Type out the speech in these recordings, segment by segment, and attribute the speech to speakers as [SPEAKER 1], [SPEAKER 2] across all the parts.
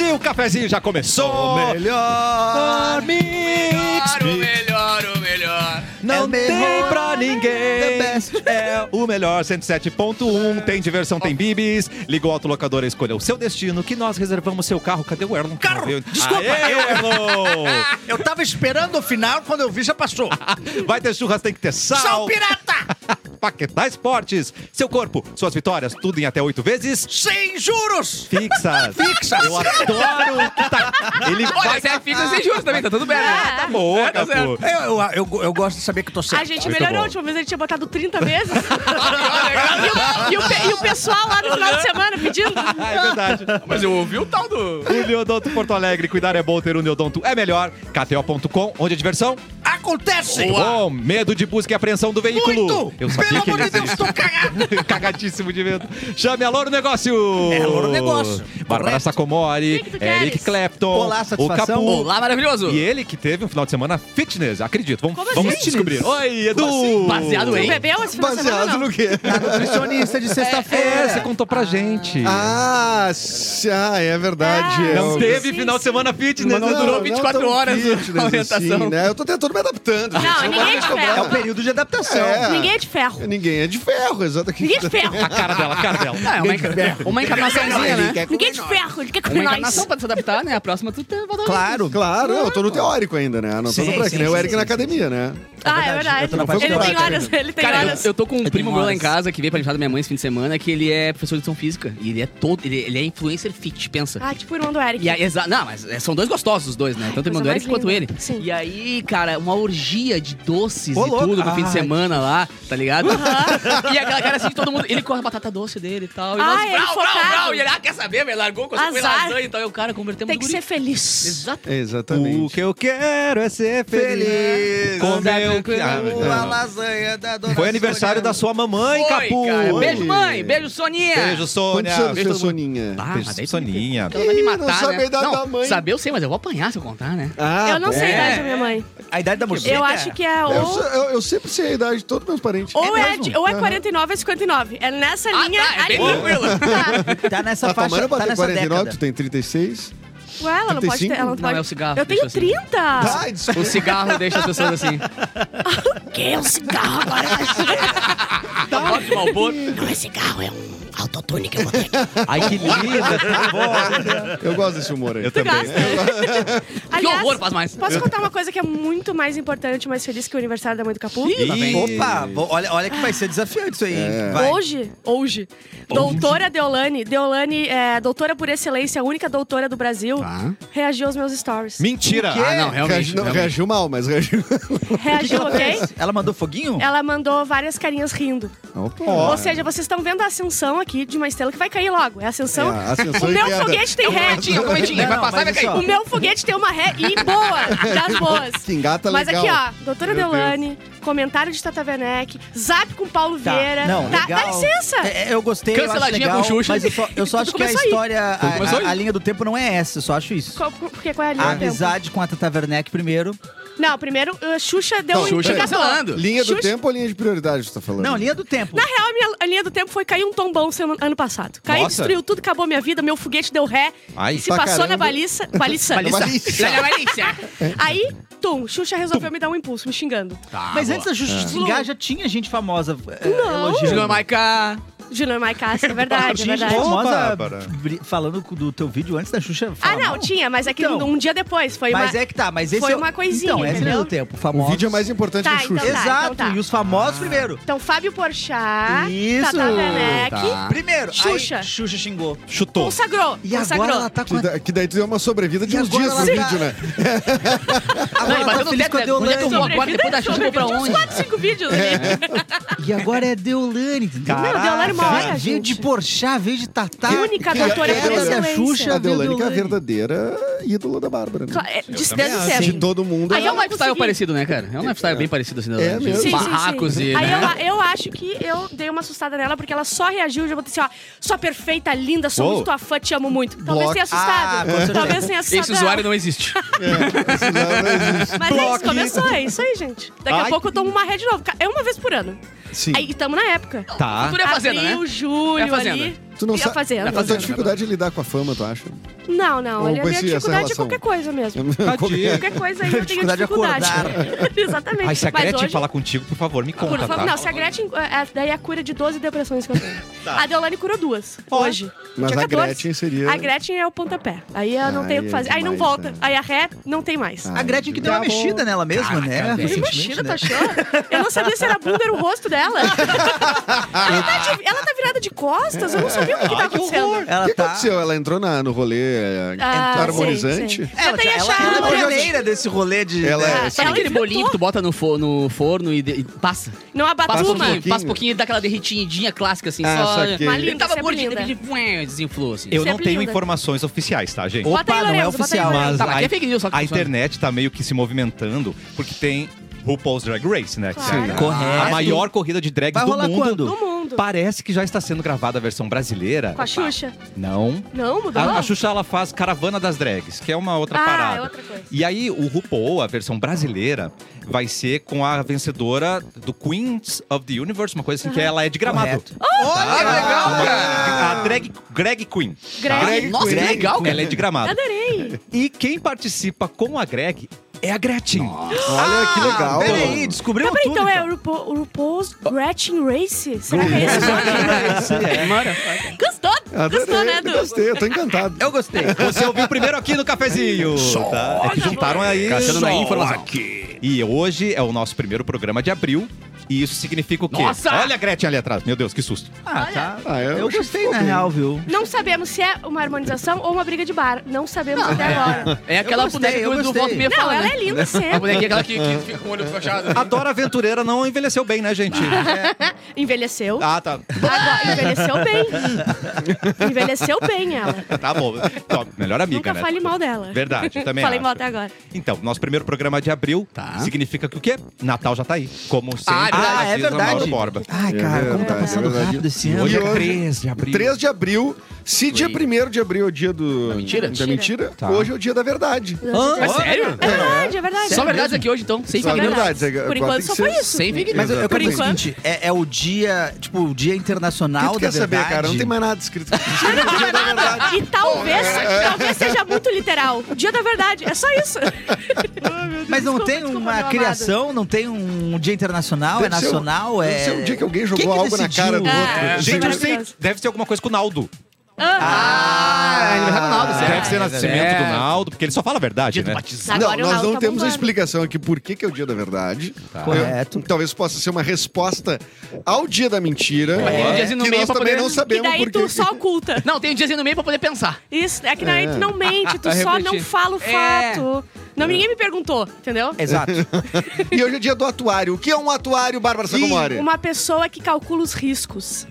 [SPEAKER 1] E o cafezinho já começou.
[SPEAKER 2] O melhor
[SPEAKER 1] Mix.
[SPEAKER 3] Melhor, o melhor, o melhor.
[SPEAKER 1] Não
[SPEAKER 2] É o
[SPEAKER 1] tem
[SPEAKER 2] melhor,
[SPEAKER 1] pra ninguém.
[SPEAKER 2] the best.
[SPEAKER 1] É o melhor 107.1. Tem diversão, tem bibis. Ligou o autolocador, escolheu o seu destino, que nós reservamos seu carro. Cadê o Erlon?
[SPEAKER 2] Carro,
[SPEAKER 1] Cadê o-
[SPEAKER 2] desculpa.
[SPEAKER 1] Aê, Erlon!
[SPEAKER 2] Eu tava esperando o final, quando eu vi já passou.
[SPEAKER 1] Vai ter churras, tem que ter sal.
[SPEAKER 2] Sal pirata!
[SPEAKER 1] Paquetá Esportes. Seu corpo, suas vitórias, tudo em até oito vezes.
[SPEAKER 2] Sem juros!
[SPEAKER 1] Fixas.
[SPEAKER 2] Fixas.
[SPEAKER 1] Eu adoro. que tá- Ele
[SPEAKER 3] Olha,
[SPEAKER 1] vai...
[SPEAKER 3] você é fica sem justo também, tá tudo bem. né?
[SPEAKER 1] Tá boa,
[SPEAKER 3] tá
[SPEAKER 1] Capu.
[SPEAKER 3] certo.
[SPEAKER 2] É. Eu, eu, eu, eu gosto de saber que eu tô certo.
[SPEAKER 4] Ah, tá. A gente
[SPEAKER 1] Muito
[SPEAKER 4] melhorou
[SPEAKER 1] bom.
[SPEAKER 4] a última vez, a gente tinha botado 30 vezes.
[SPEAKER 3] Olha, olha,
[SPEAKER 4] e, o, pe- e o pessoal lá no final de semana pedindo.
[SPEAKER 1] Ah, é verdade.
[SPEAKER 3] Mas eu ouvi o tal do...
[SPEAKER 1] O Neodonto Porto Alegre, cuidar é bom, ter um Neodonto é melhor. KTO.com, onde é diversão?
[SPEAKER 2] Acontece!
[SPEAKER 1] Muito bom, medo de busca e apreensão do veículo.
[SPEAKER 2] Muito!
[SPEAKER 1] Eu sabia
[SPEAKER 2] Pelo
[SPEAKER 1] que
[SPEAKER 2] amor
[SPEAKER 1] ele
[SPEAKER 2] de Deus,
[SPEAKER 1] existe.
[SPEAKER 2] tô cagado!
[SPEAKER 1] Cagadíssimo de medo. Chame a Louro Negócio.
[SPEAKER 2] É, Louro Negócio.
[SPEAKER 1] Bárbara
[SPEAKER 2] Correto.
[SPEAKER 1] Sacomori,
[SPEAKER 4] O que que tu
[SPEAKER 1] Eric
[SPEAKER 4] queres?
[SPEAKER 1] Clapton,
[SPEAKER 5] Olá,
[SPEAKER 1] o
[SPEAKER 5] satisfação.
[SPEAKER 1] Capu.
[SPEAKER 3] Olá, maravilhoso.
[SPEAKER 1] E ele que teve um final de semana fitness, acredito. Vamos,
[SPEAKER 4] Como
[SPEAKER 1] vamos
[SPEAKER 4] assim?
[SPEAKER 1] descobrir. Oi, Edu.
[SPEAKER 3] Baseado
[SPEAKER 4] Tu
[SPEAKER 3] em...
[SPEAKER 4] bebeu esse final de semana?
[SPEAKER 5] Baseado
[SPEAKER 4] ou não?
[SPEAKER 5] no quê?
[SPEAKER 2] Nutricionista de
[SPEAKER 1] É, você contou pra gente.
[SPEAKER 5] Ah, s- ah, é verdade.
[SPEAKER 4] Ah,
[SPEAKER 1] não
[SPEAKER 5] Eu-
[SPEAKER 1] teve
[SPEAKER 4] sim,
[SPEAKER 1] final de
[SPEAKER 4] sim.
[SPEAKER 1] semana fitness.
[SPEAKER 3] Mas não durou
[SPEAKER 5] tão
[SPEAKER 3] 24 horas a
[SPEAKER 5] fitness
[SPEAKER 3] orientação.
[SPEAKER 5] né? Eu tô tentando me adaptando. gente.
[SPEAKER 4] Não, ninguém é de
[SPEAKER 2] É o
[SPEAKER 4] ferro.
[SPEAKER 2] período de adaptação.
[SPEAKER 5] É.
[SPEAKER 4] Ninguém é de ferro.
[SPEAKER 5] Ninguém é de ferro, exatamente.
[SPEAKER 4] Ninguém é de ferro.
[SPEAKER 1] A cara dela, a cara dela.
[SPEAKER 3] Ah, é uma, enca- uma encarnaçãozinha, né?
[SPEAKER 4] Ninguém é de ferro. Ele quer
[SPEAKER 3] Uma
[SPEAKER 4] comer
[SPEAKER 3] encarnação
[SPEAKER 4] nós.
[SPEAKER 3] pra se adaptar, né? A próxima tu tem...
[SPEAKER 2] Claro.
[SPEAKER 5] Claro, eu tô no teórico ainda, né? Não tô
[SPEAKER 2] Sim,
[SPEAKER 5] no break,
[SPEAKER 2] sim,
[SPEAKER 5] né? Eu
[SPEAKER 2] sim,
[SPEAKER 5] Eric
[SPEAKER 2] sim,
[SPEAKER 5] na
[SPEAKER 2] sim,
[SPEAKER 5] academia, né?
[SPEAKER 4] Ah, é
[SPEAKER 2] verdade.
[SPEAKER 4] verdade.
[SPEAKER 2] Eu não faço
[SPEAKER 4] Ele tem
[SPEAKER 5] prática
[SPEAKER 4] horas. Ele tem
[SPEAKER 3] Cara,
[SPEAKER 4] horas.
[SPEAKER 3] eu, eu tô com um primo meu lá em
[SPEAKER 2] horas.
[SPEAKER 3] casa que veio pra limpar da minha mãe esse fim de semana, que ele é professor de educação física. E ele é todo. Ele, ele é influencer fit, pensa.
[SPEAKER 4] Ah, tipo o irmão do Eric.
[SPEAKER 3] E aí, exa- não, mas é, são dois gostosos os dois, né? Tanto o irmão
[SPEAKER 4] coisa
[SPEAKER 3] do Eric
[SPEAKER 4] mais
[SPEAKER 3] quanto ele.
[SPEAKER 4] linda. Sim.
[SPEAKER 3] E aí, cara, uma orgia de doces
[SPEAKER 2] Ô,
[SPEAKER 3] e
[SPEAKER 2] louco.
[SPEAKER 3] tudo no fim de
[SPEAKER 2] Ai.
[SPEAKER 3] semana lá, tá ligado? E aquela cara assim, todo mundo. Ele corre a batata doce dele e tal. E
[SPEAKER 4] Ah,
[SPEAKER 3] nós,
[SPEAKER 4] ele
[SPEAKER 3] brau, brau,
[SPEAKER 4] focado.
[SPEAKER 3] brau. E ele, ah, quer saber, velho? Largou, conseguiu comer
[SPEAKER 4] Azar.
[SPEAKER 3] lasanha e tal. E o cara convertemos
[SPEAKER 4] Tem que
[SPEAKER 3] no guri.
[SPEAKER 4] ser feliz.
[SPEAKER 3] Exato.
[SPEAKER 5] Exatamente.
[SPEAKER 1] O que eu quero é ser feliz.
[SPEAKER 2] Feliz.
[SPEAKER 1] Comer o que.
[SPEAKER 3] Tá
[SPEAKER 1] Ah,
[SPEAKER 3] tranquilo.
[SPEAKER 1] não.
[SPEAKER 2] lasanha da dona
[SPEAKER 1] Foi aniversário da sua mamãe,
[SPEAKER 3] Oi,
[SPEAKER 1] Capu.
[SPEAKER 3] cara. Beijo,
[SPEAKER 5] Oi.
[SPEAKER 3] mãe. Beijo, Soninha.
[SPEAKER 1] Beijo, Sônia.
[SPEAKER 5] Quantos anos
[SPEAKER 1] Beijo,
[SPEAKER 5] tem Soninha?
[SPEAKER 3] Ah,
[SPEAKER 1] beijo,
[SPEAKER 3] mas daí tu me-
[SPEAKER 1] Soninha.
[SPEAKER 3] Ela vai me
[SPEAKER 5] Ih, não
[SPEAKER 3] matar,
[SPEAKER 5] sabe a
[SPEAKER 3] né?
[SPEAKER 5] idade
[SPEAKER 3] não,
[SPEAKER 5] da mãe.
[SPEAKER 3] Saber eu sei, mas eu vou apanhar se eu contar, né?
[SPEAKER 5] Ah,
[SPEAKER 4] Eu não sei a
[SPEAKER 5] bom.
[SPEAKER 4] idade da minha mãe.
[SPEAKER 2] A idade da morcega?
[SPEAKER 4] Eu acho que é
[SPEAKER 5] Eu,
[SPEAKER 4] ou...
[SPEAKER 5] sou- eu- eu sempre sei a idade de todos meus parentes.
[SPEAKER 4] Ou é,
[SPEAKER 5] mesmo?
[SPEAKER 4] de- ou é
[SPEAKER 5] Aham.
[SPEAKER 4] 49 ou 59. É nessa
[SPEAKER 3] Ah,
[SPEAKER 4] linha
[SPEAKER 3] tá, é
[SPEAKER 4] ali.
[SPEAKER 3] bem tranquilo.
[SPEAKER 2] Tá nessa
[SPEAKER 5] A Ah, tua mãe
[SPEAKER 2] faixa,
[SPEAKER 5] não
[SPEAKER 2] tá
[SPEAKER 5] bateu
[SPEAKER 2] nessa
[SPEAKER 5] 49,
[SPEAKER 2] década.
[SPEAKER 5] tu tem 36.
[SPEAKER 4] Ué, ela não pode ter.
[SPEAKER 5] 35?
[SPEAKER 4] Ela não,
[SPEAKER 3] Não,
[SPEAKER 4] pode...
[SPEAKER 3] é o cigarro,
[SPEAKER 4] Eu tenho
[SPEAKER 3] deixa assim.
[SPEAKER 4] 30!
[SPEAKER 5] Ai, desculpa.
[SPEAKER 3] O cigarro deixa as pessoas assim.
[SPEAKER 4] Que é um cigarro agora?
[SPEAKER 3] Tá. de malboro.
[SPEAKER 4] Não é cigarro, é um autotune que eu botei aqui.
[SPEAKER 1] Ai, que linda. que bom.
[SPEAKER 5] Eu gosto desse humor aí.
[SPEAKER 1] Eu
[SPEAKER 4] Tu
[SPEAKER 1] também.
[SPEAKER 4] gosta?
[SPEAKER 3] Que
[SPEAKER 4] Aliás,
[SPEAKER 3] horror, faz mais.
[SPEAKER 4] Posso contar uma coisa que é muito mais importante e mais feliz que o aniversário da mãe do Capu?
[SPEAKER 1] tá
[SPEAKER 3] Ih, lá vem.
[SPEAKER 2] Opa, vou- olha, olha que vai ser desafiante isso aí. hein? Vai.
[SPEAKER 4] Hoje, hoje, doutora Deolane, Deolane é doutora por excelência, a única doutora do Brasil,
[SPEAKER 3] Tá.
[SPEAKER 4] reagiu aos meus stories.
[SPEAKER 1] Mentira.
[SPEAKER 3] Ah, não, realmente.
[SPEAKER 5] Reagi- não,
[SPEAKER 3] realmente.
[SPEAKER 5] reagiu mal, mas reagiu.
[SPEAKER 4] Reagiu, ok?
[SPEAKER 2] Ela mandou foguinho?
[SPEAKER 4] Ela mandou várias carinhas rindo.
[SPEAKER 5] Opa.
[SPEAKER 4] Ou seja, vocês estão vendo a ascensão aqui de uma estrela que vai cair logo. É a ascensão.
[SPEAKER 5] É, ascensão
[SPEAKER 4] o
[SPEAKER 5] e
[SPEAKER 4] meu
[SPEAKER 5] queda.
[SPEAKER 4] foguete tem ré.
[SPEAKER 3] Comentinho, comentinho.
[SPEAKER 2] Não,
[SPEAKER 3] Vai
[SPEAKER 2] não,
[SPEAKER 3] passar e vai
[SPEAKER 2] mas
[SPEAKER 3] cair.
[SPEAKER 2] isso, ó.
[SPEAKER 4] O meu foguete tem uma ré e boa, das boas.
[SPEAKER 5] Que engata
[SPEAKER 4] Mas
[SPEAKER 5] legal.
[SPEAKER 4] aqui, ó, doutora
[SPEAKER 5] Meu
[SPEAKER 4] Deolane, comentário de Tata Werneck, zap com Paulo Vieira.
[SPEAKER 2] não,
[SPEAKER 4] tá,
[SPEAKER 2] legal.
[SPEAKER 4] dá licença.
[SPEAKER 2] É, é, eu gostei, eu acho
[SPEAKER 3] Canceladinha
[SPEAKER 2] legal,
[SPEAKER 3] com Xuxa.
[SPEAKER 2] mas eu só, eu só acho que a
[SPEAKER 4] Começou aí.
[SPEAKER 2] história,
[SPEAKER 3] Começou
[SPEAKER 2] a,
[SPEAKER 3] aí.
[SPEAKER 2] a, a linha do tempo não é essa, eu só acho isso.
[SPEAKER 4] Qual- por- porque qual é a linha
[SPEAKER 2] A
[SPEAKER 4] do tempo?
[SPEAKER 2] amizade com a Tata Werneck primeiro.
[SPEAKER 4] Não, primeiro, a Xuxa deu um
[SPEAKER 3] Xuxa
[SPEAKER 4] indicador.
[SPEAKER 3] cancelando.
[SPEAKER 5] Linha do
[SPEAKER 4] Xuxa-
[SPEAKER 5] tempo ou linha de prioridade que tu tá falando?
[SPEAKER 2] Não, linha do tempo.
[SPEAKER 4] Na real, a minha a linha do tempo foi cair um tombão semana, ano passado. Caiu,
[SPEAKER 1] Nossa.
[SPEAKER 4] destruiu tudo, acabou minha vida, meu foguete deu ré,
[SPEAKER 1] Ai,
[SPEAKER 4] se
[SPEAKER 5] pra
[SPEAKER 4] passou na
[SPEAKER 5] caramba.
[SPEAKER 4] baliza. Baliza.
[SPEAKER 5] Baliza.
[SPEAKER 3] Lélia Valência.
[SPEAKER 4] Aí, tum, Xuxa resolveu me dar um impulso, me xingando.
[SPEAKER 3] Tá,
[SPEAKER 2] Mas
[SPEAKER 3] boa.
[SPEAKER 2] antes da Xuxa se engajar, já tinha gente famosa eh,
[SPEAKER 4] É. Não.
[SPEAKER 3] Júlio
[SPEAKER 2] elogiando.
[SPEAKER 3] Maica.
[SPEAKER 4] Júnior Maicassi, é verdade, é
[SPEAKER 2] Tinha gente
[SPEAKER 4] verdade.
[SPEAKER 5] boa.
[SPEAKER 2] famosa
[SPEAKER 5] Bárbara.
[SPEAKER 2] bri- falando com- do teu vídeo antes da Xuxa falar
[SPEAKER 4] Ah, não,
[SPEAKER 2] mal?
[SPEAKER 4] tinha, mas é que
[SPEAKER 2] Então.
[SPEAKER 4] um, um dia depois. Foi
[SPEAKER 2] Mas
[SPEAKER 4] uma...
[SPEAKER 2] é que tá, mas esse
[SPEAKER 4] foi
[SPEAKER 2] é o-
[SPEAKER 4] uma coisinha,
[SPEAKER 2] Então, esse é
[SPEAKER 4] entendeu?
[SPEAKER 2] o tempo.
[SPEAKER 5] O
[SPEAKER 2] Famosos.
[SPEAKER 5] vídeo é mais importante
[SPEAKER 4] Tá,
[SPEAKER 5] que o Xuxa.
[SPEAKER 4] então tá.
[SPEAKER 2] Exato, e os famosos primeiro.
[SPEAKER 4] Então, Fábio Porchat,
[SPEAKER 2] Isso.
[SPEAKER 4] Tata Werneck,
[SPEAKER 5] Ah.
[SPEAKER 3] Tá.
[SPEAKER 2] Primeiro,
[SPEAKER 4] Xuxa.
[SPEAKER 2] aí Xuxa xingou.
[SPEAKER 1] Chutou.
[SPEAKER 4] consagrou,
[SPEAKER 2] E
[SPEAKER 4] consagrou.
[SPEAKER 2] agora ela tá com
[SPEAKER 5] Que,
[SPEAKER 2] a...
[SPEAKER 5] da- que daí tu deu uma sobrevida de
[SPEAKER 2] E
[SPEAKER 5] uns
[SPEAKER 2] agora
[SPEAKER 5] dias no
[SPEAKER 2] ela tá-
[SPEAKER 5] vídeo, né?
[SPEAKER 3] Não, ele bateu no teto,
[SPEAKER 2] feliz com a
[SPEAKER 3] né? Onde é que eu vou
[SPEAKER 2] Deolane.
[SPEAKER 3] agora? Depois da Xuxa, eu vou pra
[SPEAKER 4] Sobreviveu uns
[SPEAKER 3] onde?
[SPEAKER 4] 4, 5 vídeos ali.
[SPEAKER 2] E agora é Deolane, é entendeu?
[SPEAKER 4] Não, Deolane uma hora,
[SPEAKER 2] Veio
[SPEAKER 4] gente.
[SPEAKER 2] de Porchat, veio de Tatá.
[SPEAKER 4] Única
[SPEAKER 5] Que- que-
[SPEAKER 4] doutora
[SPEAKER 5] que-
[SPEAKER 4] por
[SPEAKER 5] que-
[SPEAKER 2] Tá. da
[SPEAKER 4] excelência.
[SPEAKER 2] Xuxa.
[SPEAKER 5] A Deolane que é a
[SPEAKER 2] Deolane.
[SPEAKER 5] verdadeira ídola da Bárbara. Né?
[SPEAKER 4] Claro, é, Disse
[SPEAKER 1] também
[SPEAKER 4] desde
[SPEAKER 1] acho.
[SPEAKER 4] sempre.
[SPEAKER 5] De todo mundo.
[SPEAKER 4] Aí
[SPEAKER 3] É
[SPEAKER 4] eu-
[SPEAKER 3] um lifestyle
[SPEAKER 4] consegui.
[SPEAKER 3] parecido, né, cara? É um lifestyle bem parecido, assim, da
[SPEAKER 5] É mesmo.
[SPEAKER 3] de
[SPEAKER 5] Sim,
[SPEAKER 3] barracos e...
[SPEAKER 4] Aí
[SPEAKER 3] né?
[SPEAKER 4] eu, eu acho que eu dei uma assustada nela, porque ela só reagiu e já botei assim, ó, só perfeita, linda, sou
[SPEAKER 1] Uou.
[SPEAKER 4] muito tua fã, te amo muito. Talvez
[SPEAKER 5] Bloco.
[SPEAKER 4] tenha
[SPEAKER 2] Ah,
[SPEAKER 4] assustado.
[SPEAKER 2] com certeza.
[SPEAKER 4] Talvez tenha assustado.
[SPEAKER 3] Esse usuário
[SPEAKER 4] ela.
[SPEAKER 3] não existe.
[SPEAKER 4] Mas é isso, começou, é isso aí, gente. Daqui
[SPEAKER 1] Ai.
[SPEAKER 4] a pouco eu tomo uma ré de novo. É uma vez por ano.
[SPEAKER 5] Sim.
[SPEAKER 4] Aí estamos na época.
[SPEAKER 1] Tá.
[SPEAKER 3] Tudo é fazenda,
[SPEAKER 4] Abril,
[SPEAKER 3] né?
[SPEAKER 4] julho
[SPEAKER 3] É a fazenda.
[SPEAKER 4] ali.
[SPEAKER 5] Tu não
[SPEAKER 4] E a
[SPEAKER 5] sabe.
[SPEAKER 4] Fazenda.
[SPEAKER 5] A tua dificuldade de lidar com a fama, tu acha?
[SPEAKER 4] Não, não.
[SPEAKER 5] Ou
[SPEAKER 4] Olha, a
[SPEAKER 5] com
[SPEAKER 4] minha
[SPEAKER 5] esse- essa
[SPEAKER 4] dificuldade é
[SPEAKER 5] relação.
[SPEAKER 4] qualquer coisa mesmo.
[SPEAKER 3] é?
[SPEAKER 1] Tadinho.
[SPEAKER 4] Qualquer coisa aí eu tenho
[SPEAKER 2] Dificuldade de
[SPEAKER 4] dificuldade. Exatamente.
[SPEAKER 1] Ai, se a
[SPEAKER 4] Mas
[SPEAKER 1] Gretchen
[SPEAKER 4] hoje-
[SPEAKER 1] falar contigo, por favor, me
[SPEAKER 4] Por
[SPEAKER 1] conta,
[SPEAKER 4] favor,
[SPEAKER 1] tá?
[SPEAKER 4] não, se a Gretchen. é, é, Daí é a cura de 12 depressões que eu tenho. A Deolane curou duas.
[SPEAKER 1] Ó.
[SPEAKER 4] Hoje.
[SPEAKER 5] Tá. Mas
[SPEAKER 4] Tinha
[SPEAKER 5] a
[SPEAKER 4] 14.
[SPEAKER 5] Gretchen seria.
[SPEAKER 4] A Gretchen é o pontapé. Aí eu não
[SPEAKER 5] Ai,
[SPEAKER 4] tenho o que
[SPEAKER 5] é
[SPEAKER 4] fazer. Aí não
[SPEAKER 5] demais,
[SPEAKER 4] volta.
[SPEAKER 5] né?
[SPEAKER 4] Aí a ré não tem mais.
[SPEAKER 5] Ah,
[SPEAKER 2] A Gretchen que deu uma
[SPEAKER 1] Acabou.
[SPEAKER 2] mexida nela mesma,
[SPEAKER 3] Caraca,
[SPEAKER 2] né?
[SPEAKER 3] velho.
[SPEAKER 4] Que
[SPEAKER 2] Recentemente,
[SPEAKER 4] mexida,
[SPEAKER 2] né?
[SPEAKER 4] tu
[SPEAKER 5] tá
[SPEAKER 4] achou? Eu não sabia se era bunda era o rosto dela. ela, tá de- ela tá virada de costas, eu não sabia o que, que tá acontecendo.
[SPEAKER 5] O
[SPEAKER 2] Ela
[SPEAKER 5] que
[SPEAKER 2] tá.
[SPEAKER 5] aconteceu? Ela entrou na- no rolê é,
[SPEAKER 4] Ah,
[SPEAKER 5] harmonizante?
[SPEAKER 4] sim, sim. Tenta ir
[SPEAKER 2] ela,
[SPEAKER 4] achar
[SPEAKER 2] ela,
[SPEAKER 4] ela.
[SPEAKER 2] é pioneira desse rolê de.
[SPEAKER 5] Ela é-
[SPEAKER 2] né?
[SPEAKER 4] Ah,
[SPEAKER 3] Sabe
[SPEAKER 4] ela
[SPEAKER 3] aquele
[SPEAKER 4] inventou.
[SPEAKER 3] bolinho que tu bota no, fo- no forno e, de- e passa?
[SPEAKER 4] Não a
[SPEAKER 3] Passa um
[SPEAKER 4] Batuma.
[SPEAKER 3] pouquinho,
[SPEAKER 5] pouquinho.
[SPEAKER 3] passa um pouquinho e dá aquela derritidinha clássica, assim,
[SPEAKER 5] Ah,
[SPEAKER 3] só...
[SPEAKER 5] saquei.
[SPEAKER 4] Malinha,
[SPEAKER 3] Ele tava
[SPEAKER 4] sempre
[SPEAKER 3] gordinho,
[SPEAKER 4] linda.
[SPEAKER 3] ele desinflou, assim.
[SPEAKER 1] Eu não
[SPEAKER 4] Sempre
[SPEAKER 1] tenho
[SPEAKER 4] linda.
[SPEAKER 1] informações oficiais, tá, gente?
[SPEAKER 2] Opa,
[SPEAKER 4] Bota aí,
[SPEAKER 2] não é
[SPEAKER 4] Lourenço, bota aí,
[SPEAKER 2] oficial.
[SPEAKER 4] Lourenço.
[SPEAKER 1] Mas
[SPEAKER 3] Tá, mas
[SPEAKER 1] a,
[SPEAKER 3] aqui é fake news, só que
[SPEAKER 1] a
[SPEAKER 3] funciona.
[SPEAKER 1] internet tá meio que se movimentando, porque tem RuPaul's Drag Race, né? que
[SPEAKER 4] Claro. Sim.
[SPEAKER 1] é
[SPEAKER 2] Correto.
[SPEAKER 1] A maior corrida de drag
[SPEAKER 2] Vai
[SPEAKER 1] do
[SPEAKER 2] rolar
[SPEAKER 1] mundo.
[SPEAKER 2] quando?
[SPEAKER 4] Do mundo.
[SPEAKER 1] Parece que já está sendo gravada a versão brasileira.
[SPEAKER 4] Com a Xuxa.
[SPEAKER 1] Não.
[SPEAKER 4] Não, mudou?
[SPEAKER 1] tá Ah, A, a Xuxa, ela faz Caravana das Drags, que é uma outra
[SPEAKER 4] ah,
[SPEAKER 1] parada.
[SPEAKER 4] é outra coisa.
[SPEAKER 1] E aí, o RuPaul, a versão brasileira, vai ser com a vencedora do Queens of the Universe, uma coisa assim, que ela é de gramado.
[SPEAKER 2] Correto.
[SPEAKER 1] Tá?
[SPEAKER 2] Olha, legal,
[SPEAKER 1] Uma-
[SPEAKER 5] cara!
[SPEAKER 1] A drag, Greg Queen.
[SPEAKER 4] Greg.
[SPEAKER 1] Greg
[SPEAKER 3] Nossa, que
[SPEAKER 1] Queen.
[SPEAKER 3] legal, cara.
[SPEAKER 1] Ela é de gramado.
[SPEAKER 4] Adorei.
[SPEAKER 1] E quem participa com a Greg é a Gretchen.
[SPEAKER 5] Olha que legal.
[SPEAKER 2] Peraí, descobriu
[SPEAKER 4] Ah, Peraí,
[SPEAKER 2] tudo.
[SPEAKER 4] então é
[SPEAKER 2] então.
[SPEAKER 4] o RuPaul, RuPaul's Gretchen Race? Será que é esse o nome?
[SPEAKER 1] é,
[SPEAKER 3] Mano,
[SPEAKER 4] Gostou?
[SPEAKER 5] Adorei,
[SPEAKER 4] Gostou, né, Du?
[SPEAKER 5] Gostei, eu tô encantado.
[SPEAKER 2] Eu gostei.
[SPEAKER 1] Você ouviu primeiro aqui no cafezinho. tá? É que juntaram aí.
[SPEAKER 3] Cassiano na
[SPEAKER 1] Só
[SPEAKER 3] informação.
[SPEAKER 1] aqui. E hoje é o nosso primeiro programa de abril. E isso significa o quê?
[SPEAKER 3] Nossa!
[SPEAKER 1] Olha a Gretchen ali atrás. Meu Deus, que susto.
[SPEAKER 2] Ah, tá.
[SPEAKER 5] Ah, eu
[SPEAKER 2] eu,
[SPEAKER 5] acho que
[SPEAKER 2] gostei,
[SPEAKER 5] ficou
[SPEAKER 2] na
[SPEAKER 5] bem.
[SPEAKER 2] real, viu?
[SPEAKER 4] Não sabemos se é uma harmonização ou uma briga de bar. Não sabemos até agora.
[SPEAKER 3] é aquela
[SPEAKER 2] gostei,
[SPEAKER 3] boneca que
[SPEAKER 2] eu
[SPEAKER 3] o Edu
[SPEAKER 2] gostei.
[SPEAKER 3] volta e meia
[SPEAKER 4] Não,
[SPEAKER 3] fala,
[SPEAKER 4] ela
[SPEAKER 3] né?
[SPEAKER 4] é linda
[SPEAKER 3] A
[SPEAKER 4] sempre.
[SPEAKER 3] bonequinha é aquela que, que fica com o olho fechado.
[SPEAKER 1] A Dora Aventureira não envelheceu bem, né, gente?
[SPEAKER 4] Envelheceu.
[SPEAKER 1] Ah, tá.
[SPEAKER 4] Agora, envelheceu bem. Envelheceu bem ela.
[SPEAKER 1] Tá bom. Top. Melhor amiga,
[SPEAKER 4] Nunca
[SPEAKER 1] né?
[SPEAKER 4] fale mal dela.
[SPEAKER 1] Verdade, eu também
[SPEAKER 4] Falei
[SPEAKER 1] acho.
[SPEAKER 4] mal até agora.
[SPEAKER 1] Então, nosso primeiro programa de abril
[SPEAKER 3] Tá.
[SPEAKER 1] significa que o quê? Natal já tá aí. Como sempre.
[SPEAKER 2] Ah, é
[SPEAKER 1] diz o Mauro
[SPEAKER 2] verdade.
[SPEAKER 1] Borba.
[SPEAKER 2] Ai,
[SPEAKER 5] É
[SPEAKER 2] cara, como tá
[SPEAKER 5] verdade, é
[SPEAKER 2] passando
[SPEAKER 5] verdade.
[SPEAKER 2] rápido esse
[SPEAKER 1] E
[SPEAKER 2] ano.
[SPEAKER 1] hoje
[SPEAKER 5] E
[SPEAKER 1] é
[SPEAKER 5] hoje-
[SPEAKER 1] 3 de abril.
[SPEAKER 5] 3 de abril. Se dia
[SPEAKER 3] Oi.
[SPEAKER 5] 1 de abril é o dia do... da
[SPEAKER 3] mentira?
[SPEAKER 5] Da mentira.
[SPEAKER 1] Tá.
[SPEAKER 5] Hoje é o dia da verdade.
[SPEAKER 3] Mas sério?
[SPEAKER 4] É verdade, é verdade.
[SPEAKER 3] Só verdades aqui hoje, então. Sem
[SPEAKER 5] Só
[SPEAKER 3] fake news.
[SPEAKER 4] É verdade.
[SPEAKER 5] verdades. Agora
[SPEAKER 4] Por
[SPEAKER 5] tem
[SPEAKER 4] enquanto
[SPEAKER 5] que
[SPEAKER 4] só
[SPEAKER 5] ser-
[SPEAKER 4] foi isso.
[SPEAKER 3] Sem fake news.
[SPEAKER 2] Mas eu, eu quero
[SPEAKER 5] Por
[SPEAKER 2] dizer o seguinte: é, é o dia, tipo, o dia
[SPEAKER 5] O que
[SPEAKER 2] internacional
[SPEAKER 5] tu
[SPEAKER 2] da
[SPEAKER 5] quer
[SPEAKER 2] verdade.
[SPEAKER 5] saber, cara? Não tem mais nada escrito. Escrito o dia da verdade.
[SPEAKER 4] Ah, E talvez, talvez seja muito literal. O dia da verdade, é só isso.
[SPEAKER 2] Mas não
[SPEAKER 4] Desculpa,
[SPEAKER 2] tem
[SPEAKER 4] desculpa,
[SPEAKER 2] uma
[SPEAKER 4] meu
[SPEAKER 2] criação, não tem um dia internacional, é
[SPEAKER 5] Deve ser o-
[SPEAKER 2] nacional, é.
[SPEAKER 5] deve ser o dia que alguém jogou
[SPEAKER 2] Quem que
[SPEAKER 5] algo na
[SPEAKER 2] decidiu? Ah,
[SPEAKER 5] cara do
[SPEAKER 4] É.
[SPEAKER 5] outro.
[SPEAKER 1] Gente, eu sei.
[SPEAKER 4] Maravilhoso.
[SPEAKER 1] Deve ser alguma coisa com o Naldo.
[SPEAKER 3] Ah, É. ele vai Ronaldo,
[SPEAKER 1] Deve ser nascimento do Naldo, porque ele só fala a verdade,
[SPEAKER 3] Dia do
[SPEAKER 1] né?
[SPEAKER 3] batismo.
[SPEAKER 5] Não,
[SPEAKER 4] Agora o
[SPEAKER 5] nós
[SPEAKER 4] Naldo
[SPEAKER 5] não
[SPEAKER 4] tá
[SPEAKER 5] temos a
[SPEAKER 4] bombando.
[SPEAKER 5] explicação aqui por que, que é o dia da verdade.
[SPEAKER 3] Tá.
[SPEAKER 2] Ah, Correto.
[SPEAKER 5] Eu- talvez possa ser uma resposta ao dia da mentira.
[SPEAKER 3] tem um diazinho no
[SPEAKER 5] que
[SPEAKER 3] meio
[SPEAKER 5] nós
[SPEAKER 3] pra
[SPEAKER 5] também
[SPEAKER 3] poder-
[SPEAKER 5] não
[SPEAKER 4] E
[SPEAKER 5] sabemos
[SPEAKER 4] daí
[SPEAKER 5] por que
[SPEAKER 4] tu
[SPEAKER 5] que-
[SPEAKER 4] só oculta.
[SPEAKER 3] Não, tem um diazinho no meio pra poder pensar.
[SPEAKER 4] Isso, é que na tu não mente, tu
[SPEAKER 3] Vai
[SPEAKER 4] só
[SPEAKER 3] repetir.
[SPEAKER 4] não fala o
[SPEAKER 3] É.
[SPEAKER 4] fato. Não, ninguém me perguntou, entendeu?
[SPEAKER 2] Exato.
[SPEAKER 5] E hoje é dia do atuário. O que é um atuário, Bárbara Sacomori?
[SPEAKER 4] Uma pessoa que calcula os riscos.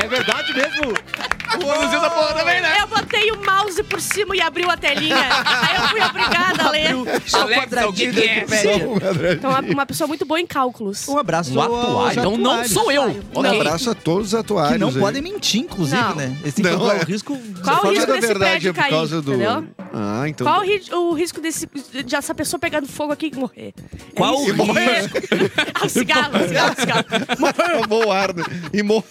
[SPEAKER 1] É verdade mesmo?
[SPEAKER 3] O Ornos usa porra também, né?
[SPEAKER 4] Eu botei o mouse por cima e abriu a telinha. Aí eu fui obrigada a ler.
[SPEAKER 2] Só o
[SPEAKER 3] Alexa,
[SPEAKER 2] quadradinho
[SPEAKER 3] o que
[SPEAKER 2] da
[SPEAKER 3] que é?
[SPEAKER 2] Wikipédia.
[SPEAKER 4] Então, uma, uma pessoa muito boa em cálculos.
[SPEAKER 2] Um abraço.
[SPEAKER 1] Um
[SPEAKER 2] ao- aos
[SPEAKER 1] atuário.
[SPEAKER 3] Então não
[SPEAKER 2] atuários.
[SPEAKER 3] sou eu.
[SPEAKER 5] Um
[SPEAKER 3] Ok.
[SPEAKER 5] abraço a todos os atuários.
[SPEAKER 2] Que não
[SPEAKER 5] aí.
[SPEAKER 2] podem mentir, inclusive,
[SPEAKER 4] Não.
[SPEAKER 2] né? Eles têm que
[SPEAKER 5] Não,
[SPEAKER 2] calcular
[SPEAKER 5] é.
[SPEAKER 2] o risco.
[SPEAKER 4] Qual
[SPEAKER 5] Só
[SPEAKER 4] o
[SPEAKER 5] que
[SPEAKER 4] risco
[SPEAKER 5] da
[SPEAKER 4] desse
[SPEAKER 5] verdade
[SPEAKER 4] prédio
[SPEAKER 5] é por
[SPEAKER 4] cair,
[SPEAKER 5] causa do.
[SPEAKER 4] entendeu?
[SPEAKER 5] Ah, então.
[SPEAKER 4] Qual o, ri- o risco desse, de essa pessoa pegar no fogo aqui e morrer?
[SPEAKER 2] Qual o
[SPEAKER 4] morrer? Ah, cigarro, cigarro, cigarro.
[SPEAKER 5] Acabou o ar. né? E mor...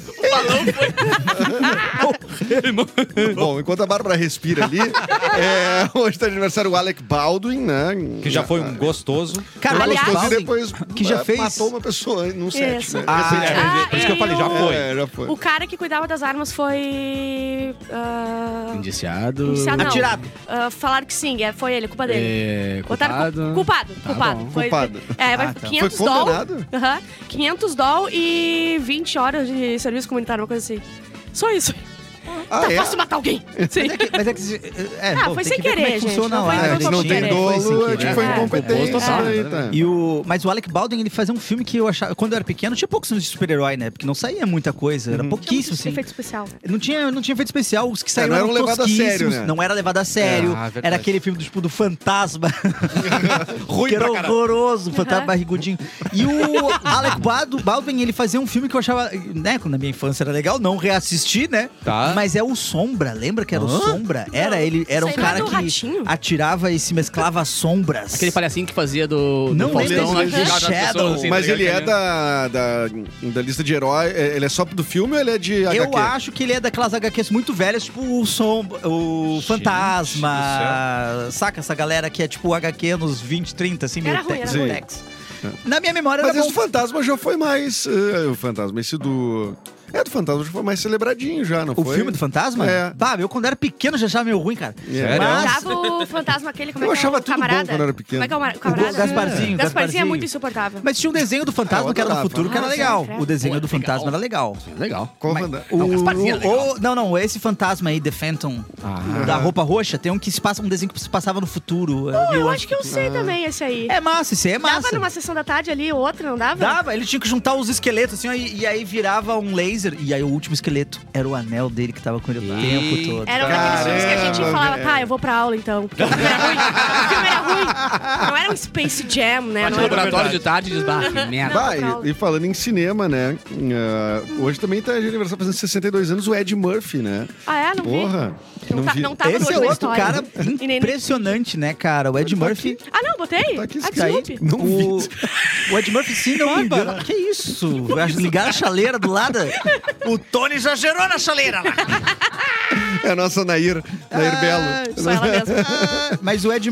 [SPEAKER 5] Bom, enquanto a Bárbara respira ali, é, hoje tá de aniversário o Alec Baldwin, né?
[SPEAKER 1] Que já foi um gostoso.
[SPEAKER 2] Cara,
[SPEAKER 4] Aliás-
[SPEAKER 5] gostoso e
[SPEAKER 2] Baldwin,
[SPEAKER 5] depois
[SPEAKER 2] que já
[SPEAKER 5] é,
[SPEAKER 2] fez-
[SPEAKER 5] matou uma pessoa num set,
[SPEAKER 4] Isso.
[SPEAKER 5] né?
[SPEAKER 2] Ah,
[SPEAKER 1] Por isso que eu falei, já
[SPEAKER 4] e o-
[SPEAKER 1] foi.
[SPEAKER 5] É, já foi.
[SPEAKER 4] O cara que cuidava das armas foi. ah,
[SPEAKER 3] Indiciado.
[SPEAKER 4] iniciado, não.
[SPEAKER 2] Atirado.
[SPEAKER 4] Ah, falaram que sim, é, foi ele, culpa dele.
[SPEAKER 3] É,
[SPEAKER 4] Botaram cu-
[SPEAKER 3] culpado.
[SPEAKER 4] culpado,
[SPEAKER 3] Tá
[SPEAKER 4] culpado.
[SPEAKER 3] bom.
[SPEAKER 4] Foi,
[SPEAKER 5] Culpado.
[SPEAKER 4] É, vai
[SPEAKER 2] Ah, tá.
[SPEAKER 4] 500
[SPEAKER 5] Foi
[SPEAKER 4] doll.
[SPEAKER 5] condenado?
[SPEAKER 4] Aham. 500 doll e 20 horas de serviço comunitário, uma coisa assim. Só isso.
[SPEAKER 5] Ah,
[SPEAKER 4] tá
[SPEAKER 5] é?
[SPEAKER 4] fácil matar alguém. Sim.
[SPEAKER 2] Mas é que. se- É,
[SPEAKER 4] Ah,
[SPEAKER 2] bom,
[SPEAKER 4] foi
[SPEAKER 2] tem
[SPEAKER 4] sem
[SPEAKER 2] que ver como é
[SPEAKER 4] querer,
[SPEAKER 2] que
[SPEAKER 4] gente,
[SPEAKER 2] Funciona
[SPEAKER 4] não
[SPEAKER 2] lá.
[SPEAKER 4] foi- não
[SPEAKER 5] É,
[SPEAKER 4] foi
[SPEAKER 5] a gente não
[SPEAKER 4] qualquer
[SPEAKER 5] tem
[SPEAKER 4] ideia.
[SPEAKER 2] Foi sem
[SPEAKER 5] dolo, a
[SPEAKER 2] querer.
[SPEAKER 5] gente foi
[SPEAKER 4] É.
[SPEAKER 5] incompetente.
[SPEAKER 3] Composto total.
[SPEAKER 5] aí, tá.
[SPEAKER 2] né? E o, mas o Alec Baldwin, ele fazia um filme que eu achava. Quando eu era pequeno, tinha poucos filmes de super-herói, né? Porque não saía muita coisa, era pouquíssimo, assim.
[SPEAKER 4] Efeito especial.
[SPEAKER 2] Não tinha, não tinha feito especial, os que saíram
[SPEAKER 5] É, não eram levado a
[SPEAKER 2] tosquíssimos,
[SPEAKER 5] sério, né?
[SPEAKER 2] Não era levado a sério.
[SPEAKER 1] Ah, verdade.
[SPEAKER 2] era aquele filme do tipo do fantasma.
[SPEAKER 1] Ruim
[SPEAKER 2] que era
[SPEAKER 1] pra caralho.
[SPEAKER 2] horroroso, o fantasma
[SPEAKER 4] Uhum.
[SPEAKER 2] barrigudinho. E o Alec Baldwin, ele fazia um filme que eu achava, né, quando na minha infância era legal, não reassisti, né?
[SPEAKER 1] Tá.
[SPEAKER 2] Mas é o Sombra, lembra que era o
[SPEAKER 1] Hã?
[SPEAKER 2] Sombra? Era ele, era um
[SPEAKER 4] Isso aí não é
[SPEAKER 2] cara
[SPEAKER 4] do
[SPEAKER 2] que
[SPEAKER 4] Ratinho?
[SPEAKER 2] atirava e se mesclava às sombras.
[SPEAKER 3] Aquele palhacinho que fazia do, do
[SPEAKER 2] Não
[SPEAKER 3] Faustão
[SPEAKER 5] lembro,
[SPEAKER 3] lá,
[SPEAKER 5] mas
[SPEAKER 3] que jogava nas
[SPEAKER 2] Shadow.
[SPEAKER 3] pessoas, assim,
[SPEAKER 5] Mas
[SPEAKER 3] tá
[SPEAKER 2] né?
[SPEAKER 5] ele é
[SPEAKER 3] ligado?
[SPEAKER 5] da, da, da lista de herói. é- Ele é só do filme ou ele é de HQ?
[SPEAKER 2] Eu acho que ele é daquelas HQs muito velhas, tipo o Sombra, o
[SPEAKER 1] Gente
[SPEAKER 2] Fantasma. Saca essa galera que é tipo HQ nos 20, 30, assim, meio
[SPEAKER 4] Era ruim, era
[SPEAKER 2] tex.
[SPEAKER 4] ruim.
[SPEAKER 5] Sim.
[SPEAKER 4] Tex.
[SPEAKER 2] Na minha memória
[SPEAKER 5] É. Mas
[SPEAKER 2] era
[SPEAKER 5] esse
[SPEAKER 2] é bom.
[SPEAKER 5] fantasma já foi mais. eh, o fantasma, esse do. É, do fantasma já foi mais celebradinho já, não
[SPEAKER 2] O
[SPEAKER 5] foi?
[SPEAKER 2] filme do Fantasma?
[SPEAKER 5] É.
[SPEAKER 2] Bah, eu quando era pequeno já achava meio ruim, cara.
[SPEAKER 5] É.
[SPEAKER 2] Mas-
[SPEAKER 4] Achava o fantasma aquele, como é
[SPEAKER 5] Eu
[SPEAKER 4] que é
[SPEAKER 5] achava
[SPEAKER 4] o
[SPEAKER 5] tudo bom
[SPEAKER 4] camarada?
[SPEAKER 5] quando eu era pequeno.
[SPEAKER 4] Como é que é o mar- o
[SPEAKER 2] O
[SPEAKER 4] camarada?
[SPEAKER 2] Gasparzinho,
[SPEAKER 4] Gasparzinho é muito insuportável.
[SPEAKER 2] Mas tinha um desenho do fantasma
[SPEAKER 5] Ah, eu
[SPEAKER 2] que era no
[SPEAKER 5] adorava.
[SPEAKER 2] futuro, que era
[SPEAKER 4] Ah,
[SPEAKER 2] legal.
[SPEAKER 4] sim,
[SPEAKER 2] O desenho
[SPEAKER 3] Pô,
[SPEAKER 2] do
[SPEAKER 3] legal.
[SPEAKER 2] fantasma era legal.
[SPEAKER 3] Legal.
[SPEAKER 5] Qual
[SPEAKER 2] Mas-
[SPEAKER 5] fanta-
[SPEAKER 2] o-
[SPEAKER 3] Não, Gasparzinho é legal. Ah.
[SPEAKER 2] o- não, não, esse fantasma aí, The Phantom, o da roupa roxa, tem um que se passa, um desenho que se passava no futuro.
[SPEAKER 4] Pô, Oh, eu acho que eu sei também esse
[SPEAKER 5] Ah,
[SPEAKER 4] aí.
[SPEAKER 2] É massa, esse aí é massa.
[SPEAKER 4] Dava numa sessão da tarde ali, outra, não dava?
[SPEAKER 2] Dava, ele tinha que juntar os esqueletos assim, ó, e, e aí virava um laser. E aí o último esqueleto era o anel dele que tava com ele o tempo
[SPEAKER 3] Eita.
[SPEAKER 2] todo.
[SPEAKER 4] Era um daqueles filmes que a gente
[SPEAKER 5] Caramba,
[SPEAKER 4] falava,
[SPEAKER 5] velho.
[SPEAKER 4] tá, eu vou pra aula então. Porque o filme era ruim. O filme era ruim. Não era um Space
[SPEAKER 3] Bate
[SPEAKER 4] Jam, né? Não
[SPEAKER 3] no
[SPEAKER 4] era...
[SPEAKER 3] laboratório de tarde e diz, bah, que merda.
[SPEAKER 5] Vai, e, e falando em cinema, né? eh, hoje também tá de aniversário fazendo 62 anos o Ed Murphy, né?
[SPEAKER 4] Ah, é? Não vi.
[SPEAKER 5] Porra.
[SPEAKER 4] Não, tá,
[SPEAKER 5] vi.
[SPEAKER 4] não tava no
[SPEAKER 2] Esse é
[SPEAKER 4] Hoje na
[SPEAKER 2] outro
[SPEAKER 4] História.
[SPEAKER 2] cara
[SPEAKER 4] E nem-
[SPEAKER 2] impressionante, né, cara? O Ed Murphy.
[SPEAKER 4] Ah, não, botei?
[SPEAKER 5] Tá aqui
[SPEAKER 4] ah,
[SPEAKER 5] escrito.
[SPEAKER 4] desculpe.
[SPEAKER 5] Não vi.
[SPEAKER 2] o, o Ed Murphy, se não me engano. Que isso? Ligaram a chaleira do lado. O Tony já gerou na chaleira lá.
[SPEAKER 5] É a nossa Nair, Nair
[SPEAKER 4] Ah.
[SPEAKER 5] Belo.
[SPEAKER 4] Só ela mesma.
[SPEAKER 2] Ah, Mas o Ed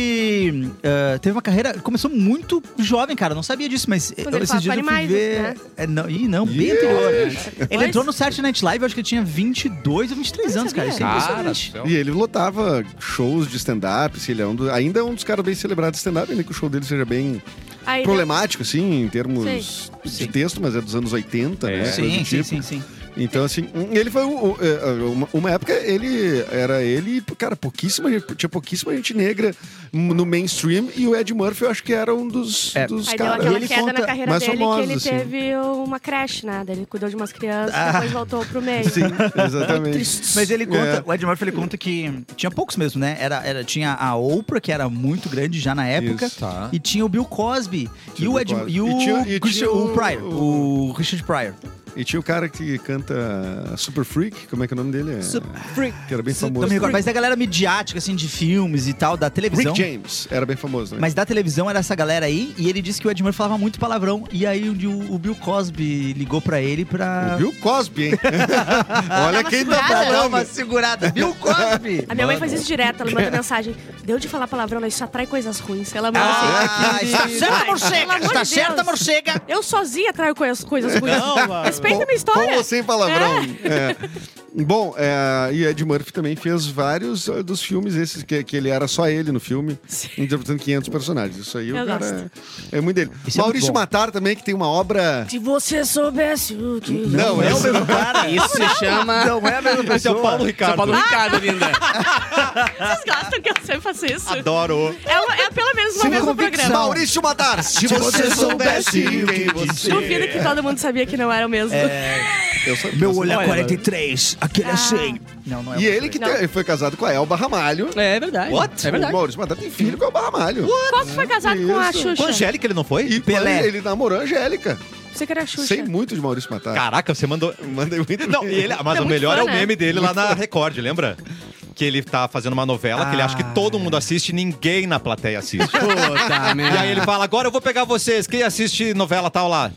[SPEAKER 2] Murphy ah, teve uma carreira. Começou muito jovem, cara. Não sabia disso, mas
[SPEAKER 4] ele
[SPEAKER 2] eu, esses
[SPEAKER 4] fala
[SPEAKER 2] dias
[SPEAKER 4] com
[SPEAKER 2] eu fui
[SPEAKER 4] animais,
[SPEAKER 2] ver.
[SPEAKER 4] né?
[SPEAKER 2] É, não, ih, não, bem anterior. né? Ele entrou no Saturday Night Live, eu acho que ele tinha 22 ou 23
[SPEAKER 4] Eu não
[SPEAKER 2] anos, cara. Isso é
[SPEAKER 4] sabia.
[SPEAKER 1] Cara, do
[SPEAKER 2] impressionante.
[SPEAKER 1] céu.
[SPEAKER 5] E ele lotava shows de stand-up, se ele é um do- ainda é um dos caras bem celebrados de stand-up, ainda que o show dele seja bem
[SPEAKER 4] Aí,
[SPEAKER 5] problemático, assim, em termos de
[SPEAKER 2] Sim.
[SPEAKER 5] texto, mas é dos anos 80, né? coisa do
[SPEAKER 2] Sim, sim,
[SPEAKER 5] tipo.
[SPEAKER 2] sim, sim.
[SPEAKER 5] Então, assim, um- ele foi. um- um- é, Uma, uma época, ele era ele, cara, pouquíssima gente- tinha pouquíssima gente negra no mainstream, e o Ed Murphy eu acho que era um dos,
[SPEAKER 2] É.
[SPEAKER 5] dos
[SPEAKER 4] Aí deu
[SPEAKER 5] caras.
[SPEAKER 4] aquela
[SPEAKER 2] ele
[SPEAKER 4] queda
[SPEAKER 2] conta
[SPEAKER 4] na carreira
[SPEAKER 5] mais
[SPEAKER 4] dele que
[SPEAKER 5] famosos,
[SPEAKER 4] ele
[SPEAKER 5] assim. Ah.
[SPEAKER 4] teve uma creche, né? Daí Ele cuidou de umas crianças, depois voltou pro meio.
[SPEAKER 5] Sim, exatamente.
[SPEAKER 2] Mas ele
[SPEAKER 5] É.
[SPEAKER 2] conta, o Ed Murphy ele conta que tinha poucos mesmo, né? Era, era, tinha a Oprah, que era muito grande já na época.
[SPEAKER 5] Isso.
[SPEAKER 1] Tá.
[SPEAKER 2] E tinha o Bill Cosby.
[SPEAKER 5] Tinha
[SPEAKER 2] e o
[SPEAKER 5] o Bill
[SPEAKER 2] Ed
[SPEAKER 5] Cosby.
[SPEAKER 2] E o,
[SPEAKER 5] E tinha- e
[SPEAKER 2] Christian-
[SPEAKER 5] tinha
[SPEAKER 2] o
[SPEAKER 5] o-
[SPEAKER 2] Pryor. O Richard Pryor.
[SPEAKER 5] É, E tinha o cara que canta Super Freak, como é que é o nome dele? É- Que era bem famoso.
[SPEAKER 2] Não me recordo, mas da galera midiática, assim, de filmes e tal, da televisão.
[SPEAKER 5] Rick James era bem famoso, né?
[SPEAKER 2] Mas da televisão era essa galera aí, e ele disse que o Edmund falava muito palavrão. E aí o, o- o Bill Cosby ligou pra ele pra. Ah,
[SPEAKER 5] O Bill Cosby, hein? Olha
[SPEAKER 4] Dá uma
[SPEAKER 5] quem tá
[SPEAKER 4] segurada,
[SPEAKER 2] Dá
[SPEAKER 5] falando.
[SPEAKER 2] uma segurada. Bill Cosby!
[SPEAKER 4] A minha mãe faz isso direto, ela manda mensagem. Deu de falar palavrão, isso atrai coisas ruins. Ela manda assim.
[SPEAKER 2] Ah,
[SPEAKER 5] tá
[SPEAKER 2] está
[SPEAKER 4] querido.
[SPEAKER 2] certa,
[SPEAKER 4] Ai, pelo
[SPEAKER 2] morcega!
[SPEAKER 4] amor
[SPEAKER 2] Está
[SPEAKER 4] de
[SPEAKER 2] certa,
[SPEAKER 4] Deus.
[SPEAKER 2] morcega!
[SPEAKER 4] Eu sozinha atraio coisas, coisas ruins. Respeita a minha
[SPEAKER 5] Com
[SPEAKER 4] história.
[SPEAKER 5] ou sem palavrão. É. Bom, é, e Ed Murphy também fez vários eh, dos filmes esses, que, que ele era só ele no filme, interpretando 500 personagens. Isso aí o
[SPEAKER 4] Eu
[SPEAKER 5] cara é, é muito dele.
[SPEAKER 2] Isso é
[SPEAKER 5] Maurício
[SPEAKER 2] muito bom.
[SPEAKER 5] Matar também, que tem uma obra...
[SPEAKER 4] Se você soubesse o que.
[SPEAKER 5] Não, é o mesmo.
[SPEAKER 3] Isso se chama...
[SPEAKER 2] Não é a mesma
[SPEAKER 1] Esse é o Paulo
[SPEAKER 3] São
[SPEAKER 1] Ricardo.
[SPEAKER 3] Paulo Ricardo, linda.
[SPEAKER 4] Vocês gastam que eu sempre faço isso.
[SPEAKER 1] Adoro.
[SPEAKER 4] É, o- é pelo menos uma vez no
[SPEAKER 2] convicção.
[SPEAKER 4] programa.
[SPEAKER 5] Maurício Matar! Se
[SPEAKER 2] você soubesse
[SPEAKER 5] quem você...
[SPEAKER 4] Duvido que todo mundo sabia que não era o mesmo.
[SPEAKER 5] Eu sabia,
[SPEAKER 2] Meu
[SPEAKER 5] eu
[SPEAKER 1] é
[SPEAKER 5] sabia.
[SPEAKER 2] olhar 43, aquele é
[SPEAKER 1] assim.
[SPEAKER 2] 100. Não, não é
[SPEAKER 5] E
[SPEAKER 2] o
[SPEAKER 5] ele que
[SPEAKER 4] Não.
[SPEAKER 5] te- foi casado com a Elba Ramalho.
[SPEAKER 3] É verdade.
[SPEAKER 1] What?
[SPEAKER 3] É
[SPEAKER 5] O
[SPEAKER 3] verdade.
[SPEAKER 5] Maurício Matar tem filho com a Elba Ramalho.
[SPEAKER 4] Qual que foi casado com a
[SPEAKER 5] Isso.
[SPEAKER 1] Com a
[SPEAKER 4] Xuxa?
[SPEAKER 1] Angélica ele não foi?
[SPEAKER 5] E
[SPEAKER 2] Pelé.
[SPEAKER 5] Pelé. ele namorou a Angélica.
[SPEAKER 4] Você que era a Xuxa.
[SPEAKER 5] Sei muito de Maurício Matar.
[SPEAKER 1] Caraca, você mandou.
[SPEAKER 5] Mandei muito.
[SPEAKER 1] Não, e ele, mas
[SPEAKER 4] É
[SPEAKER 1] o
[SPEAKER 4] muito
[SPEAKER 1] melhor
[SPEAKER 4] fã,
[SPEAKER 1] é o
[SPEAKER 4] né?
[SPEAKER 1] meme dele lá na Record, lembra? Que ele tá fazendo uma novela que ele acha que todo mundo assiste e ninguém na plateia assiste.
[SPEAKER 5] tá.
[SPEAKER 3] Puta
[SPEAKER 1] E aí ele fala, agora eu vou pegar vocês, quem assiste novela tal lá?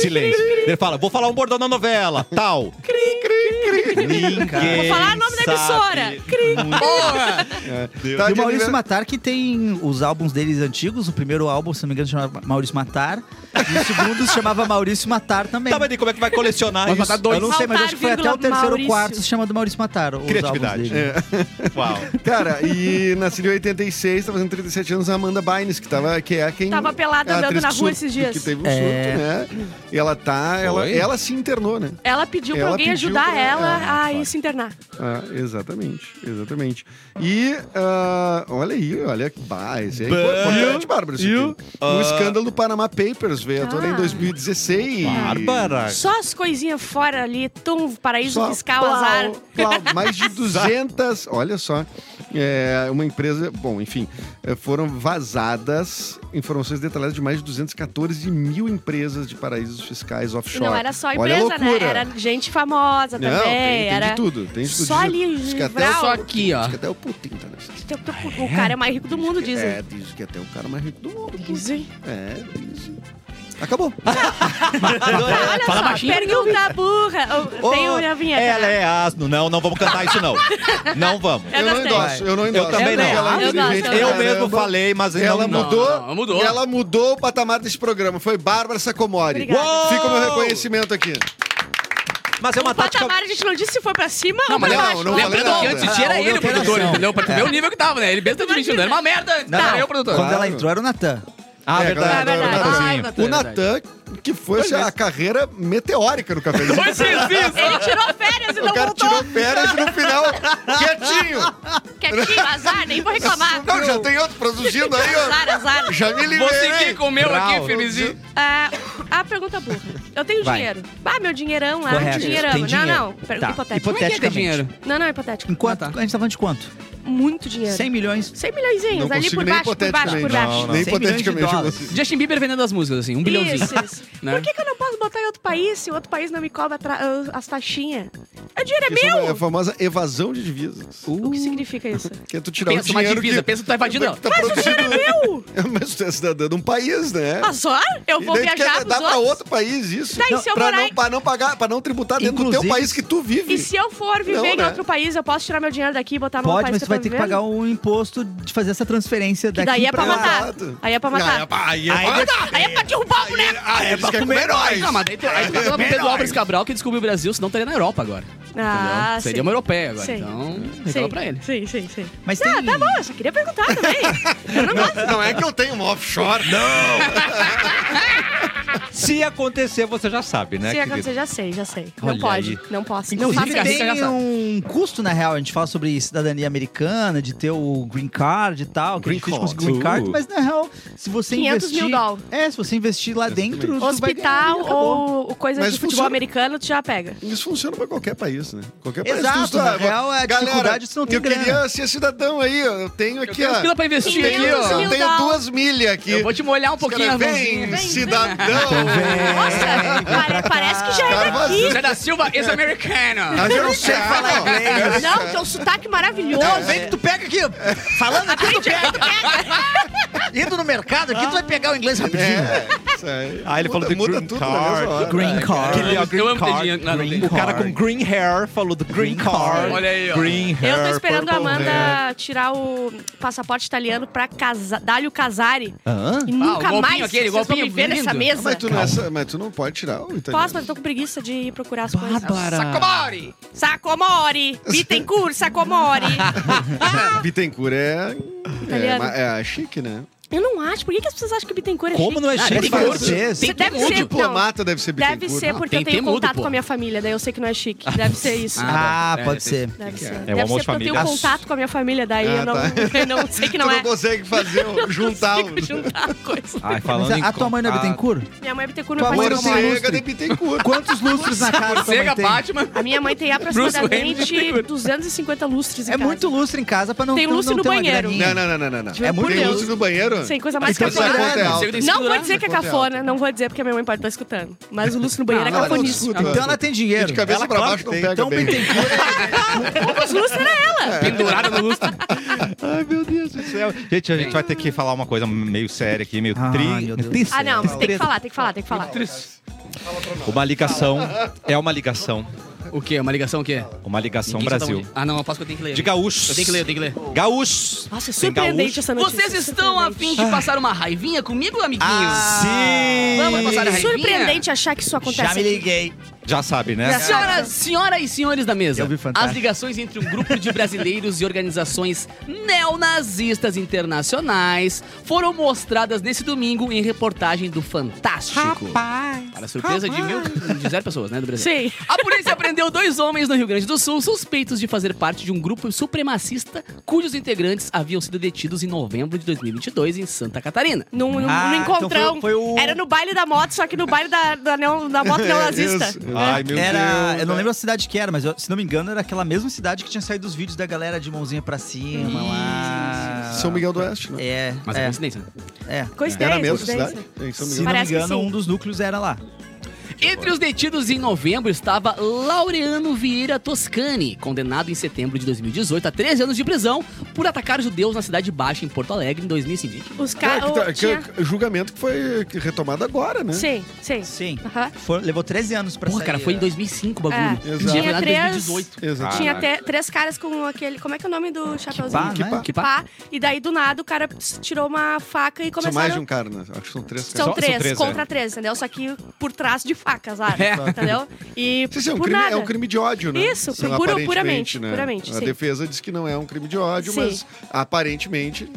[SPEAKER 1] Silêncio. Ele fala, vou falar um bordão da novela, tal. Ninguém
[SPEAKER 4] Vou falar o nome da
[SPEAKER 1] sabe
[SPEAKER 4] emissora.
[SPEAKER 1] muito.
[SPEAKER 3] Porra!
[SPEAKER 5] Tá
[SPEAKER 2] E o
[SPEAKER 5] de
[SPEAKER 2] Maurício
[SPEAKER 5] aniver-
[SPEAKER 2] Matar, que tem os álbuns deles antigos. O primeiro álbum, se não me engano, chamava Maurício Matar. E o segundo se chamava Maurício Matar também.
[SPEAKER 1] Tá, mas e como é que vai colecionar
[SPEAKER 3] Vai
[SPEAKER 1] isso?
[SPEAKER 3] matar dois.
[SPEAKER 2] Eu não sei, mas acho que foi até o
[SPEAKER 4] Matar, vírgula,
[SPEAKER 2] terceiro ou
[SPEAKER 4] Maurício.
[SPEAKER 2] quarto se chamando Maurício Matar. Os
[SPEAKER 1] Criatividade.
[SPEAKER 2] Álbuns
[SPEAKER 5] É,
[SPEAKER 2] dele.
[SPEAKER 1] Uau.
[SPEAKER 5] Cara, e nasceu em 86, tá fazendo 37 anos a Amanda Bynes, que, tava, que é quem.
[SPEAKER 4] Tava pelada
[SPEAKER 5] a
[SPEAKER 4] andando
[SPEAKER 5] atriz
[SPEAKER 4] na
[SPEAKER 5] que
[SPEAKER 4] rua
[SPEAKER 5] surto-
[SPEAKER 4] esses dias.
[SPEAKER 5] Que teve um
[SPEAKER 2] É.
[SPEAKER 5] surto, né? E ela tá. Ela,
[SPEAKER 1] Foi?
[SPEAKER 5] ela se internou, né?
[SPEAKER 4] Ela pediu pra
[SPEAKER 5] Ela
[SPEAKER 4] alguém
[SPEAKER 5] pediu
[SPEAKER 4] ajudar
[SPEAKER 5] pra-
[SPEAKER 4] ela
[SPEAKER 1] é,
[SPEAKER 4] a
[SPEAKER 1] claro.
[SPEAKER 4] ir se internar.
[SPEAKER 5] Ah, exatamente, exatamente. E ah, olha aí, olha que base. É
[SPEAKER 1] Bah,
[SPEAKER 5] importante, Bárbara. Isso
[SPEAKER 1] you-
[SPEAKER 5] aqui.
[SPEAKER 1] ah.
[SPEAKER 5] O escândalo do Panama Papers veio à tona
[SPEAKER 4] Ah.
[SPEAKER 5] em 2016.
[SPEAKER 1] Bárbara.
[SPEAKER 4] Só as coisinhas fora ali, tão paraíso
[SPEAKER 5] Só
[SPEAKER 4] fiscal,
[SPEAKER 5] plau,
[SPEAKER 4] azar.
[SPEAKER 5] plau, mais de 200, olha só, é, uma empresa, bom, enfim, é, foram vazadas informações detalhadas de mais de 214 mil empresas de paraísos fiscais
[SPEAKER 4] E
[SPEAKER 5] offshore.
[SPEAKER 4] não era só
[SPEAKER 5] Olha a
[SPEAKER 4] empresa, né?
[SPEAKER 5] loucura.
[SPEAKER 4] Era gente famosa também.
[SPEAKER 5] Não, tem, tem
[SPEAKER 4] era...
[SPEAKER 5] de tudo. Tem de tudo.
[SPEAKER 4] só
[SPEAKER 5] Diz-
[SPEAKER 4] ali,
[SPEAKER 5] diz que até
[SPEAKER 4] Vral.
[SPEAKER 5] o,
[SPEAKER 3] Então, Só aqui, ó.
[SPEAKER 5] diz que até o Putin tá nessa.
[SPEAKER 4] O cara é mais rico do mundo,
[SPEAKER 5] diz que-
[SPEAKER 4] dizem.
[SPEAKER 5] É, diz que até o cara mais rico do mundo.
[SPEAKER 4] Dizem.
[SPEAKER 5] É, dizem. Acabou.
[SPEAKER 4] Olha
[SPEAKER 3] Fala
[SPEAKER 4] só,
[SPEAKER 3] baixinho.
[SPEAKER 4] pergunta burra. Oh, tem
[SPEAKER 1] Oh,
[SPEAKER 4] uma vinheta. né?
[SPEAKER 1] Ela é asno. Não, não vamos cantar isso, não. não vamos.
[SPEAKER 4] Eu
[SPEAKER 5] Eu não
[SPEAKER 4] gostei.
[SPEAKER 5] endosso, eu não endosso.
[SPEAKER 1] também não.
[SPEAKER 5] Ela é
[SPEAKER 4] Eu gosto,
[SPEAKER 5] inteligente
[SPEAKER 4] eu
[SPEAKER 5] pra
[SPEAKER 1] Eu
[SPEAKER 4] gosto.
[SPEAKER 1] mesmo
[SPEAKER 5] caramba.
[SPEAKER 1] falei, mas
[SPEAKER 5] Ela
[SPEAKER 1] não,
[SPEAKER 5] mudou,
[SPEAKER 3] não, não, mudou.
[SPEAKER 5] Ela mudou o patamar desse programa. Foi Bárbara Sacomori.
[SPEAKER 4] Obrigada. Uou!
[SPEAKER 5] Fica o meu reconhecimento aqui.
[SPEAKER 1] Mas é uma
[SPEAKER 4] O
[SPEAKER 1] tática.
[SPEAKER 4] patamar a gente não disse se foi pra cima
[SPEAKER 3] Não,
[SPEAKER 4] ou pra
[SPEAKER 3] mas
[SPEAKER 5] não,
[SPEAKER 4] baixo.
[SPEAKER 5] não falei
[SPEAKER 3] lembrando que
[SPEAKER 5] nada.
[SPEAKER 3] antes era
[SPEAKER 2] Ah,
[SPEAKER 3] ele o
[SPEAKER 2] operação.
[SPEAKER 3] produtor, entendeu? Pra tu ver
[SPEAKER 2] É.
[SPEAKER 3] o nível que tava, né? Ele mesmo tá admitindo, era uma merda, antes Tá.
[SPEAKER 2] Não,
[SPEAKER 3] era
[SPEAKER 2] não.
[SPEAKER 3] eu o produtor.
[SPEAKER 2] Quando ela
[SPEAKER 5] Claro.
[SPEAKER 2] entrou era o Natan.
[SPEAKER 1] Ah,
[SPEAKER 5] É,
[SPEAKER 1] verdade.
[SPEAKER 5] claro, é verdade.
[SPEAKER 1] Natanzinho.
[SPEAKER 3] Ah,
[SPEAKER 5] O
[SPEAKER 3] é verdade.
[SPEAKER 5] Natan, que foi assim, a carreira meteórica no café.
[SPEAKER 3] Foi sim,
[SPEAKER 4] Ele
[SPEAKER 3] sim,
[SPEAKER 4] tirou férias e
[SPEAKER 5] O
[SPEAKER 4] não
[SPEAKER 5] cara
[SPEAKER 4] voltou.
[SPEAKER 5] tirou férias e no final, quietinho.
[SPEAKER 4] Quietinho, azar, nem vou reclamar.
[SPEAKER 5] Não, já tem outro produzindo aí, ó.
[SPEAKER 4] Azar, azar.
[SPEAKER 5] Já me
[SPEAKER 3] sim. Você que
[SPEAKER 5] livrei.
[SPEAKER 3] comeu aqui,
[SPEAKER 1] Brau.
[SPEAKER 3] firmezinho.
[SPEAKER 4] Ah, a pergunta burra. Eu tenho
[SPEAKER 2] Vai.
[SPEAKER 4] dinheiro. Ah, meu dinheirão lá.
[SPEAKER 2] Correto.
[SPEAKER 4] Dinheirão.
[SPEAKER 2] Tem
[SPEAKER 4] não,
[SPEAKER 2] dinheiro.
[SPEAKER 4] não. Per-
[SPEAKER 2] Tá.
[SPEAKER 4] Hipotético.
[SPEAKER 3] Como é que é ter
[SPEAKER 2] Hipoteticamente.
[SPEAKER 3] dinheiro?
[SPEAKER 4] Não, não, hipotético.
[SPEAKER 2] Em quanto?
[SPEAKER 3] Ah, tá.
[SPEAKER 2] A gente tava falando de quanto?
[SPEAKER 4] Muito dinheiro.
[SPEAKER 2] 100 milhões.
[SPEAKER 4] 100 milhõeszinhos,
[SPEAKER 5] Não
[SPEAKER 4] ali
[SPEAKER 5] consigo
[SPEAKER 4] por
[SPEAKER 5] nem
[SPEAKER 4] baixo, por baixo, por
[SPEAKER 5] hipoteticamente.
[SPEAKER 4] baixo.
[SPEAKER 1] Não, não.
[SPEAKER 2] 100 milhões
[SPEAKER 5] Nem
[SPEAKER 2] de
[SPEAKER 5] hipoteticamente eu
[SPEAKER 2] dólares.
[SPEAKER 5] consigo.
[SPEAKER 3] Justin Bieber vendendo as músicas, assim, um bilhãozinho.
[SPEAKER 4] Isso, isso.
[SPEAKER 3] Né?
[SPEAKER 4] Por que, que eu não posso botar em outro país se o outro país não me cobra tra- ah, as taxinhas? O dinheiro é
[SPEAKER 5] Isso
[SPEAKER 4] meu!
[SPEAKER 5] É a famosa evasão de divisas.
[SPEAKER 4] O que significa isso?
[SPEAKER 5] Que é tu tirar
[SPEAKER 3] Pensa
[SPEAKER 5] o
[SPEAKER 3] uma
[SPEAKER 5] dinheiro
[SPEAKER 3] divisa,
[SPEAKER 5] que,
[SPEAKER 3] pensa que tu tá invadindo.
[SPEAKER 5] que tá produzido...
[SPEAKER 4] Eu!
[SPEAKER 5] Mas tu é cidadã de um país, né?
[SPEAKER 4] Azar? Eu vou
[SPEAKER 5] e daí tu quer
[SPEAKER 4] viajar pros
[SPEAKER 5] dar pra
[SPEAKER 4] outros?
[SPEAKER 5] outro país isso.
[SPEAKER 4] Daí, se eu
[SPEAKER 5] pra,
[SPEAKER 4] morar
[SPEAKER 5] não,
[SPEAKER 4] em-
[SPEAKER 5] pra não pagar, pra não tributar dentro do teu
[SPEAKER 2] Inclusive-
[SPEAKER 5] país que tu vive.
[SPEAKER 4] E se eu for viver
[SPEAKER 5] Não,
[SPEAKER 4] em
[SPEAKER 5] né?
[SPEAKER 4] outro país, eu posso tirar meu dinheiro daqui e botar no
[SPEAKER 2] Pode,
[SPEAKER 4] país
[SPEAKER 2] mas
[SPEAKER 4] que
[SPEAKER 2] tu
[SPEAKER 4] eu
[SPEAKER 2] vai
[SPEAKER 4] tô
[SPEAKER 2] ter que
[SPEAKER 4] vivendo?
[SPEAKER 2] pagar um imposto de fazer essa transferência
[SPEAKER 4] tá Que
[SPEAKER 2] daqui
[SPEAKER 4] daí é
[SPEAKER 2] pra
[SPEAKER 4] pra
[SPEAKER 2] lá.
[SPEAKER 4] matar.
[SPEAKER 5] Exato.
[SPEAKER 4] Aí é pra
[SPEAKER 5] Ah, é
[SPEAKER 4] matar.
[SPEAKER 5] pra- aí é
[SPEAKER 2] Aí
[SPEAKER 5] pra-
[SPEAKER 2] depois-
[SPEAKER 4] Aí é pra derrubar o boneco.
[SPEAKER 5] Ah, eles querem comer nós.
[SPEAKER 3] Não, mas daí tu, aí tu pega o Pedro Álvares Cabral que descobriu o Brasil, senão estaria na Europa agora.
[SPEAKER 4] Ah,
[SPEAKER 3] entendeu? Seria
[SPEAKER 4] sim.
[SPEAKER 3] uma europeia agora.
[SPEAKER 4] Sim.
[SPEAKER 3] Então,
[SPEAKER 4] Sim,
[SPEAKER 3] reclama pra ele.
[SPEAKER 4] Sim, sim, sim.
[SPEAKER 2] Mas
[SPEAKER 4] Ah,
[SPEAKER 2] tem...
[SPEAKER 4] tá bom, eu só queria perguntar também. Eu não gosto.
[SPEAKER 5] Não é que eu tenho um offshore. Não!
[SPEAKER 1] Se acontecer, você já sabe, né?
[SPEAKER 4] Se
[SPEAKER 1] querido?
[SPEAKER 4] acontecer, já sei, já sei.
[SPEAKER 1] Olha
[SPEAKER 4] Não pode,
[SPEAKER 1] aí.
[SPEAKER 4] não posso. não
[SPEAKER 2] Inclusive,
[SPEAKER 4] faço isso.
[SPEAKER 3] Fica, fica,
[SPEAKER 2] tem
[SPEAKER 3] já sabe.
[SPEAKER 2] um custo, na real, a gente fala sobre cidadania americana, de ter o green card e tal, que
[SPEAKER 5] Green
[SPEAKER 2] é difícil
[SPEAKER 5] card.
[SPEAKER 2] conseguir green card,
[SPEAKER 1] Uh.
[SPEAKER 2] mas na real, se você
[SPEAKER 4] 500
[SPEAKER 2] investir...
[SPEAKER 4] mil dólar.
[SPEAKER 2] É, se você investir lá dentro... tu vai ganhar,
[SPEAKER 4] Hospital
[SPEAKER 2] acabou.
[SPEAKER 4] ou ou coisa
[SPEAKER 5] Mas
[SPEAKER 4] de futebol
[SPEAKER 5] funciona.
[SPEAKER 4] americano, tu já pega.
[SPEAKER 5] Isso funciona pra qualquer país, né? Qualquer país.
[SPEAKER 2] Exato,
[SPEAKER 5] tu-
[SPEAKER 2] na real, a
[SPEAKER 5] Galera,
[SPEAKER 2] dificuldade é que tu não tem
[SPEAKER 5] Eu
[SPEAKER 2] grana.
[SPEAKER 5] queria ser cidadão aí, ó. eu tenho
[SPEAKER 3] Eu
[SPEAKER 5] aqui,
[SPEAKER 3] tenho
[SPEAKER 5] ó.
[SPEAKER 3] uns pila pra investir aqui,
[SPEAKER 5] eu
[SPEAKER 4] 500
[SPEAKER 3] ó.
[SPEAKER 4] mil.
[SPEAKER 5] tenho
[SPEAKER 4] dólar.
[SPEAKER 5] duas milhas aqui.
[SPEAKER 3] Eu vou te molhar um
[SPEAKER 5] Os
[SPEAKER 3] pouquinho
[SPEAKER 5] caras,
[SPEAKER 3] as mãozinhas.
[SPEAKER 5] Vem,
[SPEAKER 4] vem.
[SPEAKER 5] cidadão! É,
[SPEAKER 4] Nossa,
[SPEAKER 2] vem pra
[SPEAKER 4] pare-
[SPEAKER 2] cá.
[SPEAKER 4] parece que já
[SPEAKER 5] Cara,
[SPEAKER 4] é daqui.
[SPEAKER 3] Zé da Silva is americano.
[SPEAKER 5] Mas eu não sei falar inglês.
[SPEAKER 4] Não, teu sotaque maravilhoso.
[SPEAKER 2] Vem que tu pega aqui, falando aqui tu pega. Indo no mercado aqui, tu vai pegar o inglês rapidinho.
[SPEAKER 5] É, isso aí.
[SPEAKER 1] Ah, ele falou
[SPEAKER 5] muda,
[SPEAKER 1] do
[SPEAKER 5] muda
[SPEAKER 1] green
[SPEAKER 5] tudo na
[SPEAKER 1] card.
[SPEAKER 5] mesma hora.
[SPEAKER 2] Green card.
[SPEAKER 1] Ele, ó,
[SPEAKER 3] Eu
[SPEAKER 1] green
[SPEAKER 3] amo ter
[SPEAKER 1] card.
[SPEAKER 3] dinheiro. Não, não
[SPEAKER 2] Green
[SPEAKER 3] tem.
[SPEAKER 1] É, O cara com
[SPEAKER 2] card.
[SPEAKER 1] green hair falou do green
[SPEAKER 2] Green card.
[SPEAKER 1] card.
[SPEAKER 3] Olha aí, ó.
[SPEAKER 1] Green hair.
[SPEAKER 4] Eu tô esperando a
[SPEAKER 1] purple hair.
[SPEAKER 4] Amanda tirar o passaporte italiano pra casa, dar-lhe o casare.
[SPEAKER 1] Hã?
[SPEAKER 2] Ah,
[SPEAKER 4] E
[SPEAKER 3] o
[SPEAKER 4] nunca
[SPEAKER 3] golpinho
[SPEAKER 4] mais
[SPEAKER 3] aquele,
[SPEAKER 4] vocês vão
[SPEAKER 3] golpinho
[SPEAKER 4] me ver nessa
[SPEAKER 3] lindo.
[SPEAKER 5] Ah,
[SPEAKER 4] mesa.
[SPEAKER 5] Mas tu, não é sa- mas tu não pode tirar o italiano.
[SPEAKER 4] Posso, mas eu tô com preguiça de ir procurar as coisas.
[SPEAKER 2] Bárbara.
[SPEAKER 3] Sacomori!
[SPEAKER 4] Sacomori! Bittencourt, Sacomori!
[SPEAKER 5] Ah! Bittencourt é... É,
[SPEAKER 4] Italiano.
[SPEAKER 5] ma- é chique, né?
[SPEAKER 4] Eu não acho. Por que, que as pessoas acham que o Bittencourt é
[SPEAKER 1] Como não é
[SPEAKER 3] Ah,
[SPEAKER 1] chique
[SPEAKER 3] tem
[SPEAKER 1] fazer?
[SPEAKER 3] cor,
[SPEAKER 2] francês?
[SPEAKER 4] Você
[SPEAKER 3] tem
[SPEAKER 4] deve
[SPEAKER 3] todo
[SPEAKER 4] ser,
[SPEAKER 5] Um diplomata deve ser
[SPEAKER 4] não, deve
[SPEAKER 5] Bittencourt.
[SPEAKER 4] ser
[SPEAKER 5] Ah,
[SPEAKER 4] porque
[SPEAKER 3] tem-
[SPEAKER 4] eu tenho
[SPEAKER 3] tem mudo,
[SPEAKER 4] contato
[SPEAKER 3] pô.
[SPEAKER 4] com a minha família, daí eu sei que não é chique. Deve ser isso.
[SPEAKER 2] Ah,
[SPEAKER 3] Ah, bom. É,
[SPEAKER 2] pode
[SPEAKER 3] tem-
[SPEAKER 2] ser.
[SPEAKER 4] Deve ser.
[SPEAKER 1] É o
[SPEAKER 4] Deve
[SPEAKER 1] amor de
[SPEAKER 4] ser porque eu
[SPEAKER 1] família.
[SPEAKER 4] tenho contato com a minha família, daí
[SPEAKER 5] Ah,
[SPEAKER 4] eu, não,
[SPEAKER 5] tá.
[SPEAKER 4] eu não sei que
[SPEAKER 5] Tu
[SPEAKER 4] não é.
[SPEAKER 5] não consegue fazer, o- juntar um o...
[SPEAKER 4] Consigo juntar a coisa.
[SPEAKER 1] Ai,
[SPEAKER 2] Mas
[SPEAKER 1] falando
[SPEAKER 2] a,
[SPEAKER 1] em
[SPEAKER 2] a tua mãe não é
[SPEAKER 1] contato-
[SPEAKER 2] Bittencourt?
[SPEAKER 4] Minha mãe Bittencourt
[SPEAKER 2] Tua
[SPEAKER 4] não
[SPEAKER 2] mãe
[SPEAKER 4] faz
[SPEAKER 2] era
[SPEAKER 5] assim.
[SPEAKER 4] como eu.
[SPEAKER 5] Morcega de Bittencourt.
[SPEAKER 2] Quantos lustres na casa tua mãe
[SPEAKER 3] Morcega,
[SPEAKER 2] tem?
[SPEAKER 3] Batman.
[SPEAKER 4] A minha mãe tem
[SPEAKER 3] Bruce Wayne
[SPEAKER 4] aproximadamente
[SPEAKER 3] tem
[SPEAKER 4] 250 lustres
[SPEAKER 2] É
[SPEAKER 4] em casa.
[SPEAKER 2] muito lustre em casa pra não
[SPEAKER 4] Tem
[SPEAKER 2] não-
[SPEAKER 4] lustre
[SPEAKER 2] não
[SPEAKER 4] no
[SPEAKER 2] ter uma
[SPEAKER 4] banheiro.
[SPEAKER 2] graninha.
[SPEAKER 5] Não, não, não, não, não, não.
[SPEAKER 4] Juro
[SPEAKER 2] por
[SPEAKER 5] Tem
[SPEAKER 4] Deus.
[SPEAKER 5] luz no banheiro?
[SPEAKER 4] Sem coisa mais
[SPEAKER 2] Mas
[SPEAKER 5] Essa
[SPEAKER 2] Caralho.
[SPEAKER 5] conta é
[SPEAKER 4] cafona.
[SPEAKER 5] alta.
[SPEAKER 3] Tem
[SPEAKER 4] Não
[SPEAKER 3] segurança,
[SPEAKER 4] vou dizer que é
[SPEAKER 5] conta é
[SPEAKER 4] cafona, não vou dizer porque minha mãe pode estar escutando. Mas o lustre no banheiro é
[SPEAKER 3] Não, não,
[SPEAKER 4] cafonista.
[SPEAKER 5] não,
[SPEAKER 2] Então ela tem dinheiro.
[SPEAKER 5] De cabeça
[SPEAKER 1] Ela,
[SPEAKER 5] pra
[SPEAKER 1] claro
[SPEAKER 5] baixo
[SPEAKER 1] que
[SPEAKER 5] não
[SPEAKER 1] tem.
[SPEAKER 5] pega
[SPEAKER 2] Então
[SPEAKER 5] bem.
[SPEAKER 2] Bittencourt
[SPEAKER 4] Os lustres era ela.
[SPEAKER 3] Pendurada no lustre.
[SPEAKER 2] né?
[SPEAKER 1] Ai, meu Deus do céu. Gente, a gente vai ter que falar uma coisa meio séria aqui, meio
[SPEAKER 2] Ai, meu Deus.
[SPEAKER 1] triste.
[SPEAKER 4] Ah, não, mas tem que falar, tem que falar, tem que falar.
[SPEAKER 1] Uma ligação. É uma ligação.
[SPEAKER 3] O quê? Uma ligação o quê?
[SPEAKER 1] Uma ligação
[SPEAKER 3] Quem
[SPEAKER 1] Brasil. é.
[SPEAKER 3] sabe onde? Ah, não, eu posso que eu tenho que ler.
[SPEAKER 1] De gaúchos.
[SPEAKER 3] Eu tenho que ler, eu tenho que ler.
[SPEAKER 1] Gaúchos.
[SPEAKER 4] Nossa, é
[SPEAKER 1] Tem
[SPEAKER 4] surpreendente
[SPEAKER 1] gaúcho.
[SPEAKER 4] essa notícia. é
[SPEAKER 3] Vocês estão a fim de passar uma raivinha comigo, amiguinhos?
[SPEAKER 4] Ah,
[SPEAKER 1] Sim!
[SPEAKER 3] Vamos passar a raivinha?
[SPEAKER 4] é Surpreendente achar que isso acontece.
[SPEAKER 2] Já me
[SPEAKER 4] aqui.
[SPEAKER 2] liguei.
[SPEAKER 1] Já sabe, né?
[SPEAKER 4] Já sabe.
[SPEAKER 3] Senhoras, senhoras e senhores da mesa,
[SPEAKER 2] Eu vi fantástico.
[SPEAKER 3] as ligações entre um grupo de brasileiros e organizações neonazistas internacionais foram mostradas nesse domingo em reportagem do Fantástico. Para surpresa de mil, de zero pessoas, né, do Brasil.
[SPEAKER 4] Sim.
[SPEAKER 3] A polícia prendeu dois homens no Rio Grande do Sul suspeitos de fazer parte de um grupo supremacista cujos integrantes haviam sido detidos em novembro de 2022 em Santa Catarina.
[SPEAKER 4] Num, num- num
[SPEAKER 2] Ah, então
[SPEAKER 4] encontrão.
[SPEAKER 2] foi o- foi o-
[SPEAKER 4] Era no baile da moto, só que no baile da, da, neo- da moto neonazista.
[SPEAKER 5] É isso.
[SPEAKER 1] Ai, meu
[SPEAKER 2] era,
[SPEAKER 1] Deus.
[SPEAKER 2] eu não lembro a cidade que era, mas eu- se não me engano, era aquela mesma cidade que tinha saído os vídeos da galera de mãozinha pra cima lá.
[SPEAKER 5] São Miguel do Oeste, né?
[SPEAKER 2] É,
[SPEAKER 3] Mas é
[SPEAKER 2] é,
[SPEAKER 3] coincidência, né?
[SPEAKER 2] é.
[SPEAKER 4] Coincidência.
[SPEAKER 5] Era a mesma
[SPEAKER 4] coincidência.
[SPEAKER 5] cidade? Em São
[SPEAKER 2] Se
[SPEAKER 5] Miguel.
[SPEAKER 2] não me
[SPEAKER 4] Parece que
[SPEAKER 2] engano,
[SPEAKER 4] sim.
[SPEAKER 2] um dos núcleos era lá.
[SPEAKER 3] Entre os detidos em novembro estava Laureano Vieira Toscani, condenado em setembro de 2018 a 13 anos de prisão por atacar judeus na Cidade Baixa, em Porto Alegre, em 2005.
[SPEAKER 4] Os
[SPEAKER 5] É,
[SPEAKER 4] caras.
[SPEAKER 5] que tá- que- que- julgamento que foi retomado agora, né?
[SPEAKER 4] Sim, sim.
[SPEAKER 2] Sim.
[SPEAKER 4] Aham.
[SPEAKER 2] For- levou 13 anos pra
[SPEAKER 3] Porra,
[SPEAKER 2] sair. né?
[SPEAKER 3] cara, foi em 2005 o bagulho.
[SPEAKER 4] É.
[SPEAKER 5] Exato.
[SPEAKER 3] Tinha
[SPEAKER 4] Tinha
[SPEAKER 3] verdade,
[SPEAKER 4] três-
[SPEAKER 3] 2018.
[SPEAKER 5] Exato.
[SPEAKER 4] Tinha até três caras com aquele. Como é que é o nome do
[SPEAKER 2] pá,
[SPEAKER 4] chapeuzinho?
[SPEAKER 2] né?
[SPEAKER 5] pá.
[SPEAKER 3] Que pá.
[SPEAKER 4] Pá. E daí, do nada, o cara tirou uma faca e
[SPEAKER 5] São mais de
[SPEAKER 4] começaram.
[SPEAKER 5] um cara, né? Acho que são três caras.
[SPEAKER 4] São
[SPEAKER 1] Só- são
[SPEAKER 4] três,
[SPEAKER 1] três,
[SPEAKER 4] contra
[SPEAKER 1] é.
[SPEAKER 4] três, entendeu? Só que por trás de facas, lá,
[SPEAKER 3] É.
[SPEAKER 4] entendeu? E
[SPEAKER 5] Isso é um,
[SPEAKER 4] por
[SPEAKER 5] crime,
[SPEAKER 4] nada.
[SPEAKER 5] é um crime de ódio, né?
[SPEAKER 4] Isso,
[SPEAKER 5] Sim,
[SPEAKER 4] puro-
[SPEAKER 5] aparentemente,
[SPEAKER 4] puramente,
[SPEAKER 5] né?
[SPEAKER 4] puramente,
[SPEAKER 5] A
[SPEAKER 4] sim.
[SPEAKER 5] defesa diz que não é um crime de ódio,
[SPEAKER 4] Sim.
[SPEAKER 5] mas aparentemente.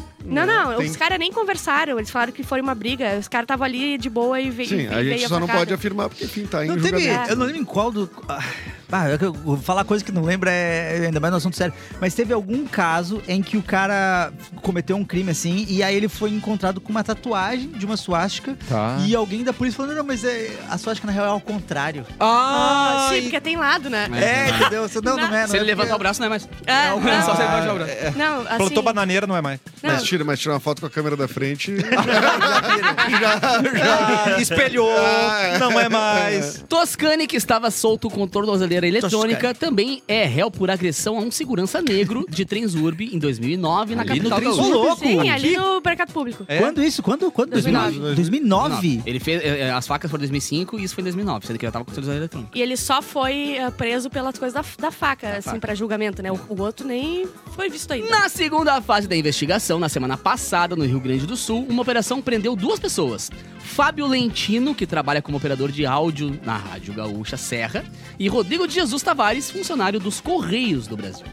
[SPEAKER 4] Não,
[SPEAKER 5] né,
[SPEAKER 4] não,
[SPEAKER 5] tem-
[SPEAKER 4] os caras nem conversaram, eles falaram que foi uma briga, os caras estavam ali de boa e veio.
[SPEAKER 5] Sim, a
[SPEAKER 4] veio
[SPEAKER 5] gente só não
[SPEAKER 4] facada.
[SPEAKER 5] pode afirmar, porque, enfim, tá em
[SPEAKER 2] Não teve,
[SPEAKER 5] julgamento.
[SPEAKER 4] É.
[SPEAKER 2] eu não lembro em qual do. Ah, bah, eu- eu vou falar coisa que não lembra, é, ainda mais no assunto sério. Mas teve algum caso em que o cara cometeu um crime assim, e aí ele foi encontrado com uma tatuagem de uma suástica.
[SPEAKER 1] Tá.
[SPEAKER 2] E alguém da polícia falou: não, mas é, a suástica na real é ao contrário.
[SPEAKER 4] Ah, sim, porque tem lado, né?
[SPEAKER 2] É, entendeu? Você- Não, não é, não
[SPEAKER 3] Se
[SPEAKER 2] é,
[SPEAKER 3] ele levantar o
[SPEAKER 2] porque-
[SPEAKER 3] braço, não é mais.
[SPEAKER 4] É,
[SPEAKER 2] não,
[SPEAKER 3] É
[SPEAKER 4] não,
[SPEAKER 3] só se ele
[SPEAKER 2] Ah.
[SPEAKER 3] levantar o braço.
[SPEAKER 4] não, assim.
[SPEAKER 1] Plantou bananeira, não é mais.
[SPEAKER 4] não.
[SPEAKER 5] Mas tira, mas tira uma foto com a câmera da frente.
[SPEAKER 1] Ah, espelhou,
[SPEAKER 5] Ah.
[SPEAKER 1] não é mais.
[SPEAKER 3] Toscani, que estava solto com tornozeleira eletrônica, também é réu por agressão a um segurança negro de Transurb em 2009 na
[SPEAKER 1] Ali no
[SPEAKER 3] capital
[SPEAKER 1] Transurb.
[SPEAKER 3] gaúcha.
[SPEAKER 2] louco!
[SPEAKER 4] Sim, ali
[SPEAKER 2] Que-
[SPEAKER 4] no mercado público.
[SPEAKER 1] É.
[SPEAKER 2] Quando isso? Quando? quando?
[SPEAKER 4] 2009.
[SPEAKER 2] 2009?
[SPEAKER 3] Ele fez eh, eh, as facas foram em 2005 e isso foi em 2009, sendo que ele já tava com tornozeleira eletrônica.
[SPEAKER 4] E ele só foi eh, preso pelas coisas da, da faca, assim,
[SPEAKER 3] faca.
[SPEAKER 4] pra julgamento, né? O, o outro nem foi visto ainda.
[SPEAKER 3] Na segunda fase da investigação, na semana passada, no Rio Grande do Sul, uma operação prendeu duas pessoas. Fábio Lentino, que trabalha como operador de áudio na Rádio Gaúcha Serra, e Rodrigo de Jesus Tavares, funcionário dos Correios do Brasil.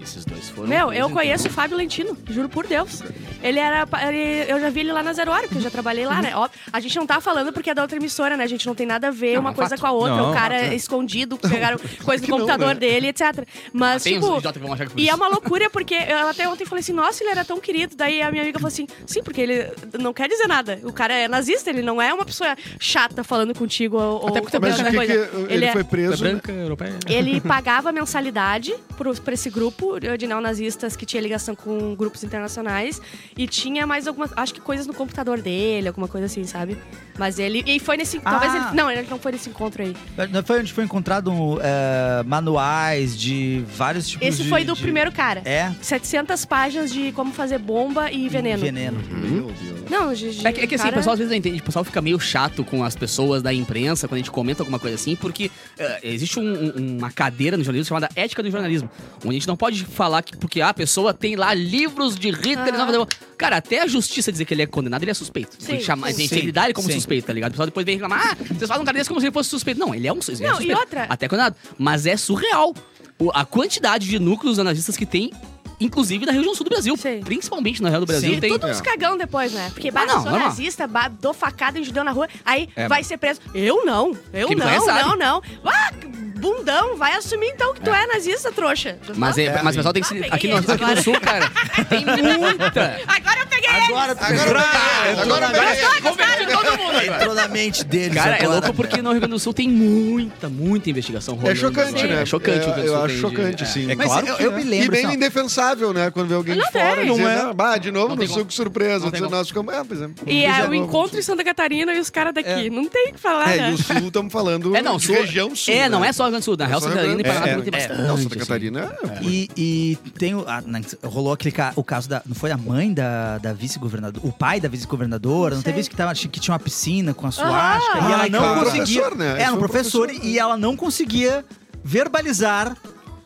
[SPEAKER 3] Esses dois foram.
[SPEAKER 4] Meu,
[SPEAKER 3] presos,
[SPEAKER 4] eu
[SPEAKER 3] então.
[SPEAKER 4] conheço o Fábio Lentino, juro por Deus. Ele era. pa- ele- eu já vi ele lá na Zero Hora, porque eu já trabalhei lá, né? Ó, a gente não tá falando porque é da outra emissora, né? A gente não tem nada a ver
[SPEAKER 3] Não,
[SPEAKER 4] uma
[SPEAKER 3] é
[SPEAKER 4] coisa
[SPEAKER 3] fato.
[SPEAKER 4] com a outra.
[SPEAKER 1] Não,
[SPEAKER 4] o
[SPEAKER 1] é
[SPEAKER 4] cara escondido, pegaram coisa do
[SPEAKER 5] que não,
[SPEAKER 4] computador
[SPEAKER 5] né?
[SPEAKER 4] dele, etc. Mas,
[SPEAKER 3] Tem uns
[SPEAKER 4] tipo.
[SPEAKER 3] idiotas que vão achar que foi
[SPEAKER 4] E é
[SPEAKER 3] isso.
[SPEAKER 4] uma loucura, porque eu até ontem falei assim, nossa, ele era tão querido. Daí a minha amiga falou assim, sim, porque ele não quer dizer nada. O cara é nazista, ele não é uma pessoa chata falando contigo ou,
[SPEAKER 3] Até
[SPEAKER 4] ou
[SPEAKER 3] porque
[SPEAKER 5] mas o
[SPEAKER 4] qualquer
[SPEAKER 5] que, que
[SPEAKER 4] coisa.
[SPEAKER 5] ele,
[SPEAKER 4] é-
[SPEAKER 5] foi
[SPEAKER 3] É
[SPEAKER 5] preso? né?
[SPEAKER 3] branca, europeia.
[SPEAKER 4] ele pagava mensalidade pro- pra esse grupo de neonazistas que tinha ligação com grupos internacionais e tinha mais algumas, acho que coisas no computador dele, alguma coisa assim, sabe? Mas ele. E foi
[SPEAKER 3] Ah.
[SPEAKER 4] nesse. Talvez ele. Não, ele não foi nesse encontro aí.
[SPEAKER 2] Não foi onde foi encontrado é, manuais de vários tipos de.
[SPEAKER 4] Esse foi do
[SPEAKER 2] de-
[SPEAKER 4] primeiro cara.
[SPEAKER 2] É.
[SPEAKER 4] 700 páginas de como fazer bomba e veneno.
[SPEAKER 2] Veneno.
[SPEAKER 5] Meu Deus.
[SPEAKER 4] Não, Gigi.
[SPEAKER 3] É que, é que assim,
[SPEAKER 4] cara-
[SPEAKER 3] o pessoal às vezes não entende, o pessoal fica meio chato com as pessoas da imprensa quando a gente comenta alguma coisa assim, porque eh, existe um- um- uma cadeira no jornalismo chamada ética do jornalismo, onde a gente não pode falar que porque ah, a pessoa tem lá livros de Hitler.
[SPEAKER 4] Ah.
[SPEAKER 3] não- Cara, até a justiça dizer que ele é condenado, ele é suspeito.
[SPEAKER 4] Sim,
[SPEAKER 3] tem que chamar,
[SPEAKER 4] sim.
[SPEAKER 3] tem que
[SPEAKER 2] Sim,
[SPEAKER 3] lidar ele como
[SPEAKER 2] sim.
[SPEAKER 3] suspeito, tá ligado? O pessoal depois vem reclamar, ah, vocês falam um cara desse como se ele fosse suspeito. Não, ele é um ele é
[SPEAKER 4] Não, e
[SPEAKER 3] suspeito.
[SPEAKER 4] outra-
[SPEAKER 3] Até condenado. Mas é surreal o- a quantidade de núcleos analistas que tem, inclusive na região sul do Brasil.
[SPEAKER 4] Sim.
[SPEAKER 3] Principalmente na região do Brasil.
[SPEAKER 2] Sim.
[SPEAKER 3] tem...
[SPEAKER 4] Tudo uns cagão depois, né? Porque bah,
[SPEAKER 3] Ah, não,
[SPEAKER 4] sou
[SPEAKER 3] não.
[SPEAKER 4] nazista, bah, dou facada em judeu na rua, aí
[SPEAKER 1] É,
[SPEAKER 4] vai ser preso. Eu não, eu
[SPEAKER 3] Quem me
[SPEAKER 4] não,
[SPEAKER 3] conhece sabe.
[SPEAKER 4] não, não. Ah, bundão, vai assumir então que tu é nazista, trouxa.
[SPEAKER 3] Mas, é, mas o pessoal tem que
[SPEAKER 4] Ah,
[SPEAKER 3] se.
[SPEAKER 4] peguei
[SPEAKER 3] Aqui no,
[SPEAKER 4] eles
[SPEAKER 3] aqui no
[SPEAKER 4] agora.
[SPEAKER 3] sul, cara, tem muita.
[SPEAKER 4] Agora eu peguei ele!
[SPEAKER 2] Agora,
[SPEAKER 5] Agora
[SPEAKER 3] Converti todo mundo agora.
[SPEAKER 2] entrou na mente deles.
[SPEAKER 3] Cara, é
[SPEAKER 2] agora,
[SPEAKER 3] louco
[SPEAKER 2] né?
[SPEAKER 3] porque no Rio Grande do Sul tem muita, muita investigação rolando.
[SPEAKER 5] É chocante,
[SPEAKER 3] agora.
[SPEAKER 5] né?
[SPEAKER 3] É chocante. o Rio
[SPEAKER 5] eu,
[SPEAKER 3] Grande do
[SPEAKER 5] eu
[SPEAKER 3] Sul
[SPEAKER 5] acho
[SPEAKER 3] tem de-
[SPEAKER 5] chocante,
[SPEAKER 3] é.
[SPEAKER 5] sim.
[SPEAKER 1] É
[SPEAKER 2] Mas
[SPEAKER 1] claro
[SPEAKER 2] eu,
[SPEAKER 1] que
[SPEAKER 2] eu
[SPEAKER 1] é.
[SPEAKER 2] me
[SPEAKER 5] E
[SPEAKER 2] lembro.
[SPEAKER 5] bem
[SPEAKER 2] assim, ó,
[SPEAKER 5] indefensável, né? Quando vê alguém
[SPEAKER 4] Não
[SPEAKER 5] de fora
[SPEAKER 4] tem.
[SPEAKER 5] dizendo,
[SPEAKER 1] Não é.
[SPEAKER 5] "Ah, bah, de novo
[SPEAKER 3] Não
[SPEAKER 5] no
[SPEAKER 3] tem
[SPEAKER 5] suco surpresa.
[SPEAKER 3] Não tem
[SPEAKER 5] Dizendo,
[SPEAKER 3] como.
[SPEAKER 5] nós ficamos, ah, pois é.
[SPEAKER 4] E é
[SPEAKER 5] de
[SPEAKER 4] o
[SPEAKER 5] novo,
[SPEAKER 4] encontro em Santa Catarina e os caras daqui. Não tem o que falar,
[SPEAKER 5] É,
[SPEAKER 4] né?
[SPEAKER 5] e o sul, estamos falando
[SPEAKER 3] É, não,
[SPEAKER 5] de
[SPEAKER 3] sul-
[SPEAKER 5] região sul.
[SPEAKER 3] É, não
[SPEAKER 5] né?
[SPEAKER 3] é só Rio Grande do Sul. Na
[SPEAKER 5] É
[SPEAKER 3] Real
[SPEAKER 5] só
[SPEAKER 3] Santa Catarina e
[SPEAKER 5] Rio Grande-
[SPEAKER 3] Paraná
[SPEAKER 5] é,
[SPEAKER 3] também tem
[SPEAKER 5] é.
[SPEAKER 3] bastante.
[SPEAKER 5] Não, Santa
[SPEAKER 3] assim.
[SPEAKER 5] Catarina é.
[SPEAKER 2] E, e tem o. ah, não, rolou aquele ca, o caso da. Não foi a mãe da, da vice-governadora? O pai da vice-governadora? Não,
[SPEAKER 4] Não
[SPEAKER 2] teve
[SPEAKER 4] sei.
[SPEAKER 2] isso que, tava, que tinha uma piscina com a suástica?
[SPEAKER 5] Ah,
[SPEAKER 2] e ela
[SPEAKER 5] que
[SPEAKER 2] não
[SPEAKER 5] foi um
[SPEAKER 2] conseguia. É,
[SPEAKER 5] professor, né? Esse
[SPEAKER 2] Era um
[SPEAKER 5] foi um
[SPEAKER 2] professor,
[SPEAKER 5] professor.
[SPEAKER 2] e ela não conseguia verbalizar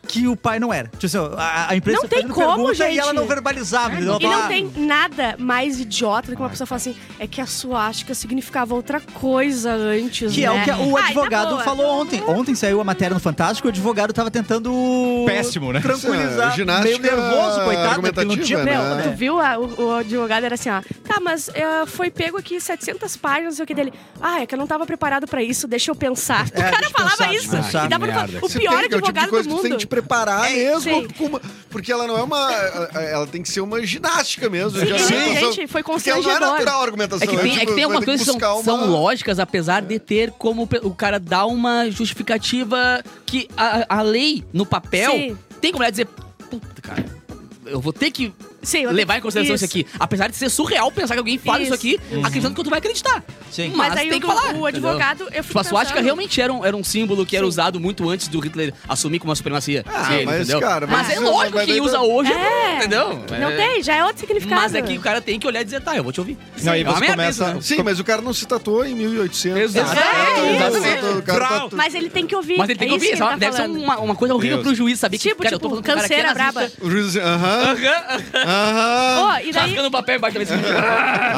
[SPEAKER 2] que o pai não era. Tipo assim, ó, a, a imprensa
[SPEAKER 4] Não tem
[SPEAKER 2] fazendo
[SPEAKER 4] como,
[SPEAKER 2] pergunta e
[SPEAKER 4] gente. É,
[SPEAKER 2] ela não verbalizava. entendeu? Ela
[SPEAKER 4] E não
[SPEAKER 2] falava,
[SPEAKER 4] tem nada mais idiota do que uma pessoa falar assim, é que a suástica significava outra coisa antes,
[SPEAKER 2] Que é
[SPEAKER 4] né?
[SPEAKER 2] o que
[SPEAKER 4] Ai,
[SPEAKER 2] o
[SPEAKER 4] na
[SPEAKER 2] advogado
[SPEAKER 4] boa.
[SPEAKER 2] falou ontem. Ontem saiu a matéria no Fantástico e o advogado tava tentando.
[SPEAKER 1] Péssimo, né?
[SPEAKER 2] Tranquilizar.
[SPEAKER 5] Isso é ginástica
[SPEAKER 2] meio nervoso, coitado, porque não tinha.
[SPEAKER 5] argumentativa,
[SPEAKER 4] Meu,
[SPEAKER 5] né?
[SPEAKER 4] tu viu? A- o, o advogado era assim, ó. Tá, mas eh, foi pego aqui 700 páginas, não sei o que dele. Ah, é que eu não tava preparado pra isso, deixa eu pensar.
[SPEAKER 2] É,
[SPEAKER 4] o cara
[SPEAKER 2] deixa eu
[SPEAKER 4] falava
[SPEAKER 2] pensar,
[SPEAKER 4] isso.
[SPEAKER 2] deixa eu pensar.
[SPEAKER 4] e dava no-
[SPEAKER 3] Merda.
[SPEAKER 4] o
[SPEAKER 5] Você
[SPEAKER 4] pior
[SPEAKER 5] tem, que é o tipo de
[SPEAKER 4] advogado do
[SPEAKER 5] coisa que tu tem
[SPEAKER 4] mundo.
[SPEAKER 5] que
[SPEAKER 3] É,
[SPEAKER 5] te preparar
[SPEAKER 4] sim.
[SPEAKER 5] mesmo, com uma- porque ela não é uma. Ela tem que ser uma ginástica mesmo.
[SPEAKER 4] Sim,
[SPEAKER 5] já
[SPEAKER 4] ele-
[SPEAKER 5] sei, só-
[SPEAKER 4] gente, foi
[SPEAKER 5] porque ela não é natural
[SPEAKER 4] constrangedor.
[SPEAKER 5] a
[SPEAKER 3] É
[SPEAKER 5] argumentação.
[SPEAKER 3] que tem,
[SPEAKER 5] tipo,
[SPEAKER 3] é que tem
[SPEAKER 5] vai
[SPEAKER 3] algumas
[SPEAKER 5] ter
[SPEAKER 3] coisas que
[SPEAKER 5] buscar
[SPEAKER 3] são,
[SPEAKER 5] uma-
[SPEAKER 3] são lógicas, apesar de ter como pe- o cara dar uma justificativa que a, a lei no papel
[SPEAKER 4] Sim.
[SPEAKER 3] tem como ela dizer, puta, cara, eu vou ter que
[SPEAKER 4] Sim, eu-
[SPEAKER 3] levar em consideração isso,
[SPEAKER 4] isso.
[SPEAKER 3] aqui. Apesar de ser surreal pensar que alguém fala isso,
[SPEAKER 4] Isso.
[SPEAKER 3] aqui, acreditando que tu vai acreditar.
[SPEAKER 2] Sim.
[SPEAKER 3] Mas,
[SPEAKER 4] Mas, aí
[SPEAKER 3] tem
[SPEAKER 4] o,
[SPEAKER 3] que falar.
[SPEAKER 4] o
[SPEAKER 3] entendeu?
[SPEAKER 4] advogado, eu fico
[SPEAKER 3] Tipo, a suástica
[SPEAKER 4] pensando-
[SPEAKER 3] realmente era um, era um símbolo que era
[SPEAKER 4] Sim.
[SPEAKER 3] usado muito antes do Hitler assumir como uma supremacia.
[SPEAKER 5] Ah,
[SPEAKER 3] dele,
[SPEAKER 5] mas,
[SPEAKER 3] entendeu?
[SPEAKER 5] cara,
[SPEAKER 3] mas,
[SPEAKER 5] mas
[SPEAKER 3] é
[SPEAKER 5] isso-
[SPEAKER 3] lógico que
[SPEAKER 5] mas
[SPEAKER 3] quem
[SPEAKER 5] daí
[SPEAKER 3] usa
[SPEAKER 5] tá-
[SPEAKER 3] hoje,
[SPEAKER 4] É.
[SPEAKER 3] entendeu?
[SPEAKER 4] Não
[SPEAKER 3] É.
[SPEAKER 4] tem, já é outro significado.
[SPEAKER 3] Mas é que o cara tem que olhar e dizer, tá, eu vou te ouvir.
[SPEAKER 1] Não, aí
[SPEAKER 3] É uma
[SPEAKER 1] você
[SPEAKER 3] merda
[SPEAKER 1] começa-
[SPEAKER 3] isso, né?
[SPEAKER 5] Sim, mas o cara não se tatuou em 1800.
[SPEAKER 3] Exato.
[SPEAKER 4] É,
[SPEAKER 1] isso.
[SPEAKER 5] O cara tá
[SPEAKER 1] Brau.
[SPEAKER 5] tatu-
[SPEAKER 4] Mas ele tem que ouvir.
[SPEAKER 3] Mas ele tem que
[SPEAKER 4] é isso
[SPEAKER 3] ouvir,
[SPEAKER 4] ele tá
[SPEAKER 3] deve ser
[SPEAKER 4] falando.
[SPEAKER 3] uma, uma coisa horrível
[SPEAKER 1] Deus.
[SPEAKER 3] pro juiz saber que,
[SPEAKER 4] Tipo,
[SPEAKER 3] cara, eu tô
[SPEAKER 4] tipo,
[SPEAKER 3] falando com um cara que é
[SPEAKER 4] canseira
[SPEAKER 3] nazista.
[SPEAKER 4] braba.
[SPEAKER 5] O juiz diz, aham, aham.
[SPEAKER 4] Ó, e daí,
[SPEAKER 3] Rasgando o papel embaixo da mesa.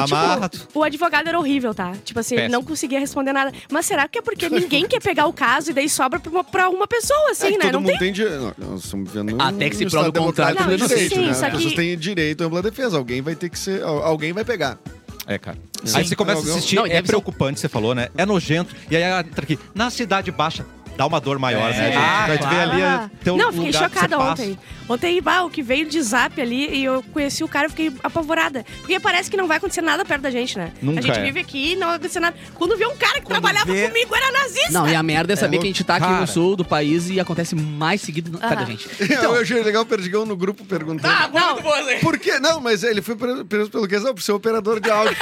[SPEAKER 1] Amarra.
[SPEAKER 4] Tipo, O advogado era horrível, tá? Tipo assim, ele
[SPEAKER 1] Péssimo.
[SPEAKER 4] não conseguia responder nada. Mas será que é porque ninguém quer pegar o caso e daí sobra pra uma, pra uma pessoa,
[SPEAKER 5] É
[SPEAKER 4] assim,
[SPEAKER 5] que
[SPEAKER 4] né?
[SPEAKER 5] todo
[SPEAKER 4] Não
[SPEAKER 5] mundo
[SPEAKER 4] tem.
[SPEAKER 5] tem direito. Nós estamos vivendo
[SPEAKER 3] Até que se
[SPEAKER 5] um
[SPEAKER 3] prove o
[SPEAKER 5] Estado
[SPEAKER 3] contrário,
[SPEAKER 5] democrático
[SPEAKER 4] tudo
[SPEAKER 5] de
[SPEAKER 4] bem,
[SPEAKER 5] direito,
[SPEAKER 4] sim,
[SPEAKER 5] né?
[SPEAKER 4] só
[SPEAKER 5] As
[SPEAKER 4] que-
[SPEAKER 5] pessoas têm direito à ampla defesa. Alguém vai ter que ser. al- Alguém vai pegar.
[SPEAKER 1] É, cara. Aí você começa a assistir,
[SPEAKER 3] Não, e
[SPEAKER 1] é
[SPEAKER 3] deve ser-
[SPEAKER 1] preocupante, você falou, né? É nojento. E aí entra aqui, na cidade baixa, dá uma dor
[SPEAKER 5] É.
[SPEAKER 1] maior, né, gente?
[SPEAKER 2] Ah,
[SPEAKER 1] Vai te ver ali
[SPEAKER 4] Ah.
[SPEAKER 1] é teu
[SPEAKER 4] não, fiquei
[SPEAKER 1] lugar que você
[SPEAKER 4] chocada
[SPEAKER 1] passa.
[SPEAKER 4] ontem. Ontem, bah, o que veio de zap ali e eu conheci o cara, eu fiquei apavorada. Porque parece que não vai acontecer nada perto da gente, né?
[SPEAKER 1] Nunca
[SPEAKER 4] a gente
[SPEAKER 1] é.
[SPEAKER 4] vive aqui e não vai acontecer nada. Quando vê um cara que trabalhava
[SPEAKER 2] vê-
[SPEAKER 4] comigo, era nazista.
[SPEAKER 3] Não, e a merda é saber que a gente tá aqui
[SPEAKER 1] Cara.
[SPEAKER 3] no sul do país e acontece mais seguido. Tá,
[SPEAKER 4] Aham.
[SPEAKER 3] gente.
[SPEAKER 2] Então-
[SPEAKER 5] eu achei legal o Perdigão no grupo perguntando.
[SPEAKER 2] Ah!
[SPEAKER 3] Ah, muito boa, Zé.
[SPEAKER 5] Por quê? Não, mas ele foi preso preso pelo quê? Não, por ser operador de áudio.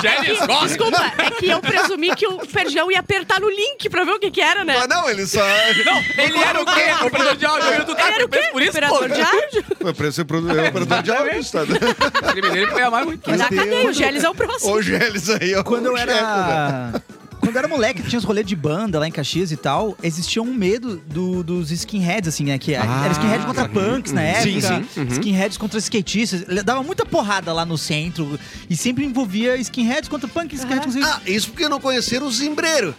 [SPEAKER 3] Gênesis, gosta.
[SPEAKER 4] Desculpa, é que eu presumi que o Perdião ia apertar no link pra ver o que que era, né?
[SPEAKER 5] mas não, ele só.
[SPEAKER 3] Não, ele era o quê? Operador de áudio. Tu tá
[SPEAKER 4] Era o quê?
[SPEAKER 3] preso por isso, pô.
[SPEAKER 4] Operador de áudio?
[SPEAKER 5] Foi preso ser produ- operador de áudio, tá?
[SPEAKER 3] Ele foi amar muito.
[SPEAKER 4] Mas
[SPEAKER 5] Meu
[SPEAKER 4] a cadeia, o
[SPEAKER 5] Deus.
[SPEAKER 4] Gélis é o próximo.
[SPEAKER 5] Hoje eles aí, ó.
[SPEAKER 2] assim? Quando eu
[SPEAKER 5] o chefe, né?
[SPEAKER 2] era. Quando eu era moleque, tinha os rolês de banda lá em Caxias e tal, existia um medo do- dos skinheads, assim, né? Que
[SPEAKER 1] Ah,
[SPEAKER 2] era skinhead contra punks na época.
[SPEAKER 1] Sim,
[SPEAKER 2] Skinheads contra skatistas. Dava muita porrada lá no centro. E sempre envolvia skinheads contra punks, skinheads contra
[SPEAKER 5] Ah, isso porque não conheceram o Zimbreiro.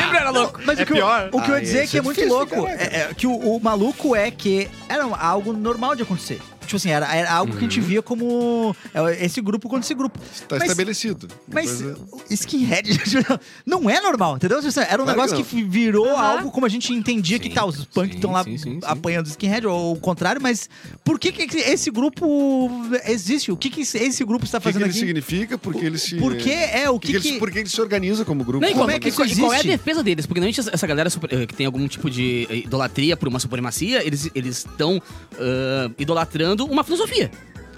[SPEAKER 3] Lembra, era louco.
[SPEAKER 2] Mas o que,
[SPEAKER 1] pior.
[SPEAKER 2] Eu, o que eu
[SPEAKER 5] Ah,
[SPEAKER 2] ia dizer é
[SPEAKER 5] isso
[SPEAKER 2] que é
[SPEAKER 5] é
[SPEAKER 2] muito
[SPEAKER 5] difícil,
[SPEAKER 2] louco.
[SPEAKER 5] caraca.
[SPEAKER 2] É, é que o, o maluco é que era algo normal de acontecer. Tipo assim, era, era algo que a gente via como é, esse grupo contra esse grupo.
[SPEAKER 5] Tá
[SPEAKER 2] Mas-
[SPEAKER 5] estabelecido. é,
[SPEAKER 2] Mas tá
[SPEAKER 5] Coisa-
[SPEAKER 2] skinhead não é normal, entendeu? Tipo assim, Era um
[SPEAKER 5] Claro
[SPEAKER 2] negócio
[SPEAKER 5] que
[SPEAKER 2] que virou
[SPEAKER 4] Aham.
[SPEAKER 2] algo como a gente entendia que
[SPEAKER 3] Sim,
[SPEAKER 2] tá, os punks
[SPEAKER 3] sim,
[SPEAKER 2] estão lá
[SPEAKER 3] sim, sim, sim.
[SPEAKER 2] apanhando skinhead ou o contrário, mas por que, que esse grupo existe? O que, que esse grupo está
[SPEAKER 5] O que, que
[SPEAKER 2] fazendo
[SPEAKER 5] ele
[SPEAKER 2] aqui?
[SPEAKER 5] significa? Porque ele se.
[SPEAKER 2] Por que é o
[SPEAKER 5] O que que
[SPEAKER 2] que,
[SPEAKER 5] ele se-
[SPEAKER 2] que...
[SPEAKER 5] Por que ele se organiza como grupo?
[SPEAKER 3] Não, e
[SPEAKER 2] Como
[SPEAKER 3] qual-
[SPEAKER 2] é
[SPEAKER 3] e
[SPEAKER 2] que isso
[SPEAKER 3] qual- e qual é a
[SPEAKER 2] existe?
[SPEAKER 3] defesa deles? Porque normalmente essa- essa galera super- eh, que tem algum tipo de eh, idolatria por uma supremacia, eles eles estão ah, idolatrando uma filosofia.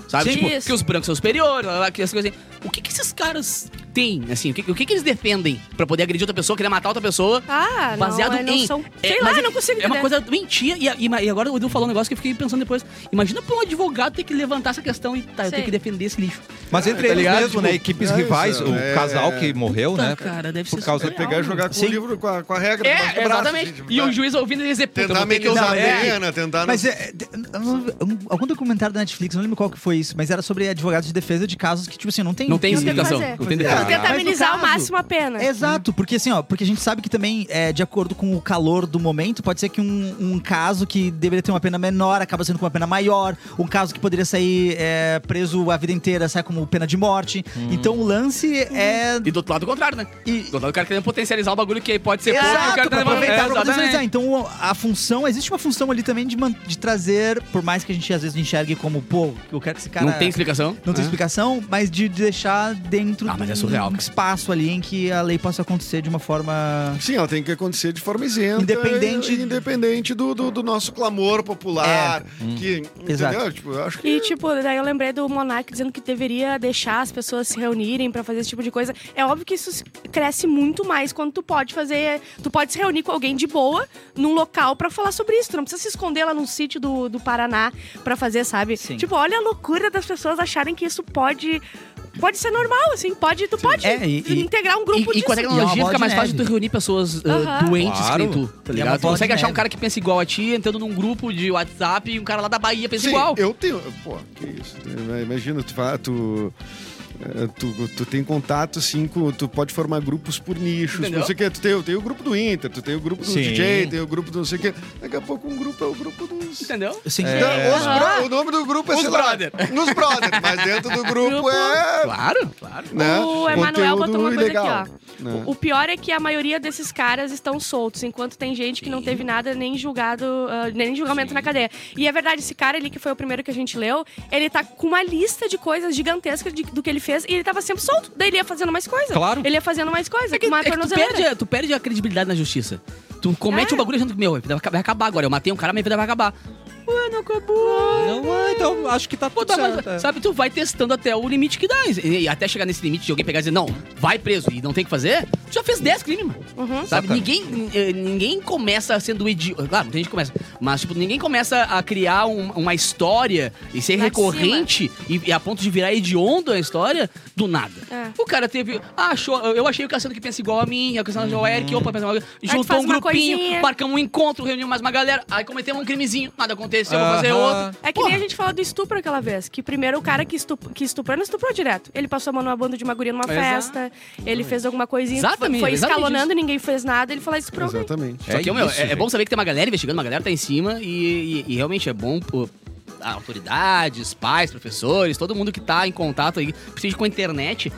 [SPEAKER 3] Sabe?
[SPEAKER 2] Sim.
[SPEAKER 3] Tipo,
[SPEAKER 4] Isso.
[SPEAKER 3] que os brancos são superiores, lá, lá, que as coisas assim. O que, que esses caras têm, assim? O que, o que, que eles defendem pra poder agredir outra pessoa, querer matar outra pessoa?
[SPEAKER 4] Ah,
[SPEAKER 3] baseado
[SPEAKER 4] não, é, não
[SPEAKER 3] em.
[SPEAKER 4] são-
[SPEAKER 3] é,
[SPEAKER 4] sei
[SPEAKER 3] mas
[SPEAKER 4] lá,
[SPEAKER 3] é
[SPEAKER 4] eu não
[SPEAKER 3] que-
[SPEAKER 4] consigo
[SPEAKER 3] É uma
[SPEAKER 4] entender.
[SPEAKER 3] coisa doentia. E, a- e ma- e agora o Edu falou um negócio que eu fiquei pensando depois. Imagina pra um advogado ter que levantar essa questão e tá, eu
[SPEAKER 4] Sim.
[SPEAKER 3] tenho que defender esse lixo.
[SPEAKER 1] Mas entre
[SPEAKER 5] Tá
[SPEAKER 1] eles
[SPEAKER 5] ligado?
[SPEAKER 1] mesmo,
[SPEAKER 5] Tipo,
[SPEAKER 1] né? Equipes
[SPEAKER 5] é
[SPEAKER 1] rivais,
[SPEAKER 5] isso,
[SPEAKER 1] o
[SPEAKER 5] é.
[SPEAKER 1] casal que morreu,
[SPEAKER 3] Puta,
[SPEAKER 1] né?
[SPEAKER 3] cara, deve
[SPEAKER 1] Por
[SPEAKER 3] ser
[SPEAKER 1] causa
[SPEAKER 5] Vai pegar e jogar com
[SPEAKER 2] Sim.
[SPEAKER 5] o livro, com a, com a regra. debaixo do
[SPEAKER 3] É,
[SPEAKER 5] braço,
[SPEAKER 3] exatamente.
[SPEAKER 5] assim, tipo,
[SPEAKER 3] e
[SPEAKER 5] tá?
[SPEAKER 3] o juiz ouvindo ele dizer, puta, eu
[SPEAKER 5] Tentar
[SPEAKER 3] vou ter que
[SPEAKER 5] amenizar a
[SPEAKER 3] usar. É,
[SPEAKER 5] pena, tentar.
[SPEAKER 2] Mas é, de- um- algum documentário da Netflix, não lembro qual que foi isso, mas era sobre advogados de defesa de casos que, tipo assim, não tem.
[SPEAKER 3] Não tem
[SPEAKER 4] Não tem
[SPEAKER 3] explicação.
[SPEAKER 4] fazer.
[SPEAKER 3] Não tem
[SPEAKER 4] Pra
[SPEAKER 3] detalhe.
[SPEAKER 4] tentar
[SPEAKER 2] Ah, Mas no
[SPEAKER 4] amenizar ao
[SPEAKER 2] caso-
[SPEAKER 4] máximo a pena.
[SPEAKER 2] Exato, porque assim, ó, porque a gente sabe que também, é, de acordo com o calor do momento, pode ser que um, um caso que deveria ter uma pena menor acaba sendo com uma pena maior, um caso que poderia sair é, preso a vida inteira sai como pena de morte.
[SPEAKER 3] Hum.
[SPEAKER 2] Então o lance é.
[SPEAKER 3] E do outro lado, o contrário, né?
[SPEAKER 2] e-
[SPEAKER 3] Do outro lado, o cara querendo potencializar o bagulho que pode ser pouco, o
[SPEAKER 2] Exato,
[SPEAKER 3] cara
[SPEAKER 2] pra
[SPEAKER 3] levando-
[SPEAKER 2] aproveitar, pra
[SPEAKER 3] É, exatamente.
[SPEAKER 2] potencializar. Então a função, existe uma função ali também de, man- de trazer, por mais que a gente às vezes enxergue como, pô, eu quero que esse cara.
[SPEAKER 3] Não tem explicação?
[SPEAKER 2] Não tem
[SPEAKER 3] É.
[SPEAKER 2] explicação, mas de deixar dentro
[SPEAKER 3] Ah, mas é
[SPEAKER 2] de
[SPEAKER 3] surreal,
[SPEAKER 2] um
[SPEAKER 3] cara.
[SPEAKER 2] espaço ali em que a lei possa acontecer de uma forma.
[SPEAKER 5] Sim, ela tem que acontecer de forma isenta.
[SPEAKER 2] Independente-
[SPEAKER 5] e- e independente do, do, do nosso clamor popular. Que,
[SPEAKER 2] Exato.
[SPEAKER 5] Entendeu? Tipo, eu acho que.
[SPEAKER 4] E, tipo, daí eu lembrei do Monark dizendo que deveria deixar as pessoas se reunirem pra fazer esse tipo de coisa. É óbvio que isso s- cresce muito mais quando tu pode fazer. Tu pode se reunir com alguém de boa num local pra falar sobre isso. Tu não precisa se esconder lá num sítio do, do Paraná pra fazer, sabe?
[SPEAKER 2] Sim.
[SPEAKER 4] Tipo, olha a loucura das pessoas acharem que isso pode Pode ser normal, assim, pode, tu pode
[SPEAKER 2] É, e- e-
[SPEAKER 4] integrar um grupo
[SPEAKER 3] E, e
[SPEAKER 4] disso.
[SPEAKER 3] com a
[SPEAKER 2] E é uma
[SPEAKER 3] tecnologia
[SPEAKER 2] bola
[SPEAKER 3] fica
[SPEAKER 2] de
[SPEAKER 3] mais
[SPEAKER 2] neve.
[SPEAKER 3] fácil de tu reunir pessoas uh,
[SPEAKER 4] Aham.
[SPEAKER 3] doentes
[SPEAKER 1] Claro.
[SPEAKER 3] que nem tu, tá
[SPEAKER 2] E é
[SPEAKER 3] ligado?
[SPEAKER 2] uma
[SPEAKER 3] Tu
[SPEAKER 2] bola
[SPEAKER 3] consegue
[SPEAKER 2] de
[SPEAKER 3] achar um
[SPEAKER 2] neve.
[SPEAKER 3] cara que pensa igual a ti, entrando num grupo de WhatsApp e um cara lá da Bahia pensa
[SPEAKER 5] Sim,
[SPEAKER 3] igual.
[SPEAKER 5] Eu tenho. Pô, que isso. Imagina, tu vai. Tu, eh, tu, tu tem contato, assim, com, tu pode formar grupos por nichos,
[SPEAKER 3] Entendeu?
[SPEAKER 5] não sei o quê. Tu tem, tem o grupo do Inter, tu tem o grupo do
[SPEAKER 1] Sim.
[SPEAKER 5] DJ, tem o grupo do não sei o quê. Daqui a pouco um grupo é o grupo dos.
[SPEAKER 3] Entendeu?
[SPEAKER 2] Sim,
[SPEAKER 5] Então, os
[SPEAKER 4] Aham.
[SPEAKER 5] bro- o nome do grupo é
[SPEAKER 3] Os
[SPEAKER 5] sei lá,
[SPEAKER 3] brother.
[SPEAKER 5] Nos brother, mas dentro do grupo
[SPEAKER 4] Grupo.
[SPEAKER 5] é.
[SPEAKER 3] Claro, claro.
[SPEAKER 5] Né?
[SPEAKER 4] O Emanuel botou uma
[SPEAKER 5] Conteúdo
[SPEAKER 4] coisa
[SPEAKER 5] ilegal,
[SPEAKER 4] aqui, ó.
[SPEAKER 5] né?
[SPEAKER 4] O pior é que a maioria desses caras estão soltos, enquanto tem gente que não teve nada nem julgado, ah, nem julgamento na cadeia. E é verdade, esse cara ali que foi o primeiro que a gente leu, ele tá com uma lista de coisas gigantescas de- do que ele fez e ele tava sempre solto. Daí ele ia fazendo mais coisa.
[SPEAKER 1] Claro.
[SPEAKER 4] Ele ia fazendo mais coisa,
[SPEAKER 3] É que,
[SPEAKER 4] com uma
[SPEAKER 3] é que tu,
[SPEAKER 4] tornozeleira.
[SPEAKER 3] perde, a- tu perde a credibilidade na justiça. Tu comete
[SPEAKER 4] É.
[SPEAKER 3] um bagulho achando que, meu, vai vai acabar agora. Eu matei um cara, minha vida vai acabar. Ué, não acabou.
[SPEAKER 1] Não, ah, então acho que tá
[SPEAKER 3] Pô,
[SPEAKER 1] tudo
[SPEAKER 3] tá, mas,
[SPEAKER 1] certo. é.
[SPEAKER 3] sabe, tu vai testando até o limite que dá. E, e até chegar nesse limite de alguém pegar e dizer, não, vai preso e não tem o que fazer, tu já fez 10 crimes, mano.
[SPEAKER 4] Uhum.
[SPEAKER 3] Sabe, ninguém, eh, ninguém começa sendo idiota. Claro, muita gente começa. Mas, tipo, ninguém começa a criar um- uma história e ser
[SPEAKER 4] Lá de
[SPEAKER 3] recorrente e, e a ponto de virar hediondo a história do nada.
[SPEAKER 4] É.
[SPEAKER 3] O cara teve. Ah, achou. eu- Eu achei o Cassiano que pensa igual a mim, o Cassiano uhum. Eric, opa, pensa igual a mim. Juntou
[SPEAKER 4] faz
[SPEAKER 3] um
[SPEAKER 4] uma
[SPEAKER 3] grupinho,
[SPEAKER 4] coisinha.
[SPEAKER 3] marcamos um encontro, reunimos mais uma galera, aí cometemos um crimezinho, nada aconteceu, vou fazer
[SPEAKER 1] Aham.
[SPEAKER 3] outro.
[SPEAKER 4] É que nem a gente falou do estupro aquela vez. Que primeiro o cara que, estup que estuprou, não estuprou direto. Ele passou a mão numa banda de uma guria numa
[SPEAKER 3] Exato.
[SPEAKER 4] festa. Ele fez alguma coisinha.
[SPEAKER 3] Exatamente,
[SPEAKER 4] Foi
[SPEAKER 3] exatamente
[SPEAKER 4] escalonando, ninguém fez nada. Ele falou, "Ah, estuprou alguém.
[SPEAKER 5] Exatamente.
[SPEAKER 3] Só
[SPEAKER 1] É
[SPEAKER 3] que, meu,
[SPEAKER 1] isso,
[SPEAKER 3] é, é
[SPEAKER 1] gente.
[SPEAKER 3] bom saber que tem uma galera investigando, uma galera tá em cima e, e- e realmente é bom pô, a autoridades, pais, professores, todo mundo que tá em contato aí, principalmente com a internet,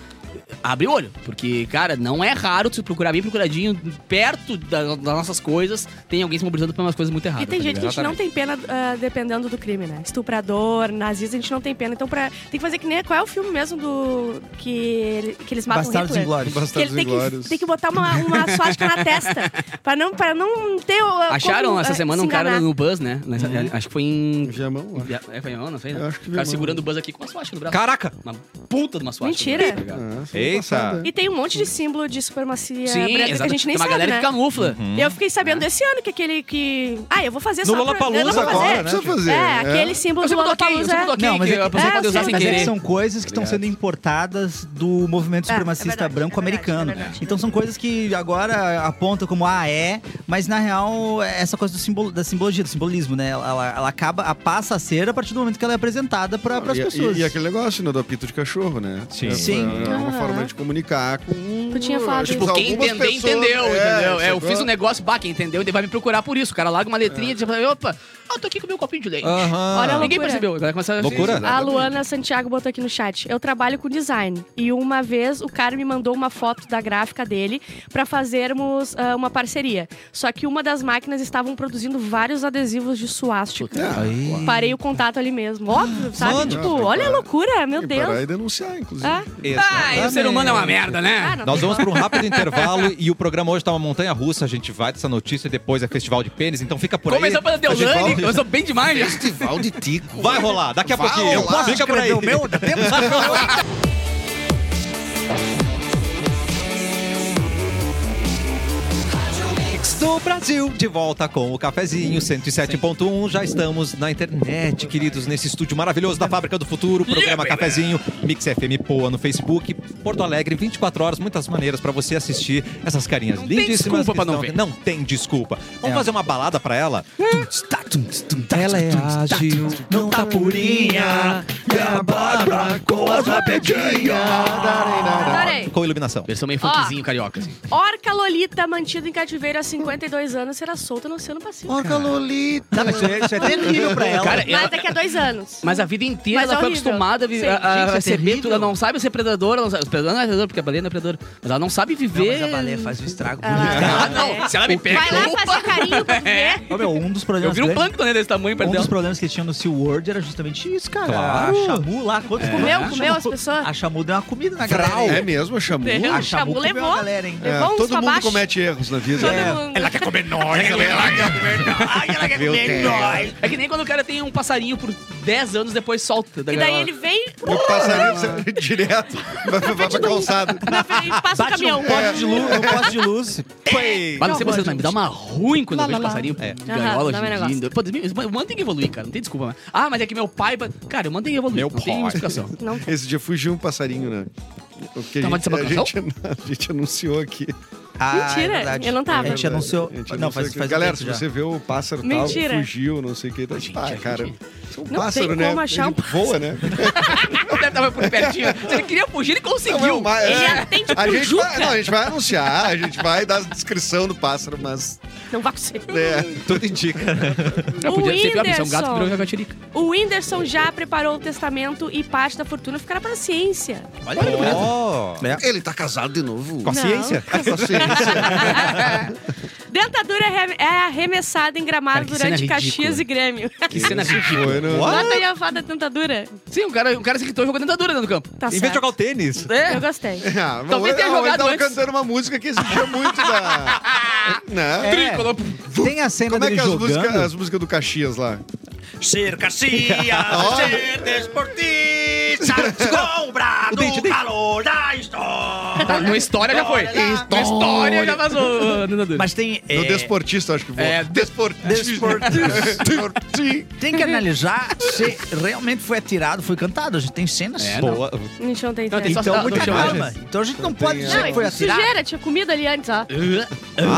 [SPEAKER 3] abre o olho. Porque, cara, não é raro tu procurar bem procuradinho, perto da- das nossas coisas, tem alguém se mobilizando pra umas coisas muito erradas.
[SPEAKER 4] E tem
[SPEAKER 3] tá
[SPEAKER 4] gente que a gente não
[SPEAKER 1] Exatamente.
[SPEAKER 4] tem pena ah, dependendo do crime, né? Estuprador, nazista, a gente não tem pena. Então pra... tem que fazer que nem... Qual é o filme mesmo do... que, ele- que eles matam
[SPEAKER 2] Bastardos
[SPEAKER 4] Hitler?
[SPEAKER 2] Inglórios.
[SPEAKER 4] Que ele
[SPEAKER 5] Bastardos
[SPEAKER 4] tem
[SPEAKER 5] Inglórios.
[SPEAKER 4] que, tem que botar uma, uma suástica na testa. Pra não, pra não ter... ah,
[SPEAKER 3] Acharam
[SPEAKER 4] como,
[SPEAKER 3] essa
[SPEAKER 4] ah,
[SPEAKER 3] semana
[SPEAKER 4] se
[SPEAKER 3] um cara
[SPEAKER 4] enganar.
[SPEAKER 3] no bus, né? Nessa- Acho que foi em.
[SPEAKER 5] Viamão, acho.
[SPEAKER 3] É, foi em Manaus, não sei, né?
[SPEAKER 5] Eu acho que
[SPEAKER 3] o cara
[SPEAKER 5] Manaus.
[SPEAKER 3] segurando o bus aqui com uma suástica no braço.
[SPEAKER 1] Caraca!
[SPEAKER 3] Uma puta de uma suástica. no
[SPEAKER 4] Mentira.
[SPEAKER 3] braço, tá ligado?
[SPEAKER 5] Ah, semana
[SPEAKER 1] Eita.
[SPEAKER 5] passada.
[SPEAKER 4] E tem um monte de símbolo de supremacia
[SPEAKER 3] Sim,
[SPEAKER 4] branca que a
[SPEAKER 3] exato.
[SPEAKER 4] gente nem
[SPEAKER 3] tem uma
[SPEAKER 4] sabe,
[SPEAKER 3] galera
[SPEAKER 4] né?
[SPEAKER 3] que É. camufla.
[SPEAKER 4] Eu fiquei sabendo esse ano que aquele que. Ah, eu vou fazer
[SPEAKER 1] No
[SPEAKER 4] só. pra-
[SPEAKER 1] Lollapalooza
[SPEAKER 4] eu não vou
[SPEAKER 1] agora,
[SPEAKER 4] fazer.
[SPEAKER 1] né?
[SPEAKER 5] Precisa fazer.
[SPEAKER 4] É,
[SPEAKER 5] né?
[SPEAKER 4] aquele símbolo
[SPEAKER 3] Eu
[SPEAKER 4] do
[SPEAKER 3] sempre dou ok, eu
[SPEAKER 4] Lollapalooza.
[SPEAKER 3] sempre dou ok,
[SPEAKER 2] Não, mas
[SPEAKER 3] que
[SPEAKER 2] é que-
[SPEAKER 3] a pessoa
[SPEAKER 4] é,
[SPEAKER 3] pode usar
[SPEAKER 4] sim,
[SPEAKER 3] sem
[SPEAKER 2] Mas
[SPEAKER 4] mas
[SPEAKER 2] é
[SPEAKER 3] querer.
[SPEAKER 2] que são coisas que estão sendo importadas do movimento
[SPEAKER 4] É, é
[SPEAKER 2] supremacista
[SPEAKER 4] verdade,
[SPEAKER 2] branco
[SPEAKER 4] é verdade,
[SPEAKER 2] americano.
[SPEAKER 4] é verdade.
[SPEAKER 2] então são coisas que agora apontam como ah, é, mas na real, é essa coisa do simbolo, da simbologia, do simbolismo, né? Ela, ela- ela acaba, a- passa a ser a partir do momento que ela é apresentada para as
[SPEAKER 5] E- e-
[SPEAKER 2] pessoas.
[SPEAKER 5] E, aquele negócio, né, do apito de cachorro, né?
[SPEAKER 1] Sim.
[SPEAKER 5] É,
[SPEAKER 2] Sim.
[SPEAKER 5] É uma
[SPEAKER 4] Aham.
[SPEAKER 5] forma de comunicar com...
[SPEAKER 4] Tu tinha falado
[SPEAKER 5] acho que
[SPEAKER 4] isso.
[SPEAKER 3] Tipo, quem
[SPEAKER 5] algumas
[SPEAKER 3] entender,
[SPEAKER 5] pessoas-
[SPEAKER 3] entendeu, entendeu? É, eu
[SPEAKER 5] sacou?
[SPEAKER 3] fiz um negócio, bah, quem entendeu, ele vai me procurar por isso. O cara larga uma letrinha e diz, opa, eu tô aqui com meu copinho de leite.
[SPEAKER 1] Aham.
[SPEAKER 4] Olha lá.
[SPEAKER 3] Ninguém
[SPEAKER 4] Loucura.
[SPEAKER 3] percebeu. A galera começa a- Ah,
[SPEAKER 1] Loucura.
[SPEAKER 4] A Luana Santiago botou aqui no chat. Eu trabalho com design. E uma vez o cara me mandou uma foto da gráfica dele pra fazermos ah, uma parceria. Só que uma das máquinas estavam produzindo vários adesivos de suástica.
[SPEAKER 5] É.
[SPEAKER 2] Aí-
[SPEAKER 4] Parei o contato ali mesmo. Óbvio, sabe?
[SPEAKER 1] Mano.
[SPEAKER 4] tipo, olha a loucura, meu
[SPEAKER 5] E
[SPEAKER 4] Deus.
[SPEAKER 5] parar e denunciar, inclusive.
[SPEAKER 4] Ah,
[SPEAKER 3] Ah, o ser humano é uma merda,
[SPEAKER 4] ah,
[SPEAKER 3] né?
[SPEAKER 4] não
[SPEAKER 1] Nós
[SPEAKER 4] tem
[SPEAKER 1] vamos para um rápido intervalo e o programa hoje tá uma montanha russa. A gente vai dessa notícia e depois é festival de pênis, então fica por
[SPEAKER 3] Começou
[SPEAKER 1] aí.
[SPEAKER 3] pela
[SPEAKER 1] A
[SPEAKER 3] Deolane,
[SPEAKER 1] gente volta.
[SPEAKER 3] começou bem demais já.
[SPEAKER 5] Festival de Tico.
[SPEAKER 1] Vai rolar, daqui a
[SPEAKER 5] Vai
[SPEAKER 1] pouquinho.
[SPEAKER 5] rolar.
[SPEAKER 1] Posso Fica por aí.
[SPEAKER 2] escrever o meu? Dá tempo?
[SPEAKER 1] do Brasil, de volta com o cafezinho 107.1. Já estamos na internet, queridos, nesse estúdio maravilhoso da Fábrica do Futuro, programa Cafezinho, Mix FM Poa no Facebook, Porto Alegre, 24 horas, muitas maneiras pra você assistir essas carinhas
[SPEAKER 3] Não tem
[SPEAKER 1] lindíssimas.
[SPEAKER 3] desculpa
[SPEAKER 1] que
[SPEAKER 3] pra não
[SPEAKER 1] estão-
[SPEAKER 3] ver.
[SPEAKER 1] Não tem desculpa. Vamos
[SPEAKER 2] É.
[SPEAKER 1] fazer uma balada pra ela?
[SPEAKER 2] Ela é ágil, não tá purinha, trabalha com as
[SPEAKER 4] Adorei.
[SPEAKER 1] Com iluminação.
[SPEAKER 3] Versão meio funkzinho carioca, assim.
[SPEAKER 4] Orca Lolita, mantida em cativeiro há 52 anos, será solta no Oceano Pacífico.
[SPEAKER 5] Porca Lolita.
[SPEAKER 2] Não, mas isso é, isso é terrível pra ela.
[SPEAKER 3] Cara,
[SPEAKER 4] Mas
[SPEAKER 3] ela-
[SPEAKER 4] daqui a dois anos.
[SPEAKER 3] Mas a vida inteira
[SPEAKER 4] Mas
[SPEAKER 3] ela
[SPEAKER 4] é
[SPEAKER 3] foi
[SPEAKER 4] horrível.
[SPEAKER 3] acostumada a, vi-
[SPEAKER 4] Sim.
[SPEAKER 3] a- a
[SPEAKER 2] Gente, é
[SPEAKER 3] receber
[SPEAKER 2] terrível.
[SPEAKER 3] tudo. Ela não sabe ser predador, ela não sabe. Predador não é predador, porque a baleia não é predador. Mas ela não sabe
[SPEAKER 2] Não,
[SPEAKER 3] viver.
[SPEAKER 2] mas a baleia faz o estrago.
[SPEAKER 4] Ah, é.
[SPEAKER 3] Se ela me pega,
[SPEAKER 4] Vai lá
[SPEAKER 3] opa,
[SPEAKER 4] fazer carinho pra tu ver.
[SPEAKER 2] Ô, meu, um dos problemas
[SPEAKER 3] eu viro um
[SPEAKER 2] grandes-
[SPEAKER 3] plâncton né, desse tamanho
[SPEAKER 2] Um
[SPEAKER 3] perdão.
[SPEAKER 2] dos problemas que tinha no SeaWorld era justamente isso, cara.
[SPEAKER 1] Claro.
[SPEAKER 2] A Chamu lá, quantos
[SPEAKER 4] Comeu,
[SPEAKER 2] A
[SPEAKER 4] comeu
[SPEAKER 2] Chamu-
[SPEAKER 4] as pessoas?
[SPEAKER 2] A Chamu deu uma comida na galera.
[SPEAKER 5] É
[SPEAKER 2] hein?
[SPEAKER 5] mesmo, chamou.
[SPEAKER 4] É.
[SPEAKER 2] A
[SPEAKER 4] A
[SPEAKER 2] Chamu
[SPEAKER 4] Chamu
[SPEAKER 2] comeu
[SPEAKER 4] levou.
[SPEAKER 2] a galera, hein?
[SPEAKER 4] Levou uns
[SPEAKER 5] É, todo
[SPEAKER 4] pra
[SPEAKER 5] mundo
[SPEAKER 4] baixo.
[SPEAKER 5] comete erros na vida.
[SPEAKER 4] Todo
[SPEAKER 5] É.
[SPEAKER 4] mundo.
[SPEAKER 3] quer comer nós, ela quer comer nós, ela quer
[SPEAKER 5] Meu Deus.
[SPEAKER 3] É que nem quando o cara tem um passarinho por 10 anos depois solta tá da
[SPEAKER 4] E daí
[SPEAKER 3] gaiola.
[SPEAKER 4] ele vem
[SPEAKER 5] Eu passaria direto, vai, vai pra calçada.
[SPEAKER 4] na frente e passa o
[SPEAKER 2] Bate
[SPEAKER 4] caminhão.
[SPEAKER 2] num pote de luz, num pote de luz. Pei.
[SPEAKER 3] Mas não sei
[SPEAKER 2] Que
[SPEAKER 3] vocês,
[SPEAKER 2] horror,
[SPEAKER 3] mas me dá uma ruim quando eu
[SPEAKER 2] Lá,
[SPEAKER 3] vejo
[SPEAKER 2] lá, lá.
[SPEAKER 3] passarinho.
[SPEAKER 1] É.
[SPEAKER 4] Aham,
[SPEAKER 3] Gaiola,
[SPEAKER 4] dá um meu
[SPEAKER 3] hoje em dia. Pô, mas mano, tem que evoluir, cara. Não tem desculpa. Mas... Ah, mas é que meu pai... Cara, eu mandei evoluir.
[SPEAKER 1] Meu
[SPEAKER 3] não tem
[SPEAKER 1] pai.
[SPEAKER 3] explicação.
[SPEAKER 4] Não
[SPEAKER 5] Esse dia fugiu um passarinho, né? Porque
[SPEAKER 3] Tava de
[SPEAKER 5] a, gente, a,
[SPEAKER 3] sabacação?
[SPEAKER 5] gente, a gente anunciou aqui.
[SPEAKER 2] Ah, é
[SPEAKER 4] Mentira,
[SPEAKER 2] verdade.
[SPEAKER 4] eu não tava.
[SPEAKER 2] A gente anunciou.
[SPEAKER 5] A gente
[SPEAKER 2] não,
[SPEAKER 5] anunciou
[SPEAKER 2] faz,
[SPEAKER 5] aqui.
[SPEAKER 2] faz um
[SPEAKER 5] Galera,
[SPEAKER 2] tempo
[SPEAKER 5] se
[SPEAKER 2] já.
[SPEAKER 5] você vê o pássaro
[SPEAKER 4] Mentira.
[SPEAKER 5] tal, fugiu, não sei o que. Tá,
[SPEAKER 3] Gente,
[SPEAKER 5] ah,
[SPEAKER 3] gente.
[SPEAKER 5] cara, isso é um
[SPEAKER 4] tem
[SPEAKER 5] pássaro,
[SPEAKER 4] como
[SPEAKER 5] né?
[SPEAKER 4] achar um
[SPEAKER 5] Ele Voa, né?
[SPEAKER 3] Não deve estar por pertinho. Se ele queria fugir, ele conseguiu.
[SPEAKER 5] Não, é uma-
[SPEAKER 4] Ele
[SPEAKER 5] é.
[SPEAKER 4] atende
[SPEAKER 5] a
[SPEAKER 4] pro
[SPEAKER 5] gente,
[SPEAKER 4] Juca.
[SPEAKER 5] vai, não, a gente vai anunciar, a gente vai dar a descrição do pássaro, mas.
[SPEAKER 4] Não vai conseguir.
[SPEAKER 5] É,
[SPEAKER 1] Tudo indica. né?
[SPEAKER 3] Já
[SPEAKER 4] O
[SPEAKER 3] podia ser pior, isso é um gato que
[SPEAKER 4] Whindersson.
[SPEAKER 3] virou jaguatirica.
[SPEAKER 4] O Whindersson já preparou o testamento e parte da fortuna ficará para a ciência.
[SPEAKER 3] Olha que bonito.
[SPEAKER 1] Ó.
[SPEAKER 2] É.
[SPEAKER 5] ele tá casado de novo.
[SPEAKER 1] É. Com a
[SPEAKER 4] Não. Tá
[SPEAKER 1] ciência?
[SPEAKER 4] Dentadura é arre- é arremessada em gramado
[SPEAKER 3] Cara, que
[SPEAKER 4] durante
[SPEAKER 3] cena ridícula.
[SPEAKER 4] Caxias e Grêmio.
[SPEAKER 3] Que
[SPEAKER 5] é
[SPEAKER 2] é
[SPEAKER 3] cena ridícula.
[SPEAKER 5] Foi, né?
[SPEAKER 1] What?
[SPEAKER 4] Bota aí a fada dentadura.
[SPEAKER 3] Sim, o cara, o cara se irritou e jogou dentadura dentro do campo.
[SPEAKER 4] Tá
[SPEAKER 1] Em
[SPEAKER 4] certo.
[SPEAKER 1] vez de jogar o tênis.
[SPEAKER 4] Eu gostei.
[SPEAKER 5] Ah, mas
[SPEAKER 3] Talvez
[SPEAKER 5] ele-
[SPEAKER 3] tenha
[SPEAKER 5] ah, ele
[SPEAKER 3] jogado
[SPEAKER 5] tava
[SPEAKER 3] antes.
[SPEAKER 5] cantando uma música que exigia muito da. né?
[SPEAKER 2] É.
[SPEAKER 3] Tricolor.
[SPEAKER 2] Tem a cena
[SPEAKER 5] Como é
[SPEAKER 2] dele
[SPEAKER 5] que é as
[SPEAKER 2] jogando.
[SPEAKER 5] músicas, as músicas do Caxias lá?
[SPEAKER 6] Ser Garcia, ser desportista, sombra
[SPEAKER 1] O dente, o
[SPEAKER 6] do
[SPEAKER 1] dente.
[SPEAKER 6] calor da história.
[SPEAKER 3] Tá, numa história já foi. Numa história já vazou a dentadura.
[SPEAKER 6] Mas tem...
[SPEAKER 2] É.
[SPEAKER 5] No Desportista, acho que vou.
[SPEAKER 3] É,
[SPEAKER 5] Desportista. Desportista.
[SPEAKER 2] Tem que analisar se realmente foi atirado, foi cantado. A gente tem cenas.
[SPEAKER 3] É,
[SPEAKER 1] Boa.
[SPEAKER 4] A gente não tem
[SPEAKER 3] Não, tem
[SPEAKER 4] ideia.
[SPEAKER 3] só-
[SPEAKER 2] Então,
[SPEAKER 3] não,
[SPEAKER 2] muita
[SPEAKER 3] não chama
[SPEAKER 2] calma.
[SPEAKER 3] gente.
[SPEAKER 2] Então a gente não pode
[SPEAKER 5] tem-
[SPEAKER 2] dizer que foi atirado.
[SPEAKER 4] Sujeira, tinha comida ali antes, ó.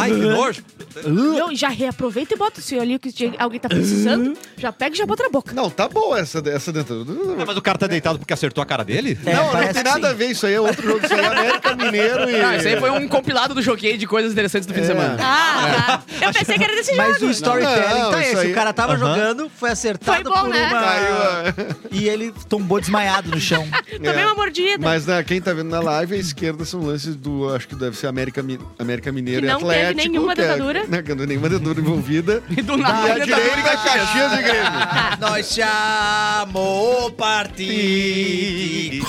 [SPEAKER 1] Ai, que nojo.
[SPEAKER 4] Não, já reaproveita e bota o senhor ali que alguém tá precisando. Já pega e já bota na boca.
[SPEAKER 5] Não, tá boa essa, essa dentadura.
[SPEAKER 1] Ah, mas o cara tá deitado porque acertou a cara dele?
[SPEAKER 2] É,
[SPEAKER 5] não, não
[SPEAKER 2] parece
[SPEAKER 5] tem
[SPEAKER 2] que
[SPEAKER 5] nada
[SPEAKER 2] sim.
[SPEAKER 5] a ver. Isso aí é outro jogo. Isso aí é América Mineiro e.
[SPEAKER 3] Não, isso aí foi um compilado do Jockey de coisas interessantes do fim de
[SPEAKER 5] É.
[SPEAKER 3] semana.
[SPEAKER 4] Ah, tá. Eu pensei que era desse
[SPEAKER 2] Mas o
[SPEAKER 4] jogo.
[SPEAKER 2] storytelling
[SPEAKER 5] Não,
[SPEAKER 2] tá
[SPEAKER 5] isso
[SPEAKER 2] esse.
[SPEAKER 5] aí-
[SPEAKER 2] O cara tava
[SPEAKER 1] Aham.
[SPEAKER 2] jogando, foi acertado
[SPEAKER 4] Foi bom,
[SPEAKER 2] por
[SPEAKER 4] né?
[SPEAKER 2] uma...
[SPEAKER 5] Caiu, é.
[SPEAKER 2] E ele tombou desmaiado no chão.
[SPEAKER 4] Tomei uma mordida.
[SPEAKER 5] Mas né, quem tá vendo na live, à esquerda são lances do. Acho que deve ser América, Mi- América Mineiro
[SPEAKER 4] Que
[SPEAKER 5] e
[SPEAKER 4] não teve
[SPEAKER 5] Atlético.
[SPEAKER 4] nenhuma
[SPEAKER 5] que é-
[SPEAKER 4] dentadura.
[SPEAKER 5] né, que não tem nenhuma dentadura envolvida.
[SPEAKER 3] E do
[SPEAKER 5] E
[SPEAKER 3] nada, tá
[SPEAKER 5] a
[SPEAKER 3] dentadura
[SPEAKER 5] direita é Caxias e Grêmio.
[SPEAKER 2] Nós chamou partido.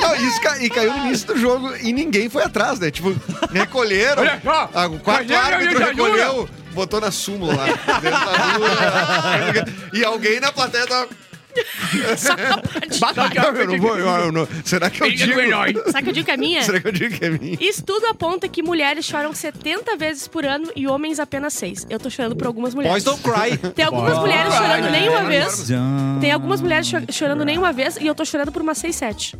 [SPEAKER 5] Não, isso ca- e caiu no início do jogo e ninguém foi atrás, né? Tipo, recolheram.
[SPEAKER 3] Olha só,
[SPEAKER 5] Ah, o quarto
[SPEAKER 3] caiu a
[SPEAKER 5] árbitro
[SPEAKER 3] ditadura.
[SPEAKER 5] recolheu, botou na súmula lá. Dentadura. e alguém na plateia tava.
[SPEAKER 3] Bata aqui, ó.
[SPEAKER 5] Ah, Eu não vou, eu- eu não- Será que eu
[SPEAKER 3] Briga
[SPEAKER 5] digo?
[SPEAKER 3] com o herói.
[SPEAKER 4] Sabe que eu digo que é minha?
[SPEAKER 5] Será que eu digo que é mim?
[SPEAKER 4] Estudo aponta que mulheres choram 70 vezes por ano e homens apenas 6. Eu tô chorando por algumas mulheres.
[SPEAKER 1] Boys don't cry.
[SPEAKER 4] Tem algumas mulheres
[SPEAKER 3] Ai,
[SPEAKER 4] chorando
[SPEAKER 3] ai,
[SPEAKER 4] nem uma
[SPEAKER 3] ai,
[SPEAKER 4] vez.
[SPEAKER 2] é
[SPEAKER 4] Tem algumas mulheres cho- chorando nem uma vez e eu tô chorando por umas 6, 7.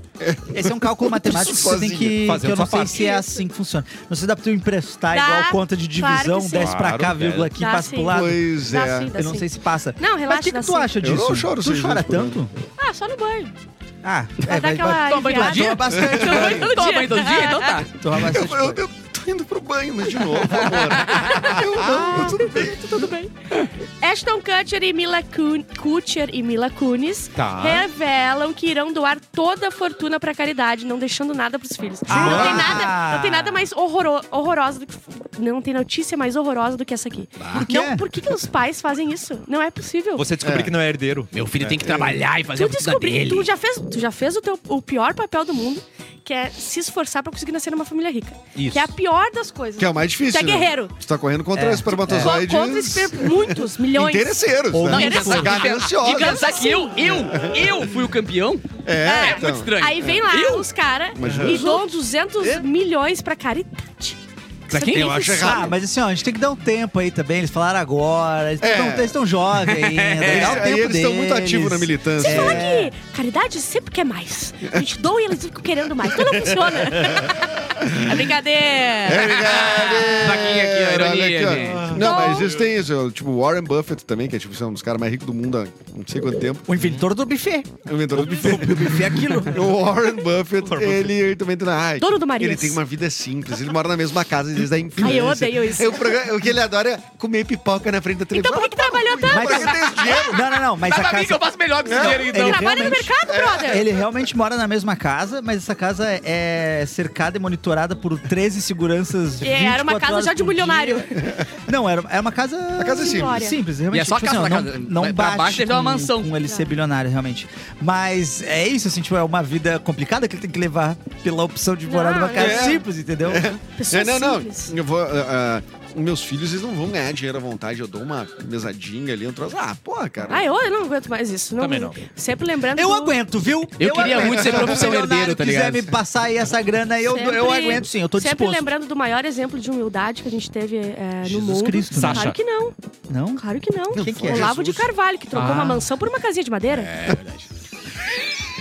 [SPEAKER 2] Esse é um cálculo matemático que você tem que,
[SPEAKER 1] Fazer
[SPEAKER 2] que eu
[SPEAKER 1] a sua
[SPEAKER 2] não sei
[SPEAKER 1] parte.
[SPEAKER 2] se é assim que funciona. Não sei se dá pra tu emprestar
[SPEAKER 4] Dá,
[SPEAKER 2] igual conta de
[SPEAKER 4] claro que
[SPEAKER 2] divisão,
[SPEAKER 4] sim.
[SPEAKER 2] 10 pra cá,
[SPEAKER 1] Claro,
[SPEAKER 2] vírgula
[SPEAKER 1] dá.
[SPEAKER 2] aqui,
[SPEAKER 4] Dá
[SPEAKER 2] passa
[SPEAKER 4] sim.
[SPEAKER 2] pro lado.
[SPEAKER 5] Pois
[SPEAKER 4] Dá
[SPEAKER 5] é.
[SPEAKER 4] sim, dá
[SPEAKER 2] Eu não
[SPEAKER 4] sim.
[SPEAKER 2] sei se passa.
[SPEAKER 4] Não,
[SPEAKER 2] Mas
[SPEAKER 4] relaxa,
[SPEAKER 2] o que, que
[SPEAKER 4] dá
[SPEAKER 2] tu
[SPEAKER 4] sim.
[SPEAKER 2] acha
[SPEAKER 5] Eu
[SPEAKER 2] disso?
[SPEAKER 5] não choro
[SPEAKER 2] tu
[SPEAKER 5] seis
[SPEAKER 2] chora
[SPEAKER 5] vezes por ano.
[SPEAKER 2] tanto?
[SPEAKER 4] Ah, só no banho.
[SPEAKER 2] Ah,
[SPEAKER 4] Vai
[SPEAKER 2] é, vai,
[SPEAKER 4] dar
[SPEAKER 2] vai.
[SPEAKER 4] aquela
[SPEAKER 3] Toma banho todo
[SPEAKER 4] aliviada.
[SPEAKER 3] dia?
[SPEAKER 2] Toma bastante
[SPEAKER 4] Toma
[SPEAKER 2] banho.
[SPEAKER 4] banho todo
[SPEAKER 3] Toma
[SPEAKER 4] dia.
[SPEAKER 3] banho todo dia? Então tá.
[SPEAKER 2] Toma
[SPEAKER 5] Eu,
[SPEAKER 2] bastante
[SPEAKER 5] eu,
[SPEAKER 2] banho.
[SPEAKER 5] eu tô indo pro banho, mas de novo, amor. Eu não,
[SPEAKER 4] Ah.
[SPEAKER 5] eu tudo bem.
[SPEAKER 4] Tudo bem. Ashton Kutcher e Mila, Kun- Kutcher e Mila Kunis
[SPEAKER 1] Tá.
[SPEAKER 4] revelam que irão doar toda a fortuna pra caridade, não deixando nada pros filhos.
[SPEAKER 1] Ah!
[SPEAKER 4] Não, tem nada, não tem nada mais horroro, horrorosa do que. Não tem notícia mais horrorosa do que essa aqui. Por,
[SPEAKER 2] quê?
[SPEAKER 4] Não, por que, que os pais fazem isso? Não é possível.
[SPEAKER 1] Ah, é? Você descobriu
[SPEAKER 5] É.
[SPEAKER 1] que não é herdeiro.
[SPEAKER 3] Meu filho tem que trabalhar e fazer
[SPEAKER 4] Tu
[SPEAKER 3] a vida
[SPEAKER 4] descobri,
[SPEAKER 3] dele.
[SPEAKER 4] tu já fez, tu já fez o, teu, o pior papel do mundo, que é se esforçar pra conseguir nascer numa família rica.
[SPEAKER 1] Isso.
[SPEAKER 4] Que é a pior das coisas.
[SPEAKER 5] Que é o mais
[SPEAKER 4] Tu
[SPEAKER 5] difícil.
[SPEAKER 4] é
[SPEAKER 5] né?
[SPEAKER 4] guerreiro.
[SPEAKER 5] Tu tá correndo contra os
[SPEAKER 4] Co-
[SPEAKER 5] espermatozoides.
[SPEAKER 4] Contra esper- muitos, milhões.
[SPEAKER 5] Interesseiros,
[SPEAKER 2] Ou
[SPEAKER 5] né?
[SPEAKER 2] não
[SPEAKER 5] Interesseiros.
[SPEAKER 3] tipo, E
[SPEAKER 5] Gananciosos.
[SPEAKER 3] pensar que eu, eu, eu fui o campeão?
[SPEAKER 5] É,
[SPEAKER 3] É muito
[SPEAKER 5] então.
[SPEAKER 3] estranho.
[SPEAKER 4] Aí vem lá
[SPEAKER 3] Eu?
[SPEAKER 4] os caras
[SPEAKER 5] Imagina.
[SPEAKER 4] e doam 200
[SPEAKER 2] É?
[SPEAKER 4] milhões pra caridade.
[SPEAKER 3] Pra quem?
[SPEAKER 5] Eu acho errado.
[SPEAKER 2] Ah, mas assim, ó, a gente tem que dar um tempo aí também. Eles falaram agora, eles
[SPEAKER 5] É.
[SPEAKER 2] estão jovens ainda.
[SPEAKER 5] Eles-
[SPEAKER 2] dá o É,
[SPEAKER 5] É, aí
[SPEAKER 2] tempo
[SPEAKER 5] eles estão muito
[SPEAKER 2] deles.
[SPEAKER 5] ativos na militância.
[SPEAKER 4] Fala
[SPEAKER 2] É.
[SPEAKER 4] que caridade sempre quer mais. A gente doa e eles ficam querendo mais. Então não funciona. é brincadeira.
[SPEAKER 3] Vaquinha aqui, ó,
[SPEAKER 5] É Olha
[SPEAKER 3] ironia,
[SPEAKER 5] aqui, ó.
[SPEAKER 3] gente.
[SPEAKER 5] Não, mas isso tem isso. Tipo, Warren Buffett também, que é tipo, sei lá, um dos caras mais ricos do mundo há não sei quanto tempo.
[SPEAKER 2] O inventor do buffet.
[SPEAKER 5] É o inventor do buffet.
[SPEAKER 2] O buffet é aquilo.
[SPEAKER 5] O Warren Buffett, ele, ele também tem. Ai,
[SPEAKER 4] Dono do Marias.
[SPEAKER 5] Ele tem uma vida simples. Ele mora na mesma casa desde a infância.
[SPEAKER 4] Ai, eu odeio isso.
[SPEAKER 5] É o, programa- o que ele adora é comer pipoca na frente da
[SPEAKER 4] Então
[SPEAKER 5] televisão.
[SPEAKER 4] por que, que trabalhou tanto?
[SPEAKER 2] Mas- é
[SPEAKER 5] Porque tem os dinheiro.
[SPEAKER 2] Não, não, não. Mas
[SPEAKER 3] Dá
[SPEAKER 2] a
[SPEAKER 3] pra mim que eu
[SPEAKER 2] casa...
[SPEAKER 3] faço melhor que esse dinheiro, então.
[SPEAKER 2] ele
[SPEAKER 4] Trabalha no
[SPEAKER 2] realmente- É,
[SPEAKER 4] mercado, brother.
[SPEAKER 2] Ele realmente mora na mesma casa, mas essa casa é cercada e monitorada por 13 seguranças.
[SPEAKER 4] É, era uma
[SPEAKER 2] 24
[SPEAKER 4] casa
[SPEAKER 2] horas
[SPEAKER 4] já de
[SPEAKER 2] por dia.
[SPEAKER 4] milionário.
[SPEAKER 2] Não, era, era uma casa.
[SPEAKER 5] A casa é simples.
[SPEAKER 4] Glória.
[SPEAKER 2] Simples, realmente.
[SPEAKER 3] E é só a
[SPEAKER 2] tipo
[SPEAKER 3] casa
[SPEAKER 2] assim,
[SPEAKER 3] da
[SPEAKER 2] ó, não,
[SPEAKER 3] casa.
[SPEAKER 2] Não
[SPEAKER 3] Vai pra
[SPEAKER 2] bate
[SPEAKER 3] baixo, deve ter uma
[SPEAKER 2] com-
[SPEAKER 3] mansão.
[SPEAKER 2] Com um LC bilionário, realmente. Mas é isso, assim, tipo, é uma vida complicada que ele tem que levar pela opção de morar
[SPEAKER 4] Não,
[SPEAKER 2] numa casa
[SPEAKER 5] é.
[SPEAKER 2] simples, entendeu?
[SPEAKER 4] Pessoa
[SPEAKER 5] É, não, não.
[SPEAKER 4] simples.
[SPEAKER 5] Eu vou, ah, ah, meus filhos, eles não vão ganhar dinheiro à vontade. Eu dou uma mesadinha ali, um troço. Ah, porra, cara.
[SPEAKER 4] Ah, eu, eu não aguento mais isso. Não,
[SPEAKER 7] Também não.
[SPEAKER 4] Sempre lembrando.
[SPEAKER 2] Eu
[SPEAKER 4] do-
[SPEAKER 2] aguento, viu?
[SPEAKER 3] Eu queria
[SPEAKER 2] aguento.
[SPEAKER 3] muito ser profissão
[SPEAKER 2] Se o milionário
[SPEAKER 3] herdeiro, tá
[SPEAKER 2] quiser
[SPEAKER 3] ligado?
[SPEAKER 2] me passar aí essa grana, eu,
[SPEAKER 4] Sempre-
[SPEAKER 2] eu aguento sim, eu tô
[SPEAKER 4] Sempre
[SPEAKER 2] disposto.
[SPEAKER 4] lembrando do maior exemplo de humildade que a gente teve é, no
[SPEAKER 2] Jesus
[SPEAKER 4] mundo.
[SPEAKER 2] Cristo, né?
[SPEAKER 7] Sasha.
[SPEAKER 4] Claro que não,
[SPEAKER 2] Não?
[SPEAKER 4] claro que não.
[SPEAKER 2] Quem que é?
[SPEAKER 4] Olavo de Carvalho, que trocou
[SPEAKER 2] Ah.
[SPEAKER 4] uma mansão por uma casinha de madeira.